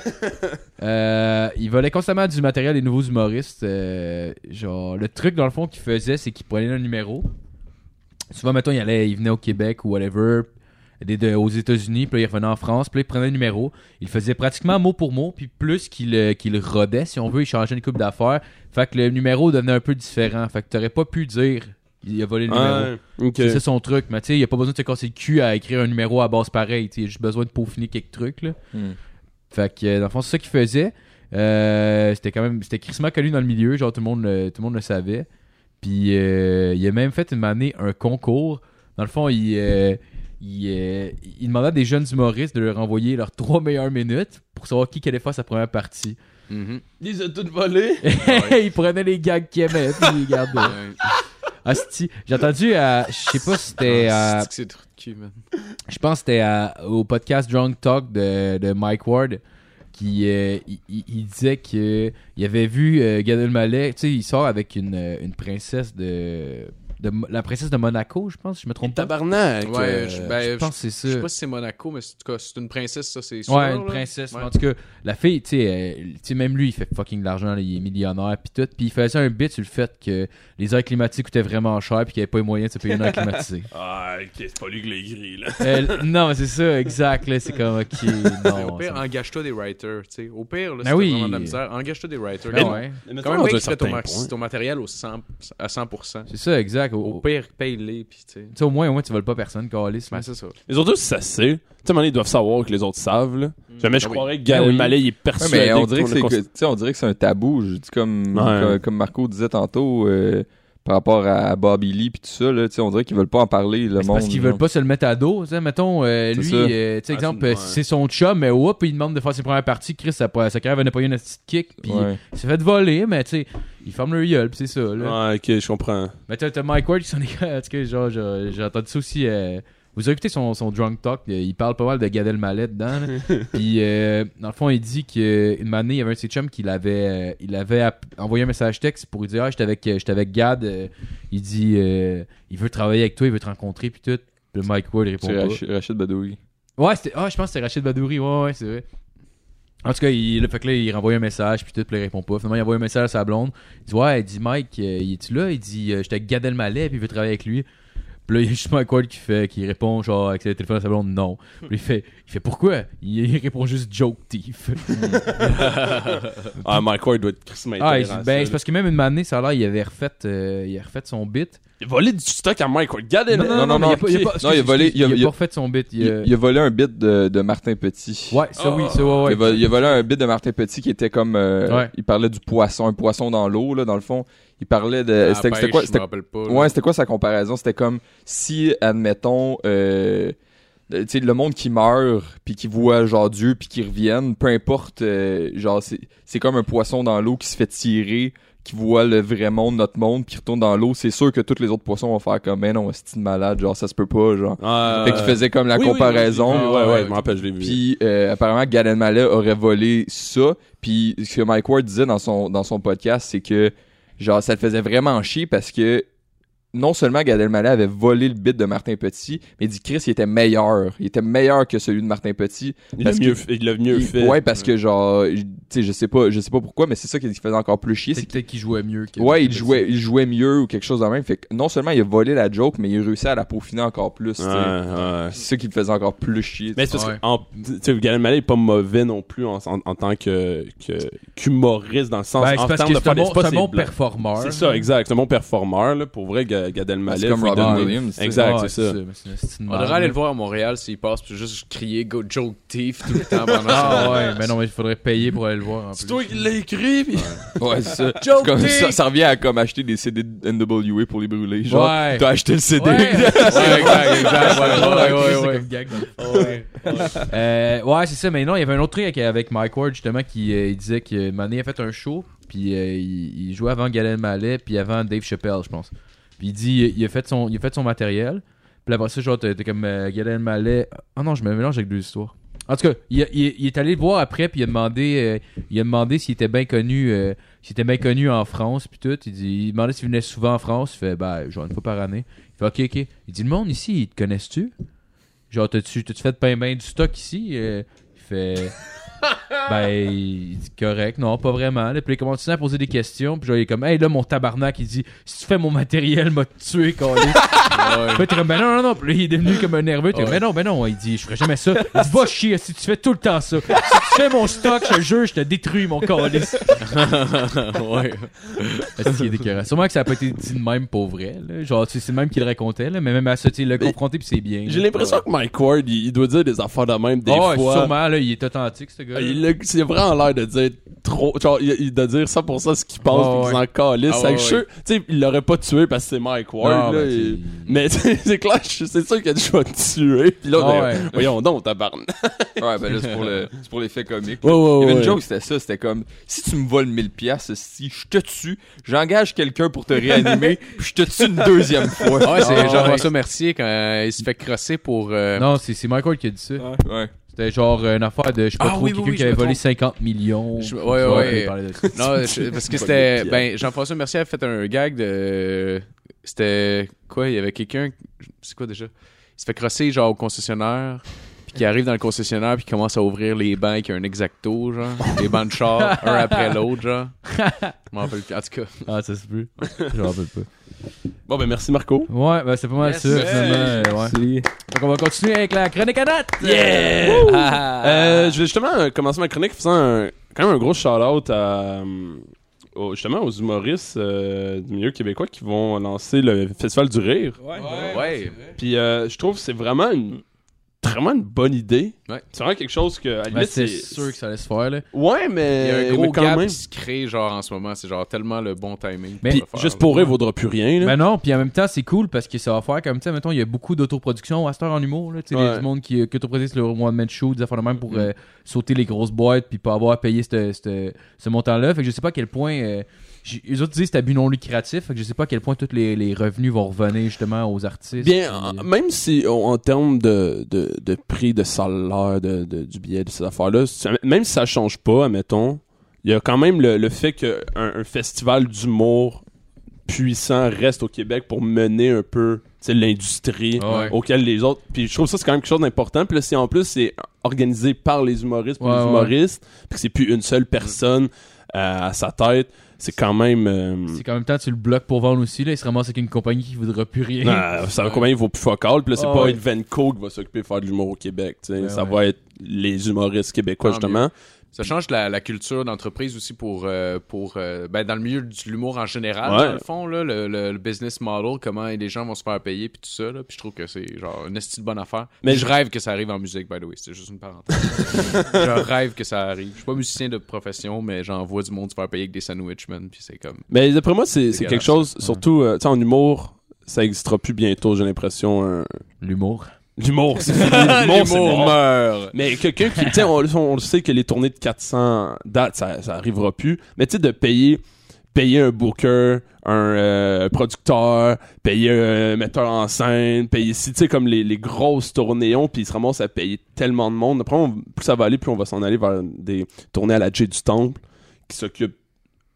Speaker 5: Euh, il volait constamment du matériel des nouveaux humoristes. euh, genre, le truc, dans le fond, qu'il faisait, c'est qu'il prenait un numéro. Souvent, mettons, il, allait, il venait au Québec ou whatever, des- de- aux États-Unis, puis là, il revenait en France, puis là, il prenait un numéro. Il faisait pratiquement mot pour mot, puis plus qu'il euh, qu'il rodait, si on veut, il changeait une coupe d'affaires. Fait que le numéro devenait un peu différent. Fait que t'aurais pas pu dire il a volé le numéro.
Speaker 3: Ouais. Ok.
Speaker 5: C'est ça son truc, mais tu sais, il a pas besoin de se casser le cul à écrire un numéro à base pareil. tu sais, Il a juste besoin de peaufiner quelques trucs, là.
Speaker 6: Hmm.
Speaker 5: Fait que, euh, dans le fond, c'est ça qu'il faisait. Euh, c'était quand même, c'était crissement connu dans le milieu, genre tout le monde, le- tout le, monde le savait. Puis euh, il a même fait une année un concours. Dans le fond, il, euh, il, euh, il demandait à des jeunes humoristes de leur envoyer leurs trois meilleures minutes pour savoir qui qui allait faire sa première partie.
Speaker 4: Mhm.
Speaker 3: Ils ont tout volé.
Speaker 5: il prenait les gags qu'il aimait, puis il les gardait.
Speaker 4: Ouais.
Speaker 5: Asti, j'ai entendu, à, je sais pas si c'était à-
Speaker 4: Ah, c'est- C'est trop de cul, man.
Speaker 5: je pense que c'était à- au podcast Drunk Talk de, de Mike Ward qui euh, il, il- il disait que il avait vu euh, Gad Elmaleh, tu sais, il sort avec une, euh, une princesse de de Mo- la princesse de Monaco, je pense, je me trompe pas.
Speaker 3: Tabarnak!
Speaker 4: Ouais, je, ben,
Speaker 5: Je
Speaker 4: je-
Speaker 5: pense que c'est ça.
Speaker 4: je sais pas si c'est Monaco, mais c'est- en tout cas, c'est une princesse, ça, c'est sûr.
Speaker 5: Ouais,
Speaker 4: là.
Speaker 5: une princesse.
Speaker 4: Ouais.
Speaker 5: En tout cas, la fille, tu sais, euh, tu sais, même lui, il fait fucking de l'argent, là, il est millionnaire, puis tout. Puis il faisait un bit sur le fait que les airs climatiques coûtaient vraiment cher, puis qu'il n'y avait pas les moyens de se payer une air climatisée.
Speaker 3: Ah, ok, c'est pas lui qui l'a écrit, là.
Speaker 5: Euh, non, mais c'est ça, exact, là, c'est comme, ok,
Speaker 4: Mais au
Speaker 5: non.
Speaker 4: pire,
Speaker 5: ça-
Speaker 4: engage-toi des writers, tu sais. Au pire, là,
Speaker 5: Ben
Speaker 4: c'est
Speaker 5: oui.
Speaker 4: vraiment de la misère. Engage-toi des writers.
Speaker 5: Ben
Speaker 4: Quand-
Speaker 5: ouais.
Speaker 4: Quand même, paye ton, max- ton matériel au 100, à 100%.
Speaker 5: C'est ça, exact. Au,
Speaker 6: Oh.
Speaker 5: Hmm.
Speaker 4: Au
Speaker 5: au- tu
Speaker 4: pire, paye-les, puis tu sais.
Speaker 5: sais, au moins, au moins, tu voles pas personne, Calis.
Speaker 4: Ben, c'est ça.
Speaker 3: Les autres, si ça sait, tu sais, à un moment donné, ils doivent savoir que les autres savent, là. Jamais je
Speaker 4: Ah oui.
Speaker 3: croirais que Gad
Speaker 5: Ah oui.
Speaker 3: Elmaleh, il est
Speaker 6: Ouais,
Speaker 3: persuadé
Speaker 6: mais on
Speaker 3: que
Speaker 6: dirait
Speaker 3: tout
Speaker 6: que
Speaker 3: le
Speaker 6: c'est
Speaker 3: monde le
Speaker 6: que- tu sais, on dirait que c'est un tabou. Je dis comme,
Speaker 3: Ouais.
Speaker 6: comme, comme Marco disait tantôt euh, par rapport à Bobby Lee puis tout ça là, tu sais, on dirait qu'ils veulent pas en parler le
Speaker 5: C'est
Speaker 6: monde.
Speaker 5: parce qu'ils
Speaker 6: genre.
Speaker 5: veulent pas se le mettre à dos. tu sais, mettons, euh,
Speaker 6: C'est
Speaker 5: lui,
Speaker 6: ça.
Speaker 5: euh, tu sais,
Speaker 1: Ah,
Speaker 5: exemple,
Speaker 1: c'est une-
Speaker 5: euh, c'est son chum, mais oups, il demande de faire ses premières parties. Chris, sa, sa carrière venait pas eu une petite kick, puis
Speaker 6: Ouais.
Speaker 5: il s'est fait voler, mais tu sais, il ferme le gueule, puis c'est ça.
Speaker 3: considère.
Speaker 5: Là.
Speaker 3: Ouais, ok, je comprends.
Speaker 4: Ah,
Speaker 5: Mais t'as t'as Mike Ward qui s'en est. En tout cas, genre, je- j'ai entendu ça aussi. euh, Vous avez écouté son, son Drunk Talk, euh, il parle pas mal de Gad Elmaleh dedans. là. Puis, euh, dans le fond, il dit qu'une année, il y avait un de ses chums qui l'avait, euh, il avait app- envoyé un message texte pour lui dire Ah, j'étais avec, euh, j'étais avec Gad. euh, Il dit euh, Il veut travailler avec toi, il veut te rencontrer, puis tout. Puis Mike Ward répond
Speaker 6: C'est
Speaker 5: pas.
Speaker 6: Rach- Rachid Badouri.
Speaker 5: Ouais, c'était. Ah, je pense que c'était Rachid Badouri. Ouais, ouais, c'est vrai. En tout cas, il, le fait que là, il renvoie un message, puis tout, puis il répond pas. Finalement, il envoie un message à sa blonde. Il dit Ouais, il dit Mike, euh, il est-tu là Il dit euh, J'étais avec Gad Elmaleh, puis il veut travailler avec lui. Puis là, il y a juste Mike Ward qui, fait, qui répond, genre, avec le téléphone à sa blonde, non. Puis il fait, il fait pourquoi il, il répond juste joke thief.
Speaker 3: Ah, Mike Ward doit être hein,
Speaker 5: ah,
Speaker 3: crissement
Speaker 5: il
Speaker 3: intéressant,
Speaker 5: dit, ben,
Speaker 3: là.
Speaker 5: c'est parce que même une année, ça a l'air, il avait refait, euh, il a refait son bit.
Speaker 3: Il a volé du stock à Mike Ward. Gad
Speaker 6: Non,
Speaker 3: Elmaleh.
Speaker 6: non, non,
Speaker 5: mais il a pas- il a
Speaker 6: ok.
Speaker 5: pas-
Speaker 6: Non, il a volé-
Speaker 5: excuse,
Speaker 6: il a-
Speaker 5: il
Speaker 6: il
Speaker 5: a pas
Speaker 6: a-
Speaker 5: refait son bit. il
Speaker 6: Il,
Speaker 5: a-
Speaker 6: il a volé un bit de, de Martin Petit.
Speaker 5: Ouais, ça oui, ça ouais, ouais.
Speaker 6: Il, a volé, il a volé un bit de Martin Petit qui était comme euh,
Speaker 5: Ouais.
Speaker 6: il parlait du poisson, un poisson dans l'eau là dans le fond. Il parlait de
Speaker 4: Ah,
Speaker 6: Euh, c'était
Speaker 4: ben,
Speaker 6: c'était quoi
Speaker 4: Je me
Speaker 6: c'était
Speaker 4: rappelle pas. là.
Speaker 6: Ouais, c'était quoi sa comparaison? C'était comme si, admettons, euh, euh, tu sais, le monde qui meurt, puis qui voit genre Dieu, puis qui reviennent, peu importe, euh, genre, c'est c'est comme un poisson dans l'eau qui se fait tirer, qui voit le vrai monde, notre monde, qui retourne dans l'eau. C'est sûr que tous les autres poissons vont faire comme, mais non, c'est une malade, genre, ça se peut pas, genre.
Speaker 3: Ah,
Speaker 6: Fait qu'il faisait comme la
Speaker 3: oui, oui,
Speaker 6: comparaison.
Speaker 3: oui, oui,
Speaker 4: Ah,
Speaker 3: ouais, ouais,
Speaker 4: ouais,
Speaker 3: je me rappelle, je l'ai vu.
Speaker 6: Puis euh, apparemment, Gad Elmaleh aurait volé ça. Puis ce que Mike Ward disait dans son, dans son podcast, c'est que genre ça le faisait vraiment chier parce que non seulement Gad Elmaleh avait volé le bit de Martin Petit, mais il dit Chris, il était meilleur. Il était meilleur que celui de Martin Petit.
Speaker 3: il l'a
Speaker 6: parce
Speaker 3: mieux,
Speaker 6: que-
Speaker 3: il l'a mieux
Speaker 6: Il-
Speaker 3: fait.
Speaker 6: Ouais, parce que genre, je- tu sais, je sais pas, je sais pas pourquoi, mais c'est ça qui faisait encore plus chier. c'est
Speaker 5: C'est peut-être qu'il jouait mieux. que-
Speaker 6: Ouais, il jouait, il jouait mieux ou quelque chose de même. Fait que non seulement il a volé la joke, mais il réussit à la peaufiner encore plus. tu
Speaker 3: Ouais,
Speaker 6: sais.
Speaker 3: ouais.
Speaker 6: C'est ça qui le faisait encore plus chier.
Speaker 3: Mais c'est parce
Speaker 5: Ouais.
Speaker 3: que en- tu sais, Gad Elmaleh est pas mauvais non plus en, en- en tant que que- qu'humoriste dans le sens
Speaker 5: Ben, c'est
Speaker 3: en
Speaker 5: parce
Speaker 3: termes
Speaker 5: que c'est un
Speaker 3: de faire des
Speaker 5: bon,
Speaker 3: spots,
Speaker 5: c'est un bon
Speaker 3: blanc.
Speaker 5: performeur.
Speaker 3: C'est ça, exact. C'est un bon performeur là, pour vrai Ga- Gad Elmaleh.
Speaker 6: Ah, C'est comme
Speaker 3: faut lui
Speaker 6: Robin
Speaker 3: donner-
Speaker 6: Williams, tu sais.
Speaker 3: Exact,
Speaker 5: Ouais,
Speaker 3: c'est ça.
Speaker 5: mais c'est une petite
Speaker 4: On
Speaker 5: merde,
Speaker 4: devrait aller
Speaker 5: là.
Speaker 4: le voir à Montréal s'il passe, puis juste crier Go Joke Thief tout le temps pendant
Speaker 5: Ah ouais, mais non, mais il faudrait payer pour aller le voir. en plus.
Speaker 3: l'a écrit. Puis...
Speaker 6: Ouais, c'est ça. C'est comme ça, ça revient à comme acheter des CD de NWA pour les brûler. Genre,
Speaker 5: Ouais.
Speaker 6: t'as acheté le CD.
Speaker 5: Ouais, ouais, exact, exact, ouais, ouais, ouais,
Speaker 4: C'est
Speaker 5: ouais.
Speaker 4: comme
Speaker 5: Euh, ouais, c'est ça, mais non, il y avait un autre truc avec, avec Mike Ward justement qui euh, il disait que Mané a fait un show, puis euh, il, il jouait avant Galen Mallet, puis avant Dave Chappelle, je pense. Puis il dit, il a fait son, il a fait son matériel, puis après ça, genre, t'es t'es comme euh, Galen Mallet. Ah non, je me mélange avec deux histoires. En tout cas, il, a- il a- il est allé le voir après, puis il a demandé, euh, il a demandé s'il était bien connu, euh, s'il était bien connu en France, puis tout. Il dit, il demandait s'il venait souvent en France. Il fait, bah, genre une fois par année. Il fait, ok, ok. Il dit, le monde ici, ils te connaissent-tu? Genre, t'as-tu, t'as-tu fait ben ben du stock ici? Euh, il fait, ben, il dit, correct, non, pas vraiment. Là, puis il commence à poser des questions, puis genre, il est comme, hey, là, mon tabarnak, il dit, si tu fais mon matériel, m'a tué, calé. Puis t'es comme, ben non, non, non. Puis là, il est devenu comme un nerveux. T'es comme, ben non, ben non. Il dit, je ferai jamais ça. Il dit, va chier si tu fais tout le temps ça. Si tu fais mon stock, je te jure, je te détruis mon calice. ouais. C'est qui est dégueulasse. Sûrement que ça a pas été dit de même pour vrai. là. Genre, tu sais, c'est le même qu'il le racontait, là. Mais même à ça, tu sais, le confronté, puis c'est bien.
Speaker 3: J'ai l'impression que Mike Ward, il, il doit dire des affaires de même des
Speaker 5: Oh,
Speaker 3: fois. Ah,
Speaker 5: sûrement, là, Ah, il est authentique, ce gars.
Speaker 3: Il a- c'est vraiment l'air de dire trop, genre, il, il- de dire 100% ce qu'il pense,
Speaker 5: Ouais,
Speaker 3: pis qu'il s'en calisse.
Speaker 4: Ah,
Speaker 3: Fait que
Speaker 4: ouais,
Speaker 3: je suis sûr- tu sais, il l'aurait pas tué parce que c'est Mike Ward, là, et- Mais tu sais, c'est clair, je- c'est sûr qu'il a dit je vais te tuer. Puis là, on
Speaker 5: Ah,
Speaker 3: est-
Speaker 5: ouais.
Speaker 3: voyons donc, tabarnak.
Speaker 6: ouais, ben là, c'est pour, le, c'est pour l'effet comique.
Speaker 3: Ouais, ouais,
Speaker 6: Il y avait
Speaker 3: ouais.
Speaker 6: une joke, c'était ça. C'était comme, si tu me voles 1000 piastres, si je te tue, j'engage quelqu'un pour te réanimer, puis je te tue une deuxième fois.
Speaker 4: Ouais, c'est
Speaker 5: Ah,
Speaker 4: Jean-François Mercier quand euh, il se fait crosser pour. euh,
Speaker 5: Non, c'est, c'est Michael qui a dit ça.
Speaker 6: Ouais.
Speaker 5: C'était genre euh, une affaire de, je sais pas
Speaker 4: Ah,
Speaker 5: trop,
Speaker 4: oui, oui,
Speaker 5: quelqu'un
Speaker 4: oui,
Speaker 5: qui
Speaker 4: je
Speaker 5: avait
Speaker 4: me
Speaker 5: volé
Speaker 4: trompe.
Speaker 5: 50 millions.
Speaker 4: Je- ouais, ouais,
Speaker 5: Genre,
Speaker 4: ouais.
Speaker 5: il parlait de ça.
Speaker 4: Non, je- parce que
Speaker 3: Pas
Speaker 4: c'était.
Speaker 3: de pierre.
Speaker 4: Ben, Jean-François Mercier a fait un gag de. C'était quoi Il y avait quelqu'un. C'est quoi déjà Il se fait crosser, genre, au concessionnaire. Puis qui arrive dans le concessionnaire, puis qui commence à ouvrir les bancs avec un exacto, genre. Les bancs de char, un après l'autre, genre. Je m'en rappelle plus. En tout cas.
Speaker 5: Ah, ça se peut. Je me rappelle pas.
Speaker 3: Bon, ben merci Marco.
Speaker 5: Ouais, ben c'est pas mal
Speaker 4: Yes.
Speaker 5: ça, finalement. euh, ouais.
Speaker 7: C'est-
Speaker 5: Donc, on va continuer avec la chronique à date.
Speaker 3: Yeah!
Speaker 5: Ah,
Speaker 3: Euh, je vais justement euh, commencer ma chronique en faisant un- quand même un gros shout-out à, euh, aux- justement aux humoristes euh, du milieu québécois qui vont lancer le Festival du Rire.
Speaker 4: ouais.
Speaker 3: Puis euh, je trouve que c'est vraiment une, vraiment une bonne idée.
Speaker 4: Ouais.
Speaker 3: C'est vraiment quelque chose que... à la
Speaker 5: Ben,
Speaker 3: limite,
Speaker 5: c'est sûr que ça allait se faire, là.
Speaker 3: Ouais,
Speaker 4: Il y a
Speaker 3: Euh, mais...
Speaker 4: un gros
Speaker 3: mais quand
Speaker 4: gap
Speaker 3: même.
Speaker 4: qui se crée, genre, en ce moment. C'est genre tellement le bon timing.
Speaker 5: Mais
Speaker 4: le
Speaker 3: Puis
Speaker 4: faire,
Speaker 3: juste
Speaker 4: là.
Speaker 3: pour eux, vaudra plus rien. Là.
Speaker 5: Ben non, puis en même temps, c'est cool parce que ça va faire comme, tu sais, mettons, il y a beaucoup d'autoproduction à cette heure en humour, là. Tu sais, il y a
Speaker 3: Ouais. Mm.
Speaker 5: du monde qui, euh, qui autoproduit le one-man show, des affaires de même pour euh, sauter les grosses boîtes puis pas avoir à payer cette- cette- ce montant-là. Fait que je sais pas à quel point. Euh, j- eux autres disent que c'est à but non lucratif, fait que je sais pas à quel point tous les, les revenus vont revenir justement aux artistes. puis,
Speaker 3: Bien, en-
Speaker 5: euh,
Speaker 3: même si en, en termes de, de, de prix, de salaire, de, de- du billet, de ces affaires-là, ça- même si ça change pas, admettons, il y a quand même le, le fait qu'un un festival d'humour puissant reste au Québec pour mener un peu tu sais, l'industrie
Speaker 5: Ah ouais.
Speaker 3: auquel les autres. Puis je trouve ça, c'est quand même quelque chose d'important. Puis là, si en plus c'est organisé par les humoristes, pour
Speaker 5: Ouais,
Speaker 3: les
Speaker 5: ouais.
Speaker 3: humoristes, puis que c'est plus une seule personne euh, à sa tête, c'est quand même. euh,
Speaker 5: C'est qu'en même temps, tu le bloques pour vendre aussi, là. Il se ramasse avec une compagnie qui voudra plus rien.
Speaker 3: Ah, ça va combien il vaut plus focal. Puis là, c'est
Speaker 5: Ah
Speaker 3: pas
Speaker 5: ouais. Ben
Speaker 3: Evenco qui va s'occuper de faire de l'humour au Québec. tu sais.
Speaker 5: Ouais,
Speaker 3: ça
Speaker 5: ouais.
Speaker 3: va être les humoristes québécois,
Speaker 4: Tant
Speaker 3: justement.
Speaker 4: Ça change la, la culture d'entreprise aussi pour, euh, pour euh, ben, dans le milieu de l'humour en général,
Speaker 3: Ouais.
Speaker 4: dans le fond, là, le, le- le business model, comment les gens vont se faire payer, puis tout ça. Là, puis je trouve que c'est genre une esti de bonne affaire.
Speaker 3: Mais
Speaker 4: Mais je
Speaker 3: je-
Speaker 4: rêve que ça arrive en musique, by the way, c'est juste une parenthèse. je rêve que ça arrive. Je suis pas musicien de profession, mais j'en vois du monde se faire payer avec des sandwichmen, puis c'est comme...
Speaker 3: Mais d'après moi, c'est c'est quelque
Speaker 4: dégueulasse,
Speaker 3: chose, surtout euh, tu sais, en humour, ça n'existera plus bientôt, j'ai l'impression. un-
Speaker 5: L'humour.
Speaker 3: L'humour, c'est fini. L'humour, c'est mort. Mais quelqu'un qui. tu sais, on, on le sait que les tournées de 400 dates, ça, ça arrivera plus. Mais tu sais, de payer. Payer un booker, un euh, producteur, payer un metteur en scène, payer si tu sais comme les, les grosses tournées ont, puis ils se ramassent à payer tellement de monde. Après, on- plus ça va aller, plus on va s'en aller vers des tournées à la J du Temple qui s'occupe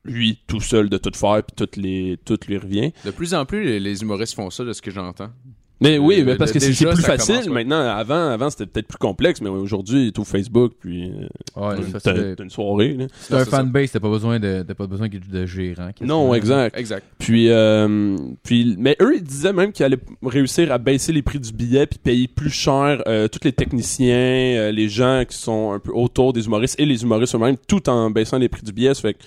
Speaker 3: lui tout seul de tout faire puis tout les tout lui revient.
Speaker 4: De plus en plus, les, les humoristes font ça, de ce que j'entends.
Speaker 3: Mais oui,
Speaker 4: Euh,
Speaker 3: mais parce
Speaker 4: le-
Speaker 3: que c'est
Speaker 4: déjà,
Speaker 3: c'est plus
Speaker 4: ça commence,
Speaker 3: facile
Speaker 4: ouais.
Speaker 3: maintenant. Avant, avant c'était peut-être plus complexe, mais aujourd'hui tout Facebook puis euh,
Speaker 5: Ouais,
Speaker 3: T'as-
Speaker 5: Ben, ça,
Speaker 3: T'as
Speaker 5: c'est
Speaker 3: t'as une soirée, là.
Speaker 5: c'est un fanbase, t'as pas besoin de, t'as pas besoin de, de gérant. qu'est-ce
Speaker 3: Non,
Speaker 5: que-
Speaker 3: exact.
Speaker 4: Exact.
Speaker 3: Puis, euh, puis, mais eux, ils disaient même qu'ils allaient réussir à baisser les prix du billet puis payer plus cher euh, tous les techniciens, euh, les gens qui sont un peu autour des humoristes et les humoristes eux-mêmes, tout en baissant les prix du billet. Ça fait que-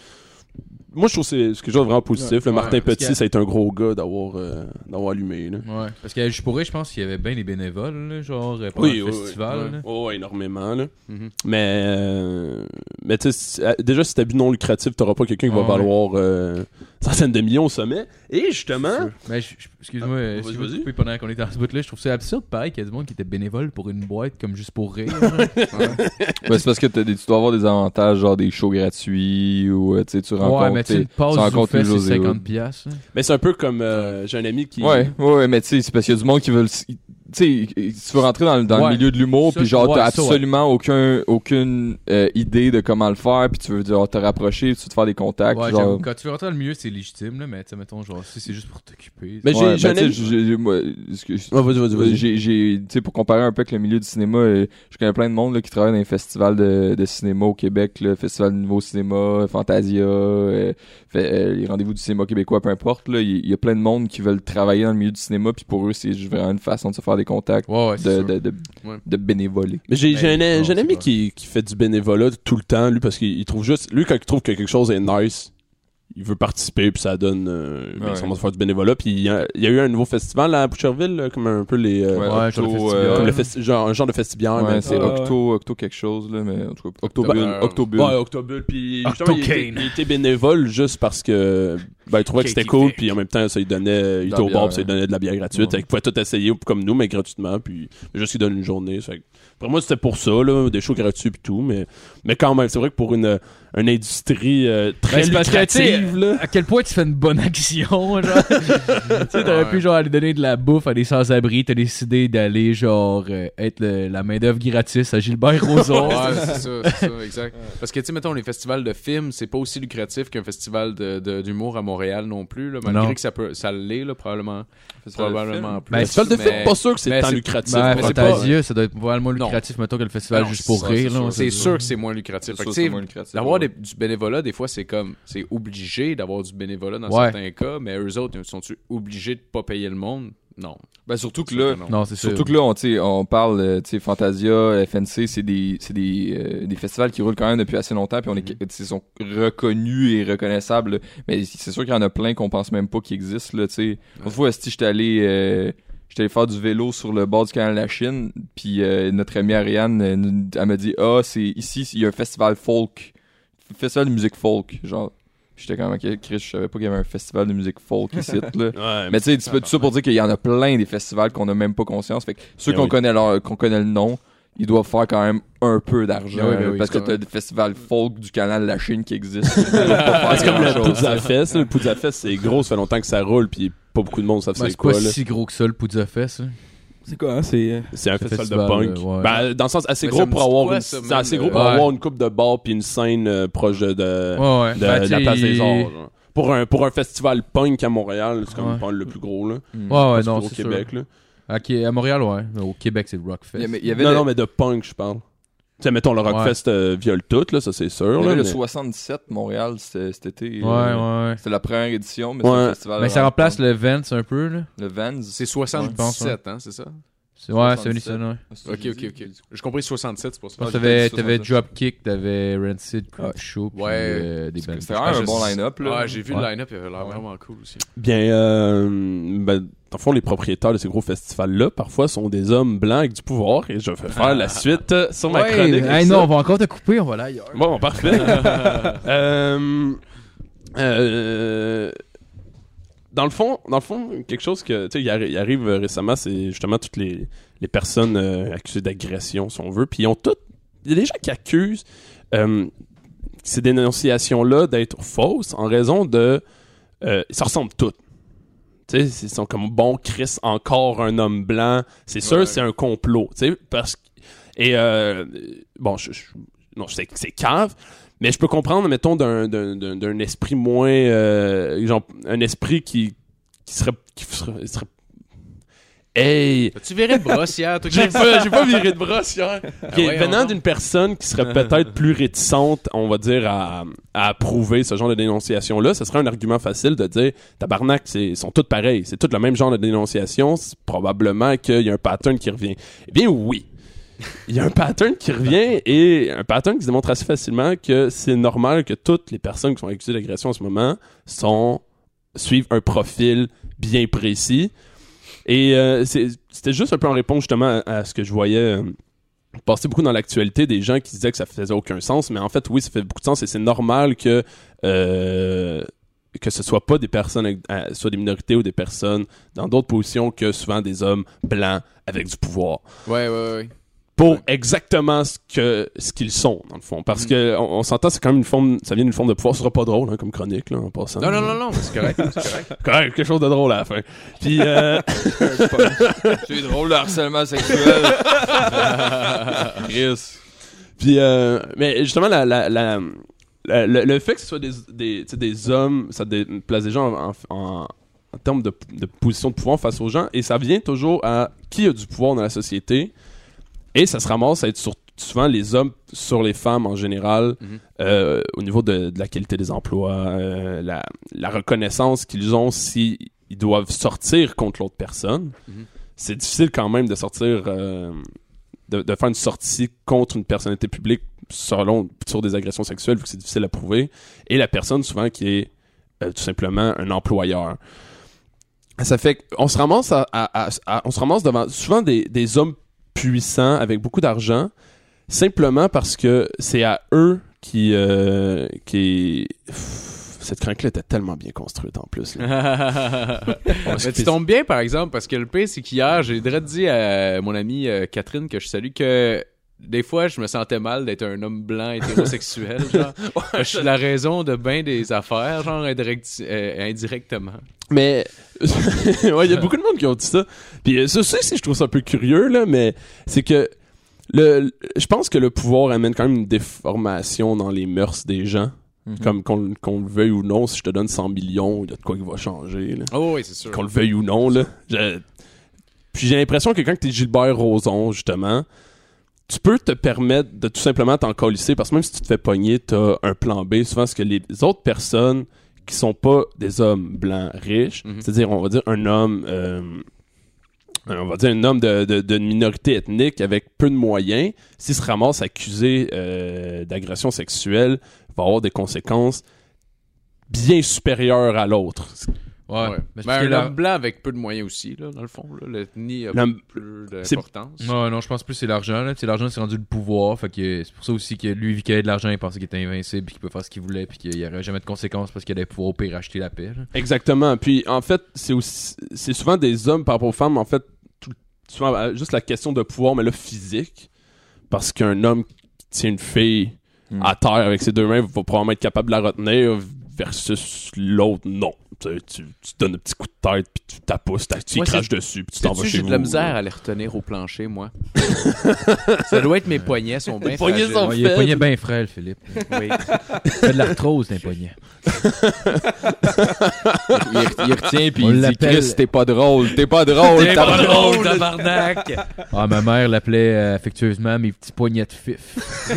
Speaker 3: moi, je trouve que c'est c'est quelque chose de vraiment positif. Le
Speaker 4: Ouais,
Speaker 3: Martin
Speaker 5: parce
Speaker 3: Petit,
Speaker 5: que-
Speaker 3: ça a été un gros gars d'avoir euh, d'avoir allumé, là.
Speaker 5: Ouais, parce que je pourrais, je pense qu'il y avait bien des bénévoles, là, genre, euh, pendant
Speaker 3: Oui,
Speaker 5: le
Speaker 3: oui,
Speaker 5: festival.
Speaker 4: oui.
Speaker 5: là. Mm-hmm.
Speaker 3: Oh, énormément, là.
Speaker 4: Mhm.
Speaker 3: Mais, euh, mais tu sais, si- euh, déjà, si t'as but non lucratif, t'auras pas quelqu'un qui va
Speaker 5: Ouais.
Speaker 3: valoir euh, centaines de millions au sommet. Et justement,
Speaker 5: Mais Ben, je- je- excuse-moi, euh,
Speaker 3: vas-y,
Speaker 5: si vous
Speaker 3: vas-y.
Speaker 5: coupez pendant qu'on est dans ce bout-là, je trouve ça absurde, pareil, qu'il y a du monde qui était bénévole pour une boîte comme juste pour rire. genre.
Speaker 6: Ben, c'est parce que t'as des- tu dois avoir des avantages, genre des shows gratuits ou euh, tu sais, tu rencontres.
Speaker 5: ouais, mais tu sais,
Speaker 6: t'sais,
Speaker 5: une passe
Speaker 6: tu
Speaker 5: du
Speaker 6: rencontres
Speaker 5: fait,
Speaker 6: les
Speaker 5: c'est
Speaker 6: José,
Speaker 5: 50 piastres. là.
Speaker 3: mais c'est un peu comme euh, j'ai un ami qui.
Speaker 6: Ouais, ouais, ouais, mais tu sais, c'est parce qu'il y a du monde qui veut le. Tu sais, tu veux rentrer dans, le- dans
Speaker 5: Ouais.
Speaker 6: le milieu de l'humour,
Speaker 5: Ça,
Speaker 6: puis genre,
Speaker 5: ouais,
Speaker 6: t'as
Speaker 5: ça, ouais.
Speaker 6: absolument aucun, aucune euh, idée de comment le faire, puis tu veux genre, te rapprocher, puis tu veux te faire des contacts.
Speaker 5: Ouais, j'avoue,
Speaker 6: genre...
Speaker 5: quand tu veux rentrer dans le milieu, c'est légitime, là, mais tu sais, mettons, genre, si c'est juste pour t'occuper.
Speaker 3: Mais
Speaker 6: Ouais,
Speaker 3: j'ai-
Speaker 6: ben,
Speaker 3: j'ai un
Speaker 6: tu sais,
Speaker 3: ami-
Speaker 6: j'ai- j'ai- moi, excuse-
Speaker 3: Ouais, vas-y, vas-y, vas-y.
Speaker 6: J'ai, j'ai- tu sais, pour comparer un peu avec le milieu du cinéma, euh, je connais plein de monde là, qui travaille dans les festivals de, de cinéma au Québec, le Festival du Nouveau Cinéma, Fantasia, euh, fait- euh, les rendez-vous du cinéma québécois, peu importe. là, Il il y, a plein de monde qui veulent travailler dans le milieu du cinéma, puis pour eux, c'est juste vraiment une façon de se faire des contacts,
Speaker 5: Ouais, ouais, c'est
Speaker 6: de,
Speaker 5: sûr.
Speaker 6: de, de,
Speaker 4: Ouais.
Speaker 6: de bénévoler.
Speaker 3: Mais j'ai
Speaker 5: Ben,
Speaker 3: j'ai un,
Speaker 5: non,
Speaker 3: j'ai un
Speaker 5: c'est
Speaker 3: ami
Speaker 5: pas-
Speaker 3: qui, qui fait du bénévolat tout le temps, lui, parce qu'il il trouve juste. Lui, quand il trouve que quelque chose est nice, il veut participer, puis ça donne. Euh, ben,
Speaker 6: Ouais.
Speaker 3: ils sont en train de faire du bénévolat. Puis il y, a, il y a eu un nouveau festival là, à Boucherville, là, comme un peu les. euh,
Speaker 5: Ouais,
Speaker 6: Octo,
Speaker 5: genre le festival.
Speaker 6: euh,
Speaker 5: ouais.
Speaker 3: comme le festi- genre, un genre de festival.
Speaker 6: ouais,
Speaker 3: mais
Speaker 6: c'est
Speaker 7: Ouais.
Speaker 6: Octo, Octo quelque chose, là, mais en tout cas, Octobune,
Speaker 4: Ben,
Speaker 6: Octobune.
Speaker 3: euh, Ouais, Octobule, puis
Speaker 5: Ah,
Speaker 3: justement, il était, il était bénévole juste parce que ben, il trouvait que c'était cool, puis en même temps, ça lui donnait, il
Speaker 6: De
Speaker 3: était
Speaker 6: la
Speaker 3: au bar,
Speaker 6: bière,
Speaker 3: puis ça lui donnait de la bière gratuite,
Speaker 6: Ouais.
Speaker 3: il pouvait tout essayer comme nous, mais gratuitement, puis juste il donne une journée. ça fait que- pour moi, c'était pour ça, là, des shows gratuits puis tout, mais, mais quand même, c'est vrai que pour une, une industrie euh, très
Speaker 5: Ben, c'est parce que,
Speaker 3: lucrative, là,
Speaker 5: À quel point tu fais une bonne action, genre. tu sais, t'aurais
Speaker 4: Ouais.
Speaker 5: pu, genre, aller donner de la bouffe à des sans-abri, t'as décidé d'aller, genre, euh, être le- la main-d'œuvre gratis à Gilbert Rozon.
Speaker 4: Ouais, c'est ça, c'est ça, exact. Parce que, tu sais, mettons, les festivals de films, c'est pas aussi lucratif qu'un festival de- de- d'humour à Montréal non plus, là, malgré
Speaker 5: Non.
Speaker 4: que ça peut ça l'est là, probablement,
Speaker 6: Festival de
Speaker 4: probablement plus.
Speaker 5: Ben,
Speaker 3: Le festival de
Speaker 4: mais-
Speaker 3: film, pas sûr que c'est
Speaker 4: mais
Speaker 3: tant
Speaker 4: c'est-
Speaker 3: lucratif.
Speaker 5: Ben,
Speaker 4: mais c'est
Speaker 5: Fantasia, ça doit être probablement
Speaker 4: Non.
Speaker 5: lucratif, mettons, que le festival
Speaker 4: Non,
Speaker 5: juste pour
Speaker 6: ça,
Speaker 5: rire.
Speaker 6: c'est
Speaker 5: là,
Speaker 6: sûr,
Speaker 5: on
Speaker 4: C'est
Speaker 5: sait-
Speaker 4: sûr que c'est moins lucratif.
Speaker 6: film.
Speaker 4: Fait que,
Speaker 6: Ça,
Speaker 4: tu
Speaker 6: c'est
Speaker 4: sais,
Speaker 6: moins lucratif.
Speaker 4: D'avoir
Speaker 6: Ouais.
Speaker 4: des- du bénévolat, des fois, c'est comme. C'est obligé d'avoir du bénévolat dans
Speaker 5: Ouais.
Speaker 4: certains cas, mais eux autres, sont-ils obligés de pas payer le monde Non.
Speaker 6: Ben, surtout que là,
Speaker 4: Non.
Speaker 5: Non, c'est sûr.
Speaker 6: Surtout que là, on, tu sais, on parle, euh, tu sais, Fantasia, FNC, c'est des, c'est des, euh, des festivals qui roulent quand même depuis assez longtemps, puis on
Speaker 5: Mhm.
Speaker 6: est, tu sais, sont reconnus et reconnaissables. là. Mais c'est sûr qu'il y en a plein qu'on pense même pas qu'ils existent. Là, tu sais. Une fois, si j'étais allé, euh, j'étais allé faire du vélo sur le bord du canal de la Chine, puis euh, notre amie Ariane, euh, nous- elle me dit, ah, c'est ici, il y a un festival folk, festival de musique folk, genre. J'étais quand même, ok, Chris, je savais pas qu'il y avait un festival de musique folk ici, là.
Speaker 3: Ouais, mais
Speaker 6: Mais tu sais, tu peux tout ça pour dire qu'il y en a plein des festivals qu'on n'a même pas conscience. Fait que ceux
Speaker 3: Ben
Speaker 6: qu'on
Speaker 3: oui.
Speaker 6: connaît leur- qu'on connaît le nom, ils doivent faire quand même un peu d'argent.
Speaker 5: Ben oui, ben oui,
Speaker 6: parce que
Speaker 5: quand
Speaker 6: t'as des festivals folk du canal de la Chine qui existent. Ils peuvent pas
Speaker 3: c'est
Speaker 6: faire
Speaker 3: comme le
Speaker 6: grand-chose.
Speaker 3: Poudza Fest. là. Le Poudza Fest, c'est gros, ça fait longtemps que ça roule, puis pas beaucoup de monde savent
Speaker 5: Ouais,
Speaker 3: c'est
Speaker 5: Ben, c'est
Speaker 3: quoi.
Speaker 5: pas
Speaker 3: là.
Speaker 5: si gros que ça, le Poudza Fest. hein.
Speaker 7: C'est quoi, hein? C'est. euh,
Speaker 3: C'est un
Speaker 5: C'est
Speaker 3: festival de
Speaker 5: festival,
Speaker 3: punk.
Speaker 5: euh, ouais.
Speaker 3: Ben, dans le sens assez
Speaker 4: Mais
Speaker 3: gros
Speaker 4: ça me
Speaker 3: pour
Speaker 4: dit
Speaker 3: avoir
Speaker 4: quoi,
Speaker 3: une,
Speaker 4: ça,
Speaker 3: c'est
Speaker 4: man?
Speaker 3: assez gros pour
Speaker 5: Ouais.
Speaker 3: avoir une coupe de bar puis une scène euh, proche de de,
Speaker 5: Ouais, ouais.
Speaker 3: de-
Speaker 5: Ben,
Speaker 3: de
Speaker 5: tu
Speaker 3: la
Speaker 5: sais,
Speaker 3: place des
Speaker 5: il-
Speaker 3: arts. genre. Pour un pour un festival punk à Montréal, c'est comme
Speaker 5: Ouais. Ah
Speaker 3: pas le plus gros là.
Speaker 5: Ouais, ouais,
Speaker 3: Parce que
Speaker 5: non,
Speaker 3: au
Speaker 5: c'est
Speaker 3: Québec là.
Speaker 5: sûr. À, Qué- à Montréal, ouais. Mais au Québec, c'est le Rockfest.
Speaker 6: Il y avait- il y avait
Speaker 3: non
Speaker 6: le,
Speaker 3: non mais de punk je parle. Tu sais mettons le Rockfest euh, viole tout là, ça c'est
Speaker 6: il
Speaker 3: sûr
Speaker 6: y
Speaker 3: là.
Speaker 6: avait le
Speaker 3: mais-
Speaker 6: 67 Montréal c'était- cet été.
Speaker 5: Ouais,
Speaker 6: euh,
Speaker 5: ouais, ouais.
Speaker 6: C'était la première édition, mais
Speaker 3: Ouais.
Speaker 6: c'est un festival.
Speaker 5: Mais ça
Speaker 6: rock.
Speaker 5: remplace le Vents un peu, là.
Speaker 6: le Vans.
Speaker 4: C'est 77,
Speaker 5: Je pense, ouais.
Speaker 4: hein, c'est ça
Speaker 5: C'est- Ouais,
Speaker 6: 77.
Speaker 5: c'est venu ça, ouais.
Speaker 6: Ah,
Speaker 4: Ok, ok, ok. J'ai compris 67, c'est pour ça. Ah,
Speaker 5: Je pense
Speaker 6: Ouais,
Speaker 5: que t'avais-
Speaker 6: j'étais
Speaker 5: t'avais
Speaker 6: sur-
Speaker 5: Dropkick, t'avais Rancid, Creep Show, puis
Speaker 4: Ouais.
Speaker 5: euh, des bands.
Speaker 6: C'était vraiment
Speaker 4: Ah,
Speaker 6: un
Speaker 4: je-
Speaker 6: bon line-up. là.
Speaker 4: Ouais, j'ai vu le
Speaker 5: Ouais.
Speaker 4: line-up, il avait l'air
Speaker 6: Ouais.
Speaker 4: vraiment cool aussi.
Speaker 3: Bien, euh, ben, dans le fond, les propriétaires de ces gros festivals-là, parfois, sont des hommes blancs avec du pouvoir, et je vais faire la suite euh, sur ma chronique.
Speaker 5: Ouais, hey,
Speaker 3: Ça-
Speaker 5: non, on va encore te couper, on va là ailleurs.
Speaker 3: Bon, parfait. Euh, euh, dans le fond, dans le fond, quelque chose que tu sais, il arri- il arrive euh, récemment, c'est justement toutes les, les personnes euh, accusées d'agression, si on veut, puis ils ont toutes. Il y a des gens qui accusent euh, ces dénonciations-là d'être fausses en raison de. euh, ça ressemble toutes. Tu sais, ils sont comme bon Chris, encore un homme blanc. C'est sûr,
Speaker 6: Ouais.
Speaker 3: c'est un complot. Tu sais, parce que- et euh, bon, je, je- non, je sais que c'est cave, mais je peux comprendre, mettons, d'un, d'un, d'un- d'un esprit moins, euh, genre, un esprit qui, qui serait, qui serait, serait- Hey,
Speaker 4: Tu verrais de brosse hier, toi,
Speaker 3: j'ai pas, j'ai pas viré de brosse hier. Ah Puis,
Speaker 4: ouais,
Speaker 3: venant
Speaker 4: non.
Speaker 3: d'une personne qui serait peut-être plus réticente, on va dire, à, à approuver ce genre de dénonciation-là, ce serait un argument facile de dire tabarnak, c'est- ils sont tous pareils, c'est tout le même genre de dénonciation, c'est probablement qu'il y a un pattern qui revient. Eh bien, oui. Il y a un pattern qui revient et un pattern qui se démontre assez facilement que c'est normal que toutes les personnes qui sont accusées d'agression en ce moment sont suivent un profil bien précis. Et euh, c'est- c'était juste un peu en réponse justement à, à ce que je voyais euh, passer beaucoup dans l'actualité des gens qui disaient que ça faisait aucun sens, mais en fait oui, ça fait beaucoup de sens et c'est normal que euh, que ce soit pas des personnes, avec- euh, soit des minorités ou des personnes dans d'autres positions que souvent des hommes blancs avec du pouvoir
Speaker 4: Ouais, ouais, ouais. Mm.
Speaker 3: pour exactement ce que ce qu'ils sont dans le fond parce que on, on s'entend c'est quand même une forme ça vient d'une forme de pouvoir ce sera pas drôle hein, comme chronique là en passant
Speaker 4: Non, non, non, non, c'est correct. c'est correct.
Speaker 3: Correct, quelque chose de drôle à la fin puis euh,
Speaker 6: C'est drôle le harcèlement sexuel. Chris.
Speaker 3: Puis, euh, mais justement, la, la, la- la- le, le fait que ce soit des, des, tu sais, des hommes, ça dé- place des gens en, en, en termes de, de position de pouvoir face aux gens, et ça vient toujours à qui a du pouvoir dans la société, et ça se ramasse à être sur- souvent les hommes sur les femmes en général,
Speaker 4: Mhm.
Speaker 3: euh, au niveau de, de la qualité des emplois, euh, la, la reconnaissance qu'ils ont s'ils doivent sortir contre l'autre personne.
Speaker 4: Mhm.
Speaker 3: C'est difficile quand même de sortir... euh, de, de faire une sortie contre une personnalité publique selon, sur des agressions sexuelles, vu que c'est difficile à prouver, et la personne souvent qui est euh, tout simplement un employeur. Ça fait qu'on se ramasse, à, à- à- à- on se ramasse devant souvent des, des hommes puissants avec beaucoup d'argent, simplement parce que c'est à eux qui... euh, qui Pff, cette crank-là était tellement bien construite en plus. là. On va se
Speaker 4: Mais tu
Speaker 3: pis-
Speaker 4: tombes bien, par exemple, parce que le pire, c'est qu'hier, j'ai direct dit à mon amie euh, Catherine, que je salue, que des fois, je me sentais mal d'être un homme blanc hétérosexuel. genre. je suis la raison de bien des affaires, genre indirect- euh, indirectement.
Speaker 3: Mais ouais, il y a beaucoup de monde qui ont dit ça. Puis euh, ça aussi, c'est- je trouve ça un peu curieux là, mais c'est que le, le- je pense que le pouvoir amène quand même une déformation dans les mœurs des gens.
Speaker 6: Mhm.
Speaker 3: Comme qu'on qu'on le veuille ou non, si je te donne 100 millions, il y a de quoi qui va changer. là.
Speaker 4: Oh oui, c'est sûr.
Speaker 3: Qu'on le veuille ou non, là. Je- Puis j'ai l'impression que quand t'es Gilbert Rozon, justement, tu peux te permettre de tout simplement t'en colisser parce que même si tu te fais pogner, t'as un plan B. Souvent, ce que les autres personnes qui sont pas des hommes blancs riches,
Speaker 4: Mhm.
Speaker 3: c'est-à-dire, on va dire, un homme... euh, on va dire un homme de- de- d'une minorité ethnique avec peu de moyens, s'il se ramasse accusé euh, d'agression sexuelle, va avoir des conséquences bien supérieures à l'autre.
Speaker 5: Ouais.
Speaker 4: Ouais.
Speaker 5: Mais
Speaker 4: Mais
Speaker 5: c'est parce que
Speaker 4: un
Speaker 5: la-
Speaker 4: homme blanc avec peu de moyens aussi, là, dans le fond. là. L'ethnie a
Speaker 3: L'homme-
Speaker 4: plus
Speaker 3: c'est-
Speaker 4: d'importance.
Speaker 5: Non, non, je pense plus que c'est l'argent. Là. Puis c'est l'argent, c'est rendu le pouvoir. Fait que c'est pour ça aussi que lui, vu qu'il avait de l'argent, il pensait qu'il était invincible, puis qu'il peut faire ce qu'il voulait, puis qu'il n'y aurait jamais de conséquences parce qu'il allait pouvoir au pire acheter la paix. là.
Speaker 3: Exactement. Puis en fait, c'est aussi c'est souvent des hommes par rapport aux femmes, en fait, tout- souvent euh, juste la question de pouvoir, mais là physique, parce qu'un homme qui tient une fille
Speaker 6: Mm.
Speaker 5: Hmm.
Speaker 3: à terre avec ses deux mains va probablement être capable de la retenir versus l'autre non. Tu, tu, tu te donnes un petit coup de tête puis tu t'apousses, tu y
Speaker 4: Moi,
Speaker 3: craches dessus puis tu t'en vas
Speaker 4: Sais-tu,
Speaker 3: chez
Speaker 4: j'ai
Speaker 3: vous. euh?
Speaker 4: de la misère à les retenir au plancher, moi. ça doit être mes poignets sont bien
Speaker 3: poignets
Speaker 4: fragiles.
Speaker 3: sont- En
Speaker 5: Ouais, il est
Speaker 3: fait-
Speaker 5: poignet bien frêle, Philippe.
Speaker 4: Oui.
Speaker 5: C'est de l'arthrose, d'un poignet.
Speaker 6: Il, il retient puis
Speaker 5: On
Speaker 6: il dit
Speaker 5: l'appelle-
Speaker 6: Chris, t'es pas drôle, t'es pas drôle, t'es pas drôle.
Speaker 4: Euh, tabarnak!
Speaker 5: Ah, ma mère l'appelait euh, affectueusement mes petits poignets de fif.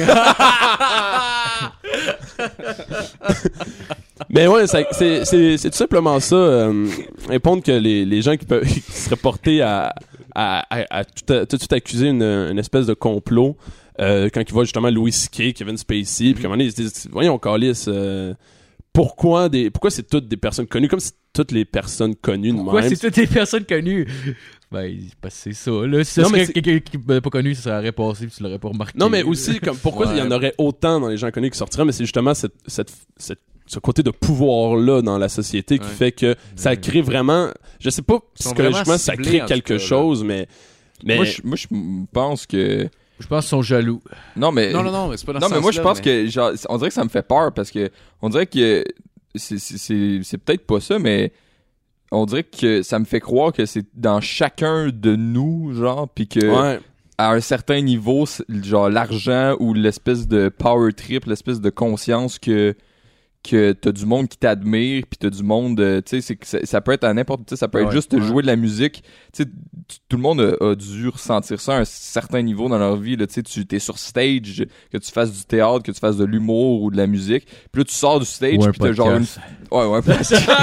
Speaker 3: Mais Ben ouais, ça- c'est c'est- c'est tout simplement ça. euh, répondre que les, les gens qui, peuvent, qui seraient portés à, à, à- à tout, à- tout de suite accuser une, une espèce de complot, euh, quand ils voient justement Louis C.K., Kevin Spacey, puis qu'à un moment donné, ils se disent Voyons, Calis, euh, pourquoi, des, pourquoi c'est toutes des personnes connues Comme si toutes les personnes connues de
Speaker 5: Quoi,
Speaker 3: même.
Speaker 5: c'est toutes des personnes connues. Ben, c'est parce que c'est ça, là. Si ça
Speaker 3: Non, mais
Speaker 5: serait
Speaker 3: c'est-
Speaker 5: quelqu'un qui ne pas connu, ça serait passé, puis tu l'aurais pas remarqué.
Speaker 3: Non, mais
Speaker 4: euh,
Speaker 3: aussi, comme pourquoi il y en
Speaker 5: Ouais.
Speaker 3: aurait autant dans les gens connus qui sortiraient, mais c'est justement cette, cette, cette- ce côté de pouvoir-là dans la société qui
Speaker 4: Ouais. Mm.
Speaker 3: fait que ça crée vraiment. Je sais pas
Speaker 4: Ils sont vraiment
Speaker 3: psychologiquement ça
Speaker 4: ciblés,
Speaker 3: crée
Speaker 4: en
Speaker 3: quelque
Speaker 4: tout cas, là.
Speaker 3: chose, mais. mais
Speaker 6: Moi, je- moi, je pense que.
Speaker 5: Je pense qu'ils sont jaloux.
Speaker 6: Non, mais.
Speaker 4: Non, non, non, mais c'est pas dans
Speaker 6: Non,
Speaker 4: ce
Speaker 6: mais moi, je
Speaker 4: sens-là,
Speaker 6: pense
Speaker 4: mais-
Speaker 6: que, genre, on dirait que ça me fait peur parce que, on dirait que c'est- c'est c'est- c'est peut-être pas ça, mais on dirait que ça me fait croire que c'est dans chacun de nous, genre, puis que,
Speaker 3: ouais.
Speaker 6: à un certain niveau, c'est- genre, l'argent ou l'espèce de power trip, l'espèce de conscience que, que t'as du monde qui t'admire, puis t'as du monde, euh, tu sais, c'est que ça, ça peut être à n'importe, tu sais, ça peut être
Speaker 5: Ouais,
Speaker 6: juste
Speaker 5: ouais.
Speaker 6: jouer de la musique, tu sais, tu- tout le monde a, a dû ressentir ça à un certain niveau dans leur vie, là, tu sais, tu t'es sur stage, que tu fasses du théâtre, que tu fasses de l'humour ou de la musique, puis là, tu sors du stage,
Speaker 5: Ou un
Speaker 6: puis t'as genre une...
Speaker 5: podcast.
Speaker 6: Ouais, ouais,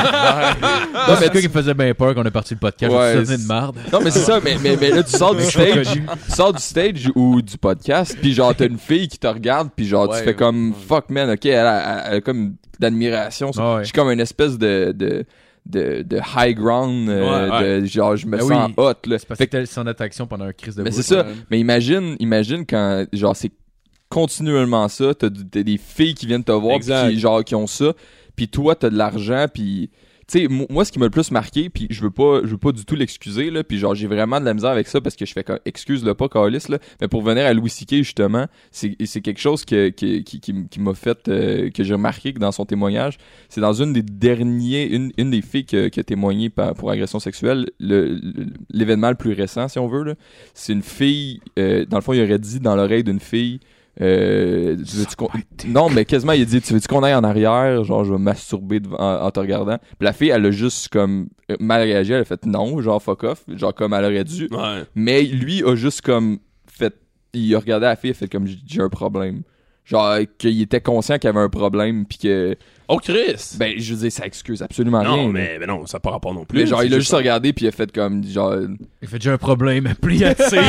Speaker 5: Non, mais c'est quoi qui me faisait bien peur qu'on a parti le podcast?
Speaker 6: Ouais,
Speaker 5: je me souvenais
Speaker 6: c'est-
Speaker 5: de marde.
Speaker 6: Non, mais c'est ça, mais, mais, mais là, tu sors du stage,
Speaker 5: connu.
Speaker 6: tu sors du stage ou du podcast, puis genre, t'as une fille qui te regarde, puis genre,
Speaker 4: Ouais,
Speaker 6: tu fais comme,
Speaker 4: ouais.
Speaker 6: fuck man, ok, elle a, elle a comme d'admiration.
Speaker 5: Ah ouais.
Speaker 6: Je suis comme une espèce de, de, de, de high ground, euh,
Speaker 3: Ouais,
Speaker 6: de, genre, je me
Speaker 5: Ben
Speaker 6: sens
Speaker 5: oui.
Speaker 6: hot, là.
Speaker 5: C'est parce que
Speaker 6: Fait que-
Speaker 5: t'es sans attraction pendant un crise de
Speaker 6: mais
Speaker 5: voix.
Speaker 6: c'est ça, mais imagine, imagine quand, genre, c'est continuellement ça, t'as du- t'as des filles qui viennent te voir, puis
Speaker 3: Exact.
Speaker 6: qui, genre, qui ont ça, puis toi, t'as de l'argent, puis tu sais mo- moi ce qui m'a le plus marqué puis je veux pas je veux pas du tout l'excuser là puis genre j'ai vraiment de la misère avec ça parce que je fais comme excuse le pas Carlis là mais pour venir à Louis C.K. justement c'est c'est quelque chose que, que- qui, qui, m- qui m'a fait euh, que j'ai remarqué que dans son témoignage c'est dans une des derniers une, une des filles que- qui a témoigné par- pour agression sexuelle le- le- l'événement le, plus récent si on veut là c'est une fille euh, dans le fond il aurait dit dans l'oreille d'une fille euh, tu veux-tu qu'on- non mais quasiment il a dit tu veux-tu qu'on aille en arrière genre je vais me masturber devant- en, en te regardant puis la fille elle a juste comme euh, mal réagi elle a fait non genre fuck off genre comme elle aurait dû
Speaker 3: Ouais.
Speaker 6: mais lui a juste comme fait. Il a regardé la fille et fait comme j'ai un problème. Genre euh, qu'il était conscient qu'il y avait un problème puis que.
Speaker 3: Oh, Chris!
Speaker 6: Ben je veux dire, ça excuse absolument rien.
Speaker 3: non,
Speaker 6: là.
Speaker 3: mais, mais non, ça n'a pas rapport non plus.
Speaker 6: Mais genre
Speaker 3: C'est
Speaker 6: il a juste regardé puis il a fait comme genre.
Speaker 5: Il fait déjà un problème, plie à tir.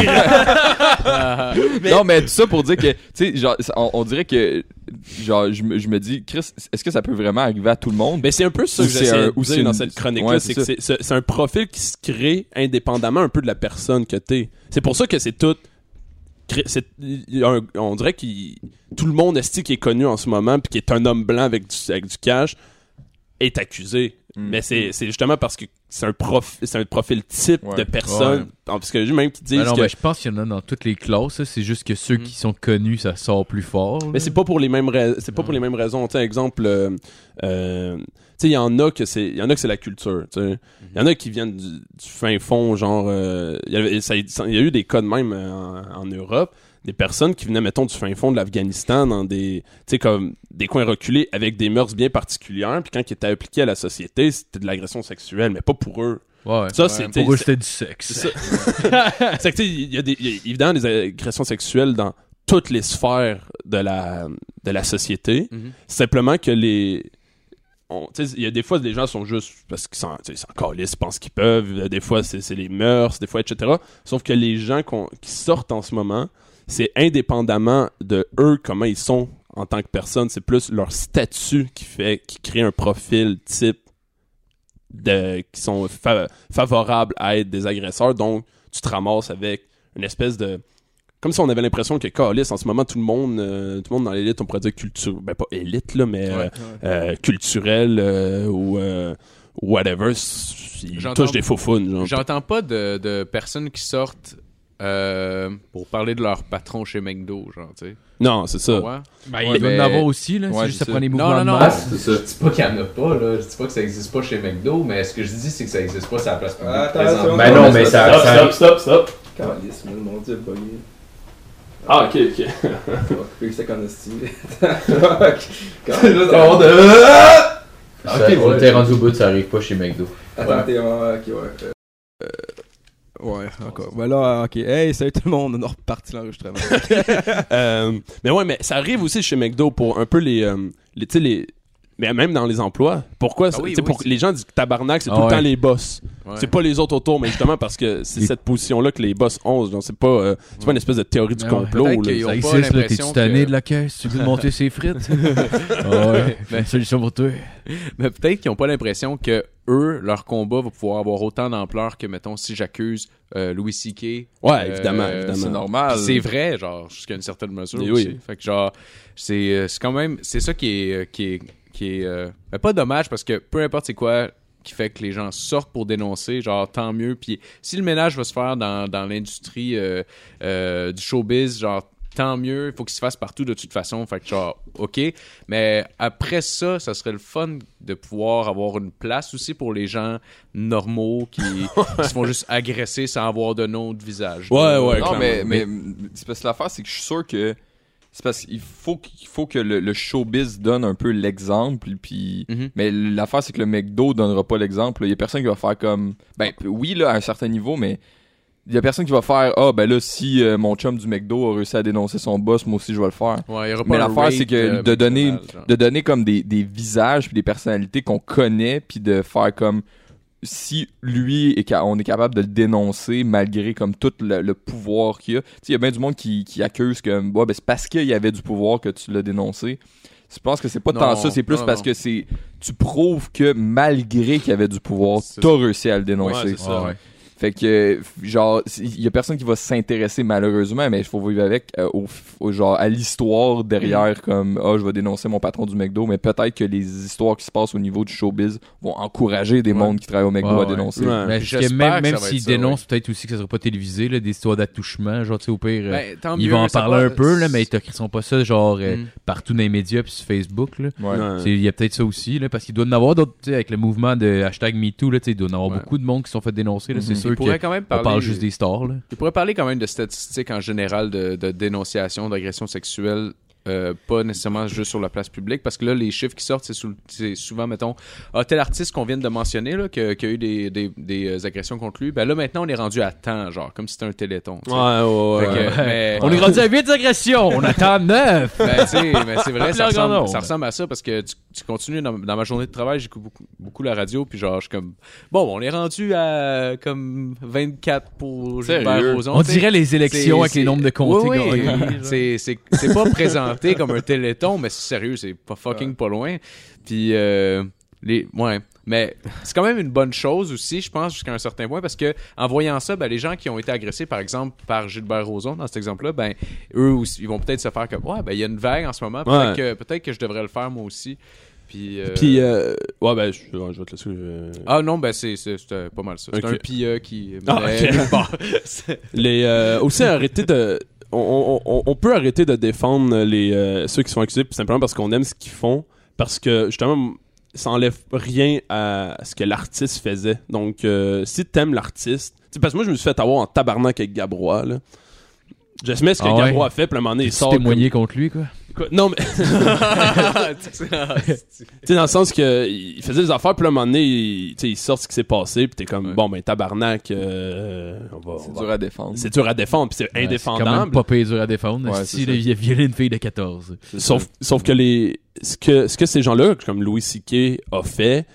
Speaker 6: Non mais tout ça pour dire que tu sais genre ça- on, on dirait que genre je me je me dis Chris est-ce que ça peut vraiment arriver à tout le monde?
Speaker 3: Ben, c'est un peu ça
Speaker 6: Ou
Speaker 3: que
Speaker 6: c'est
Speaker 3: j'essayais
Speaker 6: un-
Speaker 3: de
Speaker 6: ou
Speaker 3: dire
Speaker 6: c'est
Speaker 3: dans
Speaker 6: une-
Speaker 3: cette chronique-là,
Speaker 6: Ouais, c'est
Speaker 3: c'est que
Speaker 6: ça.
Speaker 3: c'est- c'est c'est un profil qui se crée indépendamment un peu de la personne que t'es. C'est pour ça que c'est tout. cré- c'est- il y a un- on dirait que tout le monde esti qui est connu en ce moment puis qui est un homme blanc avec du, avec du cash est accusé.
Speaker 6: Mm.
Speaker 3: Mais c'est c'est justement parce que c'est un, prof, c'est un profil type
Speaker 6: Ouais. Ben
Speaker 3: de personne. En psychologie, même qui disent
Speaker 5: non,
Speaker 3: que.
Speaker 5: mais je pense qu'il y en a dans toutes les classes. là. C'est juste que
Speaker 4: Mm.
Speaker 5: ceux qui sont connus, ça sort plus fort. là.
Speaker 3: Mais c'est pas pour les mêmes raisons. C'est pas pour les mêmes raisons. Tu sais, exemple, euh, euh, tu sais, il y en a que c'est, il y en a que c'est la culture. Tu sais, il y en a qui viennent du, du fin fond, genre, euh, il y avait- ça- ça- il y a eu des cas de même euh, en, en Europe des personnes qui venaient, mettons, du fin fond de l'Afghanistan, dans des, tu sais, comme des coins reculés avec des mœurs bien particulières. Puis quand ils étaient appliqués à la société, c'était de l'agression sexuelle, mais pas pour eux.
Speaker 5: Ouais, ouais.
Speaker 3: Ça, c'était.
Speaker 5: Pour eux, c'était du sexe.
Speaker 3: C'est ça. C'est que, tu sais, il y a, des, il y a évidemment des agressions sexuelles dans toutes les sphères de la, de la société.
Speaker 4: Mhm.
Speaker 3: Simplement que les. on- tu sais, il y a des fois, les gens sont juste. Parce qu'ils sont, tu sais, ils sont câlisses, ils pensent qu'ils peuvent. Des fois, c'est c'est les mœurs, des fois, etc. Sauf que les gens qu'on- qui sortent en ce moment, c'est indépendamment de eux, comment ils sont en tant que personne. C'est plus leur statut qui fait. qui crée un profil type. De, qui sont fa- favorables à être des agresseurs. Donc, tu te ramasses avec une espèce de comme si on avait l'impression que Calis en ce moment tout le monde euh, tout le monde dans l'élite on pourrait dire culture ben pas élite là mais euh, euh, culturel euh, ou euh, whatever s- il
Speaker 4: J'entends-
Speaker 3: touche des faux genre.
Speaker 4: J'entends pas de, de personnes qui sortent euh, pour parler de leur patron chez McDo, genre, tu sais.
Speaker 3: non c'est ça
Speaker 4: Ouais.
Speaker 5: Ben, il
Speaker 4: Ouais,
Speaker 5: doit
Speaker 4: mais-
Speaker 5: en avoir aussi, là.
Speaker 6: Ouais,
Speaker 5: c'est juste
Speaker 6: c'est
Speaker 5: ça prend les
Speaker 4: Non,
Speaker 5: mouvements
Speaker 4: non, non. Ah,
Speaker 5: de masse.
Speaker 4: c'est ça. Je dis pas qu'il y en a pas, là. Je dis pas que ça existe pas chez McDo, mais ce que je dis, c'est que ça existe pas sur la place publique.
Speaker 7: Attention.
Speaker 8: Ben non, mais ça.
Speaker 3: stop
Speaker 8: ça-
Speaker 3: stop stop stop
Speaker 7: Calice, man, mon dieu, buggy.
Speaker 3: ah ok ok
Speaker 7: Fuck, que c'est qu'on Fuck.
Speaker 8: ça-
Speaker 4: Ok,
Speaker 8: on
Speaker 4: ouais.
Speaker 8: était rendu au bout, ça arrive pas chez McDo.
Speaker 7: Attends, t'es vraiment. Ok, ouais. Euh, euh, ouais, encore. Voilà, ok. Hey, salut tout le monde, on a reparti l'enregistrement.
Speaker 3: Euh, mais ouais mais ça arrive aussi chez McDo pour un peu les, euh, les tu sais les mais même dans les emplois pourquoi ça-
Speaker 4: Ah oui,
Speaker 3: tu sais,
Speaker 4: oui,
Speaker 3: pour
Speaker 4: c'est-
Speaker 3: les gens disent que tabarnak c'est
Speaker 5: Ah
Speaker 3: tout le
Speaker 5: ouais.
Speaker 3: temps les boss
Speaker 4: Ouais.
Speaker 3: c'est pas les autres autour mais justement parce que c'est
Speaker 5: Il-
Speaker 3: cette position là que les boss ont donc c'est pas euh, c'est pas une espèce de théorie du
Speaker 5: Ouais,
Speaker 3: complot
Speaker 4: peut-être
Speaker 3: là.
Speaker 4: qu'ils ont- pas
Speaker 5: Ça existe, là.
Speaker 4: l'impression
Speaker 5: T'es-tu tanné
Speaker 4: que-
Speaker 5: de la caisse? Tu veux monter ses frites? Ah ouais. Ben, solution pour toi.
Speaker 4: Mais peut-être qu'ils ont pas l'impression que eux, leur combat va pouvoir avoir autant d'ampleur que, mettons, si j'accuse euh, Louis C.K.
Speaker 3: Ouais, évidemment,
Speaker 4: Euh,
Speaker 3: évidemment.
Speaker 6: C'est normal.
Speaker 4: Puis c'est vrai, genre, jusqu'à une certaine mesure.
Speaker 3: Et
Speaker 4: aussi.
Speaker 3: oui.
Speaker 4: Fait que, genre, c'est euh, c'est quand même. C'est ça qui est. euh, Qui est, qui est euh, ben, pas dommage parce que peu importe c'est quoi qui fait que les gens sortent pour dénoncer, genre, tant mieux. Puis si le ménage va se faire dans, dans l'industrie euh, euh, du showbiz, genre, tant mieux. Il faut qu'il se fasse partout de toute façon. Fait que, genre, OK. Mais après ça, ça serait le fun de pouvoir avoir une place aussi pour les gens normaux qui, qui se font juste agresser sans avoir de nom ou de visage.
Speaker 3: Ouais, ouais,
Speaker 6: Non,
Speaker 3: clairement.
Speaker 6: mais, mais, mais c'est parce que l'affaire, c'est que je suis sûr que. C'est parce qu'il faut, qu'il faut que le, le showbiz donne un peu l'exemple. Puis,
Speaker 4: Mhm.
Speaker 6: Mais l'affaire, c'est que le McDo donnera pas l'exemple. là. Il y a personne qui va faire comme. Ben oui, là, à un certain niveau, mais. Il y a personne qui va faire Ah, ben là, si euh, mon chum du McDo a réussi à dénoncer son boss, moi aussi, je vais le faire.
Speaker 4: Ouais, il y aura pas
Speaker 6: Mais
Speaker 4: un
Speaker 6: l'affaire,
Speaker 4: rate,
Speaker 6: c'est que
Speaker 4: euh,
Speaker 6: de donner,
Speaker 4: McDonald's, genre.
Speaker 6: de donner comme des, des visages puis des personnalités qu'on connaît, puis de faire comme si lui est ca- on est capable de le dénoncer malgré comme tout le, le pouvoir qu'il a. Tu sais, il y a bien du monde qui, qui accuse que ouais, ben, c'est parce qu'il y avait du pouvoir que tu l'as dénoncé. Je pense que c'est pas
Speaker 4: Non,
Speaker 6: tant ça, c'est plus
Speaker 4: non,
Speaker 6: parce
Speaker 4: non.
Speaker 6: que c'est tu prouves que malgré qu'il y avait du pouvoir,
Speaker 4: C'est
Speaker 6: t'as réussi à le dénoncer.
Speaker 3: Ouais, c'est ça.
Speaker 5: Ah ouais.
Speaker 6: Fait que, f- genre, si- il y a personne qui va s'intéresser malheureusement, mais il faut vivre avec, euh, au, f- au genre, à l'histoire derrière, comme, ah, je vais dénoncer mon patron du McDo, mais peut-être que les histoires qui se passent au niveau du showbiz vont encourager des
Speaker 4: Ouais.
Speaker 6: mondes qui travaillent au McDo
Speaker 5: Ouais,
Speaker 6: à
Speaker 5: ouais.
Speaker 6: dénoncer.
Speaker 3: Ouais.
Speaker 5: Mais
Speaker 4: Ah, J'espère
Speaker 5: jusqu'à même,
Speaker 4: que ça
Speaker 5: même
Speaker 4: va être
Speaker 5: s'ils
Speaker 4: ça,
Speaker 5: dénoncent, peut-être aussi que ça sera pas télévisé, là, des histoires d'attouchement, genre, tu sais, au pire, euh,
Speaker 4: Ben, tant
Speaker 5: ils
Speaker 4: mieux,
Speaker 5: vont en
Speaker 4: ça
Speaker 5: parler un
Speaker 4: passe-
Speaker 5: peu, là, mais ils t'offriront pas ça, genre, euh,
Speaker 4: Mm.
Speaker 5: partout dans les médias puis sur Facebook, là.
Speaker 6: Ouais.
Speaker 3: Ouais.
Speaker 5: C'est- Il y a peut-être ça aussi, là, parce qu'il doit y en avoir d'autres, tu sais, avec le mouvement de hashtag MeToo, là, tu sais, il doit y en avoir
Speaker 4: Ouais. Mm-hmm.
Speaker 5: beaucoup de monde qui se sont fait dénoncer, là, c'est
Speaker 6: Mhm.
Speaker 4: Il
Speaker 5: sûr
Speaker 4: pourrait
Speaker 5: qu'on
Speaker 4: quand même parler.
Speaker 5: parle juste des stars, là.
Speaker 4: Il pourrait parler quand même de statistiques en général de, de dénonciation, d'agression sexuelle. euh, pas nécessairement juste sur la place publique parce que là les chiffres qui sortent c'est, sous- c'est souvent mettons ah, tel artiste qu'on vient de mentionner là, que- qui a eu des, des- des agressions contre lui ben là maintenant on est rendu à temps genre comme si c'était un téléthon tu sais.
Speaker 3: ouais,
Speaker 4: Fait
Speaker 3: ouais,
Speaker 4: que,
Speaker 3: ouais.
Speaker 4: mais-
Speaker 5: On est rendu à 8 agressions, on attend 9!
Speaker 4: Ben, tu sais, mais c'est vrai, ça
Speaker 5: Pleure en
Speaker 4: ressemble,
Speaker 5: ondes.
Speaker 4: ça ressemble à ça parce que tu, tu continues dans, dans ma journée de travail, j'écoute beaucoup, beaucoup la radio, puis genre, je suis comme, bon, on est rendu à comme 24 pour Gilbert Rozon.
Speaker 6: Sérieux?
Speaker 5: On
Speaker 4: tu sais.
Speaker 5: dirait les élections
Speaker 4: C'est-
Speaker 5: avec les
Speaker 4: c'est-
Speaker 5: nombres de
Speaker 4: Oui, oui.
Speaker 5: comtés. gagnés.
Speaker 4: C'est- C'est c'est pas présenté comme un téléthon, mais c'est sérieux, c'est pas fucking pas loin. Puis, euh, les, ouais. Mais c'est quand même une bonne chose aussi, je pense, jusqu'à un certain point, parce que en voyant ça, ben, les gens qui ont été agressés, par exemple, par Gilbert Rozon, dans cet exemple-là, ben, eux aussi, ils vont peut-être se faire comme, ouais, ben, il y a une vague en ce moment, peut-être que, peut-être que je devrais le faire moi aussi. Puis, euh,
Speaker 3: Puis, euh, ouais, ben, je, ouais, je vais te laisser. euh,
Speaker 4: ah non, ben, c'est c'est- c'était pas mal ça. C'est
Speaker 3: Ok.
Speaker 4: un PIE qui.
Speaker 3: Ah,
Speaker 4: mais-
Speaker 3: ok.
Speaker 4: bon, c'est-
Speaker 3: Les, euh, aussi, arrêter de. On, on- on- on peut arrêter de défendre les, euh, ceux qui sont accusés simplement parce qu'on aime ce qu'ils font. Parce que, justement, ça enlève rien à ce que l'artiste faisait. Donc, euh, si t'aimes l'artiste. tu sais, Parce que moi, je me suis fait avoir en tabarnak avec Gabrois, là. J'assume ce que
Speaker 5: Ah ouais.
Speaker 3: Gabro a fait, puis à un moment donné, il
Speaker 5: Tu
Speaker 3: sort.
Speaker 5: t'es
Speaker 3: comme-
Speaker 5: moigné contre lui, quoi.
Speaker 3: Quoi? Non, mais. tu sais, dans le sens que il faisait des affaires, puis là, à un moment donné, il, tu sais, il sort ce qui s'est passé, puis t'es comme,
Speaker 6: Ouais.
Speaker 3: bon, ben, tabarnak, euh, on va. on
Speaker 6: C'est
Speaker 3: va-
Speaker 6: dur à défendre.
Speaker 3: C'est dur à défendre, puis c'est
Speaker 5: Ouais,
Speaker 3: indéfendable.
Speaker 5: C'est quand même pas pire dur à défendre.
Speaker 6: Ouais,
Speaker 5: si
Speaker 6: c'est ça.
Speaker 5: il a violé une fille de 14.
Speaker 3: Sauf, sauf que les ce que ce que ces gens-là comme Louis C.K. a fait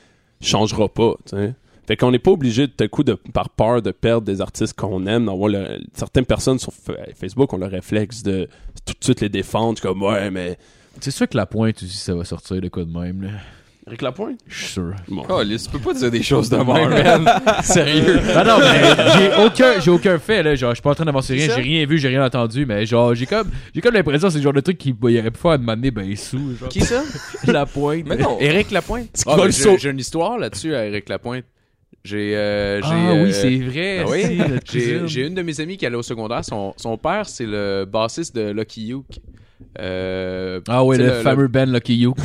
Speaker 3: changera pas, tu sais. Fait qu'on n'est pas obligé de tout à coup de par peur de perdre des artistes qu'on aime, d'avoir le- certaines personnes sur F- Facebook ont le réflexe de tout de suite les défendre comme ouais mais
Speaker 5: C'est sûr que la pointe aussi, ça va sortir de quoi de même, là.
Speaker 3: Eric Lapointe.
Speaker 5: Je suis sûr.
Speaker 3: Bon.
Speaker 6: Oh, tu peux pas dire des choses de même, man. Sérieux.
Speaker 5: Ah non, mais j'ai aucun, j'ai aucun fait, là. Genre, je suis pas en train d'avancer rien, j'ai rien vu, j'ai rien entendu, mais genre, j'ai comme, j'ai comme l'impression que c'est le genre de truc qu'il bah, il aurait pu faire de m'amener ben sous, genre.
Speaker 4: Qui ça?
Speaker 5: la pointe.
Speaker 6: Mais non.
Speaker 4: Éric Lapointe.
Speaker 3: Ce qui
Speaker 4: Ah,
Speaker 3: va
Speaker 4: ben,
Speaker 3: le
Speaker 4: J'ai
Speaker 3: sauver.
Speaker 4: j'ai une histoire là-dessus à Éric Lapointe. J'ai. euh, j'ai,
Speaker 5: ah
Speaker 4: euh,
Speaker 5: oui, c'est vrai.
Speaker 4: ben oui.
Speaker 5: si, notre
Speaker 4: J'ai
Speaker 5: cousine.
Speaker 4: j'ai une de mes amies qui allait au secondaire. Son, son père, c'est le bassiste de Lucky Luke. Euh,
Speaker 5: Ah ouais,
Speaker 4: tu sais,
Speaker 5: le, Ah, fameux Ben Lucky You.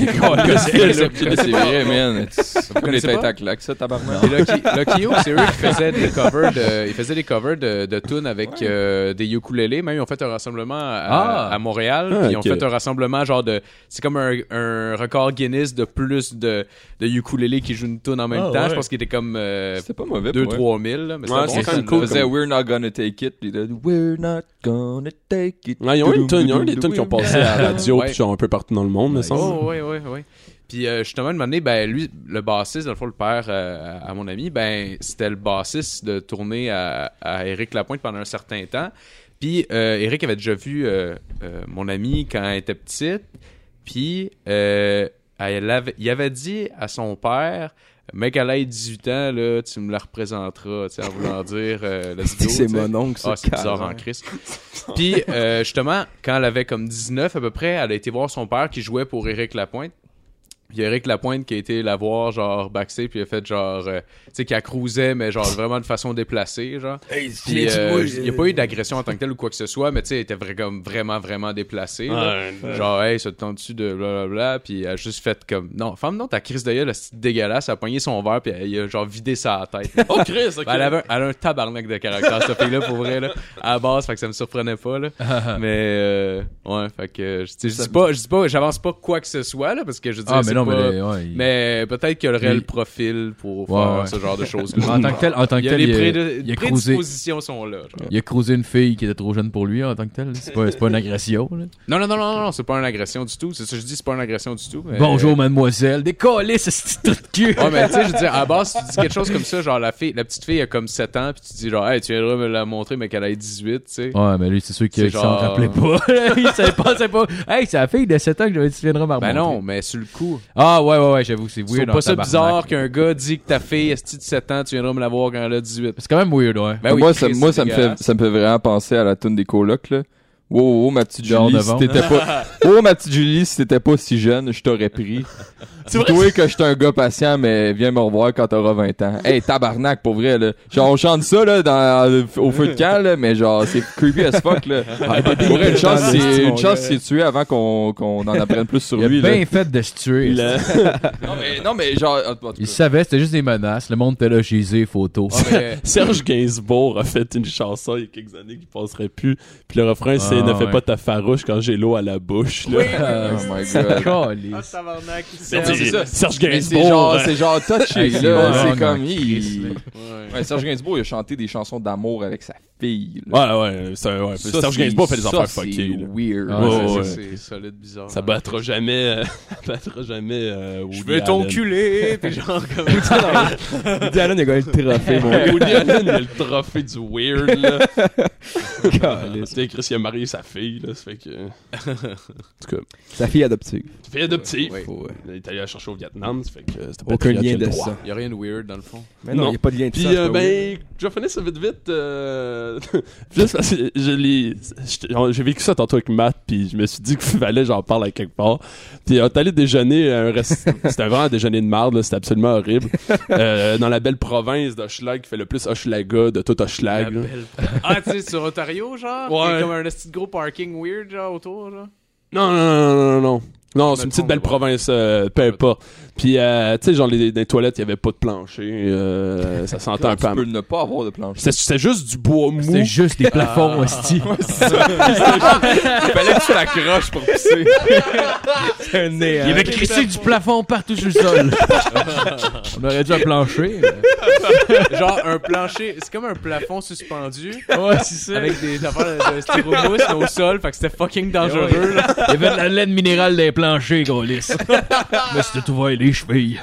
Speaker 6: C'est vrai, man. C'est comme les
Speaker 4: connaissez
Speaker 6: têtes
Speaker 4: pas?
Speaker 6: à claque, ça, tabarnak.
Speaker 4: Et Lucky, Lucky Luke, c'est eux qui faisaient des covers de, ils faisaient des covers de, de tunes avec euh, des ukulélés. Même ils ont fait un rassemblement à,
Speaker 5: Ah.
Speaker 4: à Montréal.
Speaker 3: Ah,
Speaker 4: puis ils ont
Speaker 3: ok.
Speaker 4: fait un rassemblement genre de, c'est comme un, un record Guinness de plus de, de ukulélés qui jouent une tune en même
Speaker 5: Ah,
Speaker 4: temps.
Speaker 5: ouais.
Speaker 4: Je pense qu'il était comme euh,
Speaker 6: C'était pas mauvais.
Speaker 4: 2
Speaker 6: pour
Speaker 4: 3
Speaker 6: vrai.
Speaker 4: 000 là, mais
Speaker 3: Ouais,
Speaker 4: c'était bon,
Speaker 3: c'est quand
Speaker 4: ça,
Speaker 3: même
Speaker 4: là.
Speaker 3: cool
Speaker 6: Il faisait
Speaker 3: comme-
Speaker 6: We're not gonna take it. Puis il a dit, We're not gonna take it.
Speaker 3: Ouais, ils ont eu une tonne, ils ont eu des tonnes qui ont passé à la radio
Speaker 4: Ouais.
Speaker 3: puis genre un peu partout dans le monde, me semble.
Speaker 4: Oh, ouais, ouais, ouais. Puis euh, justement, une année, ben, lui, le bassiste, dans le fond, le père euh, à mon ami, ben, c'était le bassiste de tourner à, à Éric Lapointe pendant un certain temps. Puis euh, Éric avait déjà vu euh, euh, mon ami quand elle était petite. Puis euh, elle avait- il avait dit à son père. Mec, à l'âge 18 ans, là, tu me la représenteras, tu sais, en voulant dire, euh, let's go,
Speaker 7: C'est
Speaker 4: tu sais.
Speaker 7: mon oncle,
Speaker 4: Ah, c'est bizarre
Speaker 7: hein.
Speaker 4: en Christ. Puis, euh, justement, quand elle avait comme 19 à peu près, elle a été voir son père qui jouait pour Éric Lapointe. Puis Éric Lapointe qui a été la voir, genre, backstage, puis il a fait genre, euh, tu sais, qui accrousait, mais genre vraiment de façon déplacée, genre. Puis, euh, il n'y a pas eu d'agression en tant que telle ou quoi que ce soit, mais tu sais, elle était vra- comme vraiment, vraiment déplacée. là. Genre, hey, ça te tente-tu de blablabla? Puis elle a juste fait comme, non, femme, non, ta crise de gueule, elle est dégueulasse. Elle a poigné son verre, puis elle, il a genre vidé sa tête.
Speaker 3: Oh Chris, ok.
Speaker 4: Ben, elle, avait un, elle a un tabarnak de caractère, cette fille-là, pour vrai, là, à la base, fait que ça me surprenait pas, là. Mais, euh, ouais, fait que, euh, je tu sais, je dis pas, je dis pas, j'avance pas quoi que ce soit, là, parce que je dis,
Speaker 5: Ah, mais non, mais.
Speaker 4: pas...
Speaker 5: les- ouais, il-
Speaker 4: Mais peut-être qu'il y aurait
Speaker 5: Mais-
Speaker 4: le profil pour
Speaker 5: Ouais,
Speaker 4: faire
Speaker 5: ouais.
Speaker 4: ce genre de choses.
Speaker 5: En tant que tel, en tant
Speaker 4: il y
Speaker 5: que
Speaker 4: a
Speaker 5: tel,
Speaker 4: les
Speaker 5: il a-
Speaker 4: prédé-
Speaker 5: il a creusé.
Speaker 4: prédispositions sont là. genre.
Speaker 5: Il a croisé une fille qui était trop jeune pour lui en tant que telle. C'est pas, c'est pas une agression. là.
Speaker 4: Non, non, non, non, non, c'est pas une agression du tout. C'est ça que je dis, c'est pas une agression du tout. mais-
Speaker 5: Bonjour, mademoiselle. Décollez ce petit trou de cul.
Speaker 4: Ouais, mais tu sais, je veux dire, à la base, tu dis quelque chose comme ça, genre la, fille, la petite fille a comme 7 ans, puis tu dis genre, hey, tu viendras me la montrer, mais qu'elle ait 18, tu sais.
Speaker 5: Ouais, mais lui, c'est sûr qu'il
Speaker 4: C'est
Speaker 5: s'en
Speaker 4: genre-
Speaker 5: rappelait pas. là. il savait pas, il savait pas. Hey, c'est la fille de 7 ans que j'avais dit, tu viendras m'en
Speaker 4: Ben non,
Speaker 5: remontrer.
Speaker 4: mais sur le coup,
Speaker 5: Ah, ouais, ouais, ouais, j'avoue, c'est
Speaker 4: C'est
Speaker 5: weird. en
Speaker 4: pas ça
Speaker 5: tabarnak.
Speaker 4: bizarre qu'un gars dit que ta fille est de 7 ans, tu viendras me la voir quand elle a 18.
Speaker 5: C'est quand même weird, ouais.
Speaker 4: Ben oui,
Speaker 6: moi, ça,
Speaker 4: Chris,
Speaker 6: moi
Speaker 4: c'est
Speaker 6: ça, me fait,
Speaker 4: dégueulasse.
Speaker 6: ça me fait vraiment penser à la toune des colocs, là. Wow, wow, wow, ma petite
Speaker 5: Genre
Speaker 6: Julie,
Speaker 5: de
Speaker 6: si
Speaker 5: vent.
Speaker 6: t'étais pas... Oh, ma petite Julie, si t'étais pas si jeune, je t'aurais pris. C'est vrai que j'étais un gars patient, mais viens me revoir quand t'auras 20 ans. Hey, tabarnak, pour vrai, là. Genre, on chante ça, là, dans, euh, au feu de camp, là, mais genre, c'est creepy as fuck, là. pour vrai, une chance,
Speaker 7: dans le
Speaker 6: c'est,
Speaker 7: style,
Speaker 6: une
Speaker 7: mon
Speaker 6: chance,
Speaker 7: gars.
Speaker 6: c'est tué avant qu'on, qu'on en apprenne plus sur
Speaker 5: Il a
Speaker 6: lui,
Speaker 5: bien
Speaker 6: là.
Speaker 5: fait de se tuer.
Speaker 3: Il a-
Speaker 6: Non, mais, non, mais genre, en tout cas.
Speaker 5: Il savait, c'était juste des menaces. Le monde était là, gisé, photo.
Speaker 4: Ah, mais,
Speaker 3: Serge Gainsbourg a fait une chanson il y a quelques années qui passerait plus. Puis le refrain, c'est
Speaker 5: Ah,
Speaker 3: Ne fais
Speaker 5: ouais.
Speaker 3: pas ta farouche quand j'ai l'eau à la bouche. Là.
Speaker 6: Oh my god.
Speaker 5: Calisse.
Speaker 4: c'est ça.
Speaker 3: Serge
Speaker 6: Mais c'est
Speaker 3: Gainsbourg. hein.
Speaker 6: genre, c'est genre touché,
Speaker 5: Hey, c'est bon,
Speaker 6: là.
Speaker 5: non,
Speaker 6: C'est comme,
Speaker 5: non,
Speaker 6: il...
Speaker 4: ouais.
Speaker 6: Ouais, Serge Gainsbourg, il a chanté des chansons d'amour avec sa fille. là.
Speaker 3: Ouais, ouais, c'est- ouais.
Speaker 6: Ça,
Speaker 3: Serge
Speaker 6: c'est-
Speaker 3: Gainsbourg fait des
Speaker 6: ça,
Speaker 3: affaires
Speaker 6: c'est
Speaker 3: fuckées. là.
Speaker 6: weird.
Speaker 5: Ah,
Speaker 4: Ouais,
Speaker 3: ouais,
Speaker 4: c'est-
Speaker 3: ouais.
Speaker 4: C'est solide, bizarre.
Speaker 3: Ça battra jamais. euh, ça battra jamais. euh,
Speaker 4: Je
Speaker 3: Woody
Speaker 4: veux ton
Speaker 3: Allen.
Speaker 4: culé, puis genre comme
Speaker 7: Woody Allen a gagné le trophée, mon
Speaker 3: Woody Allen, il a le trophée du weird. là. C'était Chris, il a marié sa fille. Là, ça fait que. En tout cas,
Speaker 7: Sa fille adoptive.
Speaker 3: fille adoptive.
Speaker 4: Ouais.
Speaker 7: Faut, euh,
Speaker 3: Il est allé la chercher au Vietnam. Ça fait que euh, c'était pas
Speaker 7: Aucun
Speaker 3: très bien
Speaker 7: lien de
Speaker 3: droit.
Speaker 7: ça.
Speaker 4: y a rien de weird dans le fond.
Speaker 7: Mais non,
Speaker 3: Non.
Speaker 7: il n'y a pas de lien de
Speaker 3: Puis,
Speaker 7: ça.
Speaker 3: euh,
Speaker 7: c'est pas weird.
Speaker 3: ben, je vais finir ça vite vite. euh, Juste parce que je l'ai. j'étais- J'ai vécu ça tantôt avec Matt, puis je me suis dit qu'il fallait que j'en parle à quelque part. Puis, on est allé déjeuner à un rest- C'était vraiment un déjeuner de marde, là, c'était absolument horrible. Euh, dans la belle province d'Hochelag, qui fait le plus Hochelaga de tout Hochelag. là.
Speaker 4: Ah, tu sais, sur Ontario, genre?
Speaker 3: Ouais.
Speaker 4: Ouais. comme un petit gros parking weird, genre, autour, genre?
Speaker 3: Non, non, non, non, non, non. Non, c'est une petite belle province, euh, peu importe. Puis, euh, tu sais, genre, les, les toilettes, il y avait pas de plancher. euh, ça sentait un peu. à-
Speaker 6: Tu peux ne pas avoir de planche.
Speaker 3: C'était- C'était juste du bois mou.
Speaker 5: C'est juste des plafonds, hostie.
Speaker 6: Il fallait que tu t'accroches pour pisser.
Speaker 5: Il y avait crissé du plafond partout sur le sol. On aurait dû un plancher. mais-
Speaker 4: Genre un plancher, c'est comme un plafond suspendu
Speaker 5: Ouais, c'est ça.
Speaker 4: avec des affaires de styromousse mais au sol, fait que c'était fucking dangereux. là.
Speaker 5: Il y avait de la laine minérale des planchers, gros lisse. Mais c'était tout va les chevilles.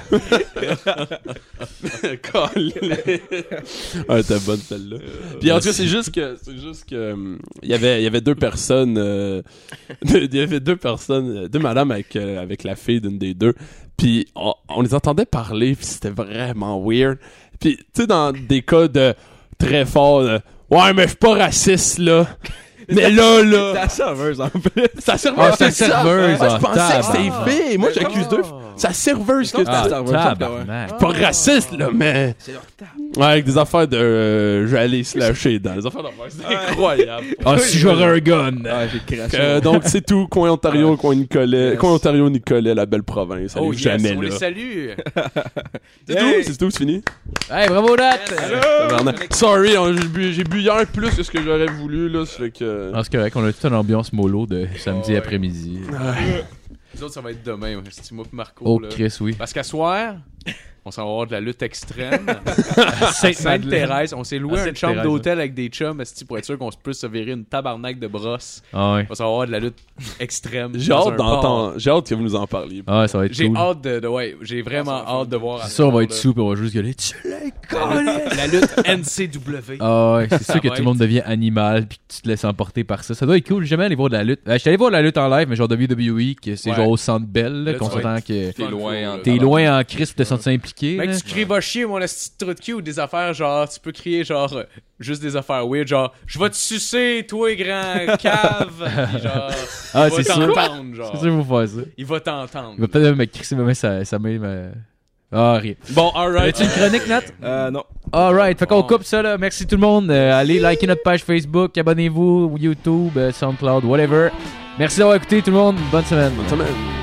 Speaker 3: Ah, t'es bonne celle-là. Puis en tout cas, c'est juste que c'est juste que hum, il y avait il y avait deux personnes euh, deux- il y avait deux personnes euh, deux madames avec euh, avec la fille d'une des deux. Puis on, on les entendait parler, puis c'était vraiment weird. Puis tu sais dans des cas de très fort de, ouais, mais je suis pas raciste là. Mais là là,
Speaker 7: La serveuse, en plus.
Speaker 3: sa
Speaker 5: Ah,
Speaker 3: serveuse,
Speaker 5: sa
Speaker 3: c'est ça.
Speaker 5: serveuse,
Speaker 3: Moi, je
Speaker 5: ah,
Speaker 3: pensais que c'était
Speaker 4: tabarnak.
Speaker 3: fait. Moi j'accuse deux. Sa serveuse que
Speaker 7: Ah,
Speaker 5: tabarnak.
Speaker 3: pas raciste là, mais ouais, avec des affaires de euh, j'allais slasher dans les affaires d'affaires, c'est incroyable.
Speaker 5: Ah, si j'aurais un gun.
Speaker 7: Ah, j'ai craché.
Speaker 3: Euh, donc c'est tout coin Ontario, coin Nicolet, coin Ontario Nicolet, la belle province, allez
Speaker 4: Oh yes,
Speaker 3: jamais
Speaker 4: on les
Speaker 3: là.
Speaker 4: salue.
Speaker 3: C'est tout, c'est tout, c'est fini.
Speaker 5: Hey, bravo, Nat!
Speaker 4: Euh,
Speaker 3: Tabarnak. Sorry, hein, j'ai bu, j'ai bu hier plus que ce que j'aurais voulu là, ça fait que
Speaker 4: Ah,
Speaker 5: Non, c'est correct, on a toute une ambiance mollo de samedi après-midi.
Speaker 4: Les autres ça va être demain, ouais, c'est moi et Marco
Speaker 5: Oh,
Speaker 4: là.
Speaker 5: Chris, oui.
Speaker 4: Parce qu'à soir, on s'en va avoir de la lutte extrême.
Speaker 5: Sainte-Madeleine.
Speaker 4: Sainte-Thérèse, on s'est loué
Speaker 5: Ah,
Speaker 4: une chambre
Speaker 5: Sainte-Thérèse,
Speaker 4: d'hôtel avec des chums esti, pour être sûr qu'on se puisse se virer une tabarnak de brosse.
Speaker 5: Ah, ouais.
Speaker 4: On s'en va avoir de la lutte extrême.
Speaker 3: j'ai
Speaker 4: dans
Speaker 3: hâte
Speaker 4: un bar.
Speaker 3: d'entendre, j'ai hâte que vous nous en parliez.
Speaker 5: Ah, ouais, ça va être
Speaker 4: J'ai
Speaker 5: cool.
Speaker 4: hâte de, de- ouais, j'ai vraiment hâte de voir. à
Speaker 5: C'est sûr, on va
Speaker 4: soir,
Speaker 5: être
Speaker 4: là.
Speaker 5: sous, puis on va juste gueuler. Tu l'as collé!
Speaker 4: La
Speaker 6: Ah,
Speaker 4: lutte NCW.
Speaker 5: Ah ouais, c'est sûr que
Speaker 4: va
Speaker 5: tout le monde devient animal puis que tu te laisses emporter par ça. Ça doit être cool, j'ai jamais aller voir de la lutte. Euh, J'étais allé voir de la lutte en live, mais genre WWE, que c'est
Speaker 4: Ouais.
Speaker 5: genre au centre belle, là,
Speaker 4: Là,
Speaker 5: qu'on
Speaker 4: tu vas
Speaker 5: s'entend que
Speaker 6: T'es loin hein, en
Speaker 5: t'es loin en crise pour te sentir impliqué.
Speaker 4: Mec,
Speaker 5: là.
Speaker 4: Ben, tu cries va chier, mon esti de trou de cul, ou des affaires genre, tu peux crier genre, euh, juste des affaires weird, genre, je vais te sucer, toi, grand cave, Puis genre,
Speaker 5: Ah,
Speaker 4: il va
Speaker 5: c'est sûr.
Speaker 4: t'entendre, genre,
Speaker 5: C'est sûr qu'il faut faire ça.
Speaker 4: il va
Speaker 5: Il va
Speaker 4: t'entendre.
Speaker 5: peut-être même me crisser mais ça, ça met ma... Ah, rien.
Speaker 4: Bon, alright.
Speaker 5: As-tu une chronique, Nat?
Speaker 7: Euh, non.
Speaker 5: Alright, fait qu'on coupe ça là. Merci tout le monde. Euh, allez liker notre page Facebook, abonnez-vous, YouTube, euh, SoundCloud, whatever. Merci d'avoir écouté tout le monde. Bonne semaine.
Speaker 3: Bonne semaine.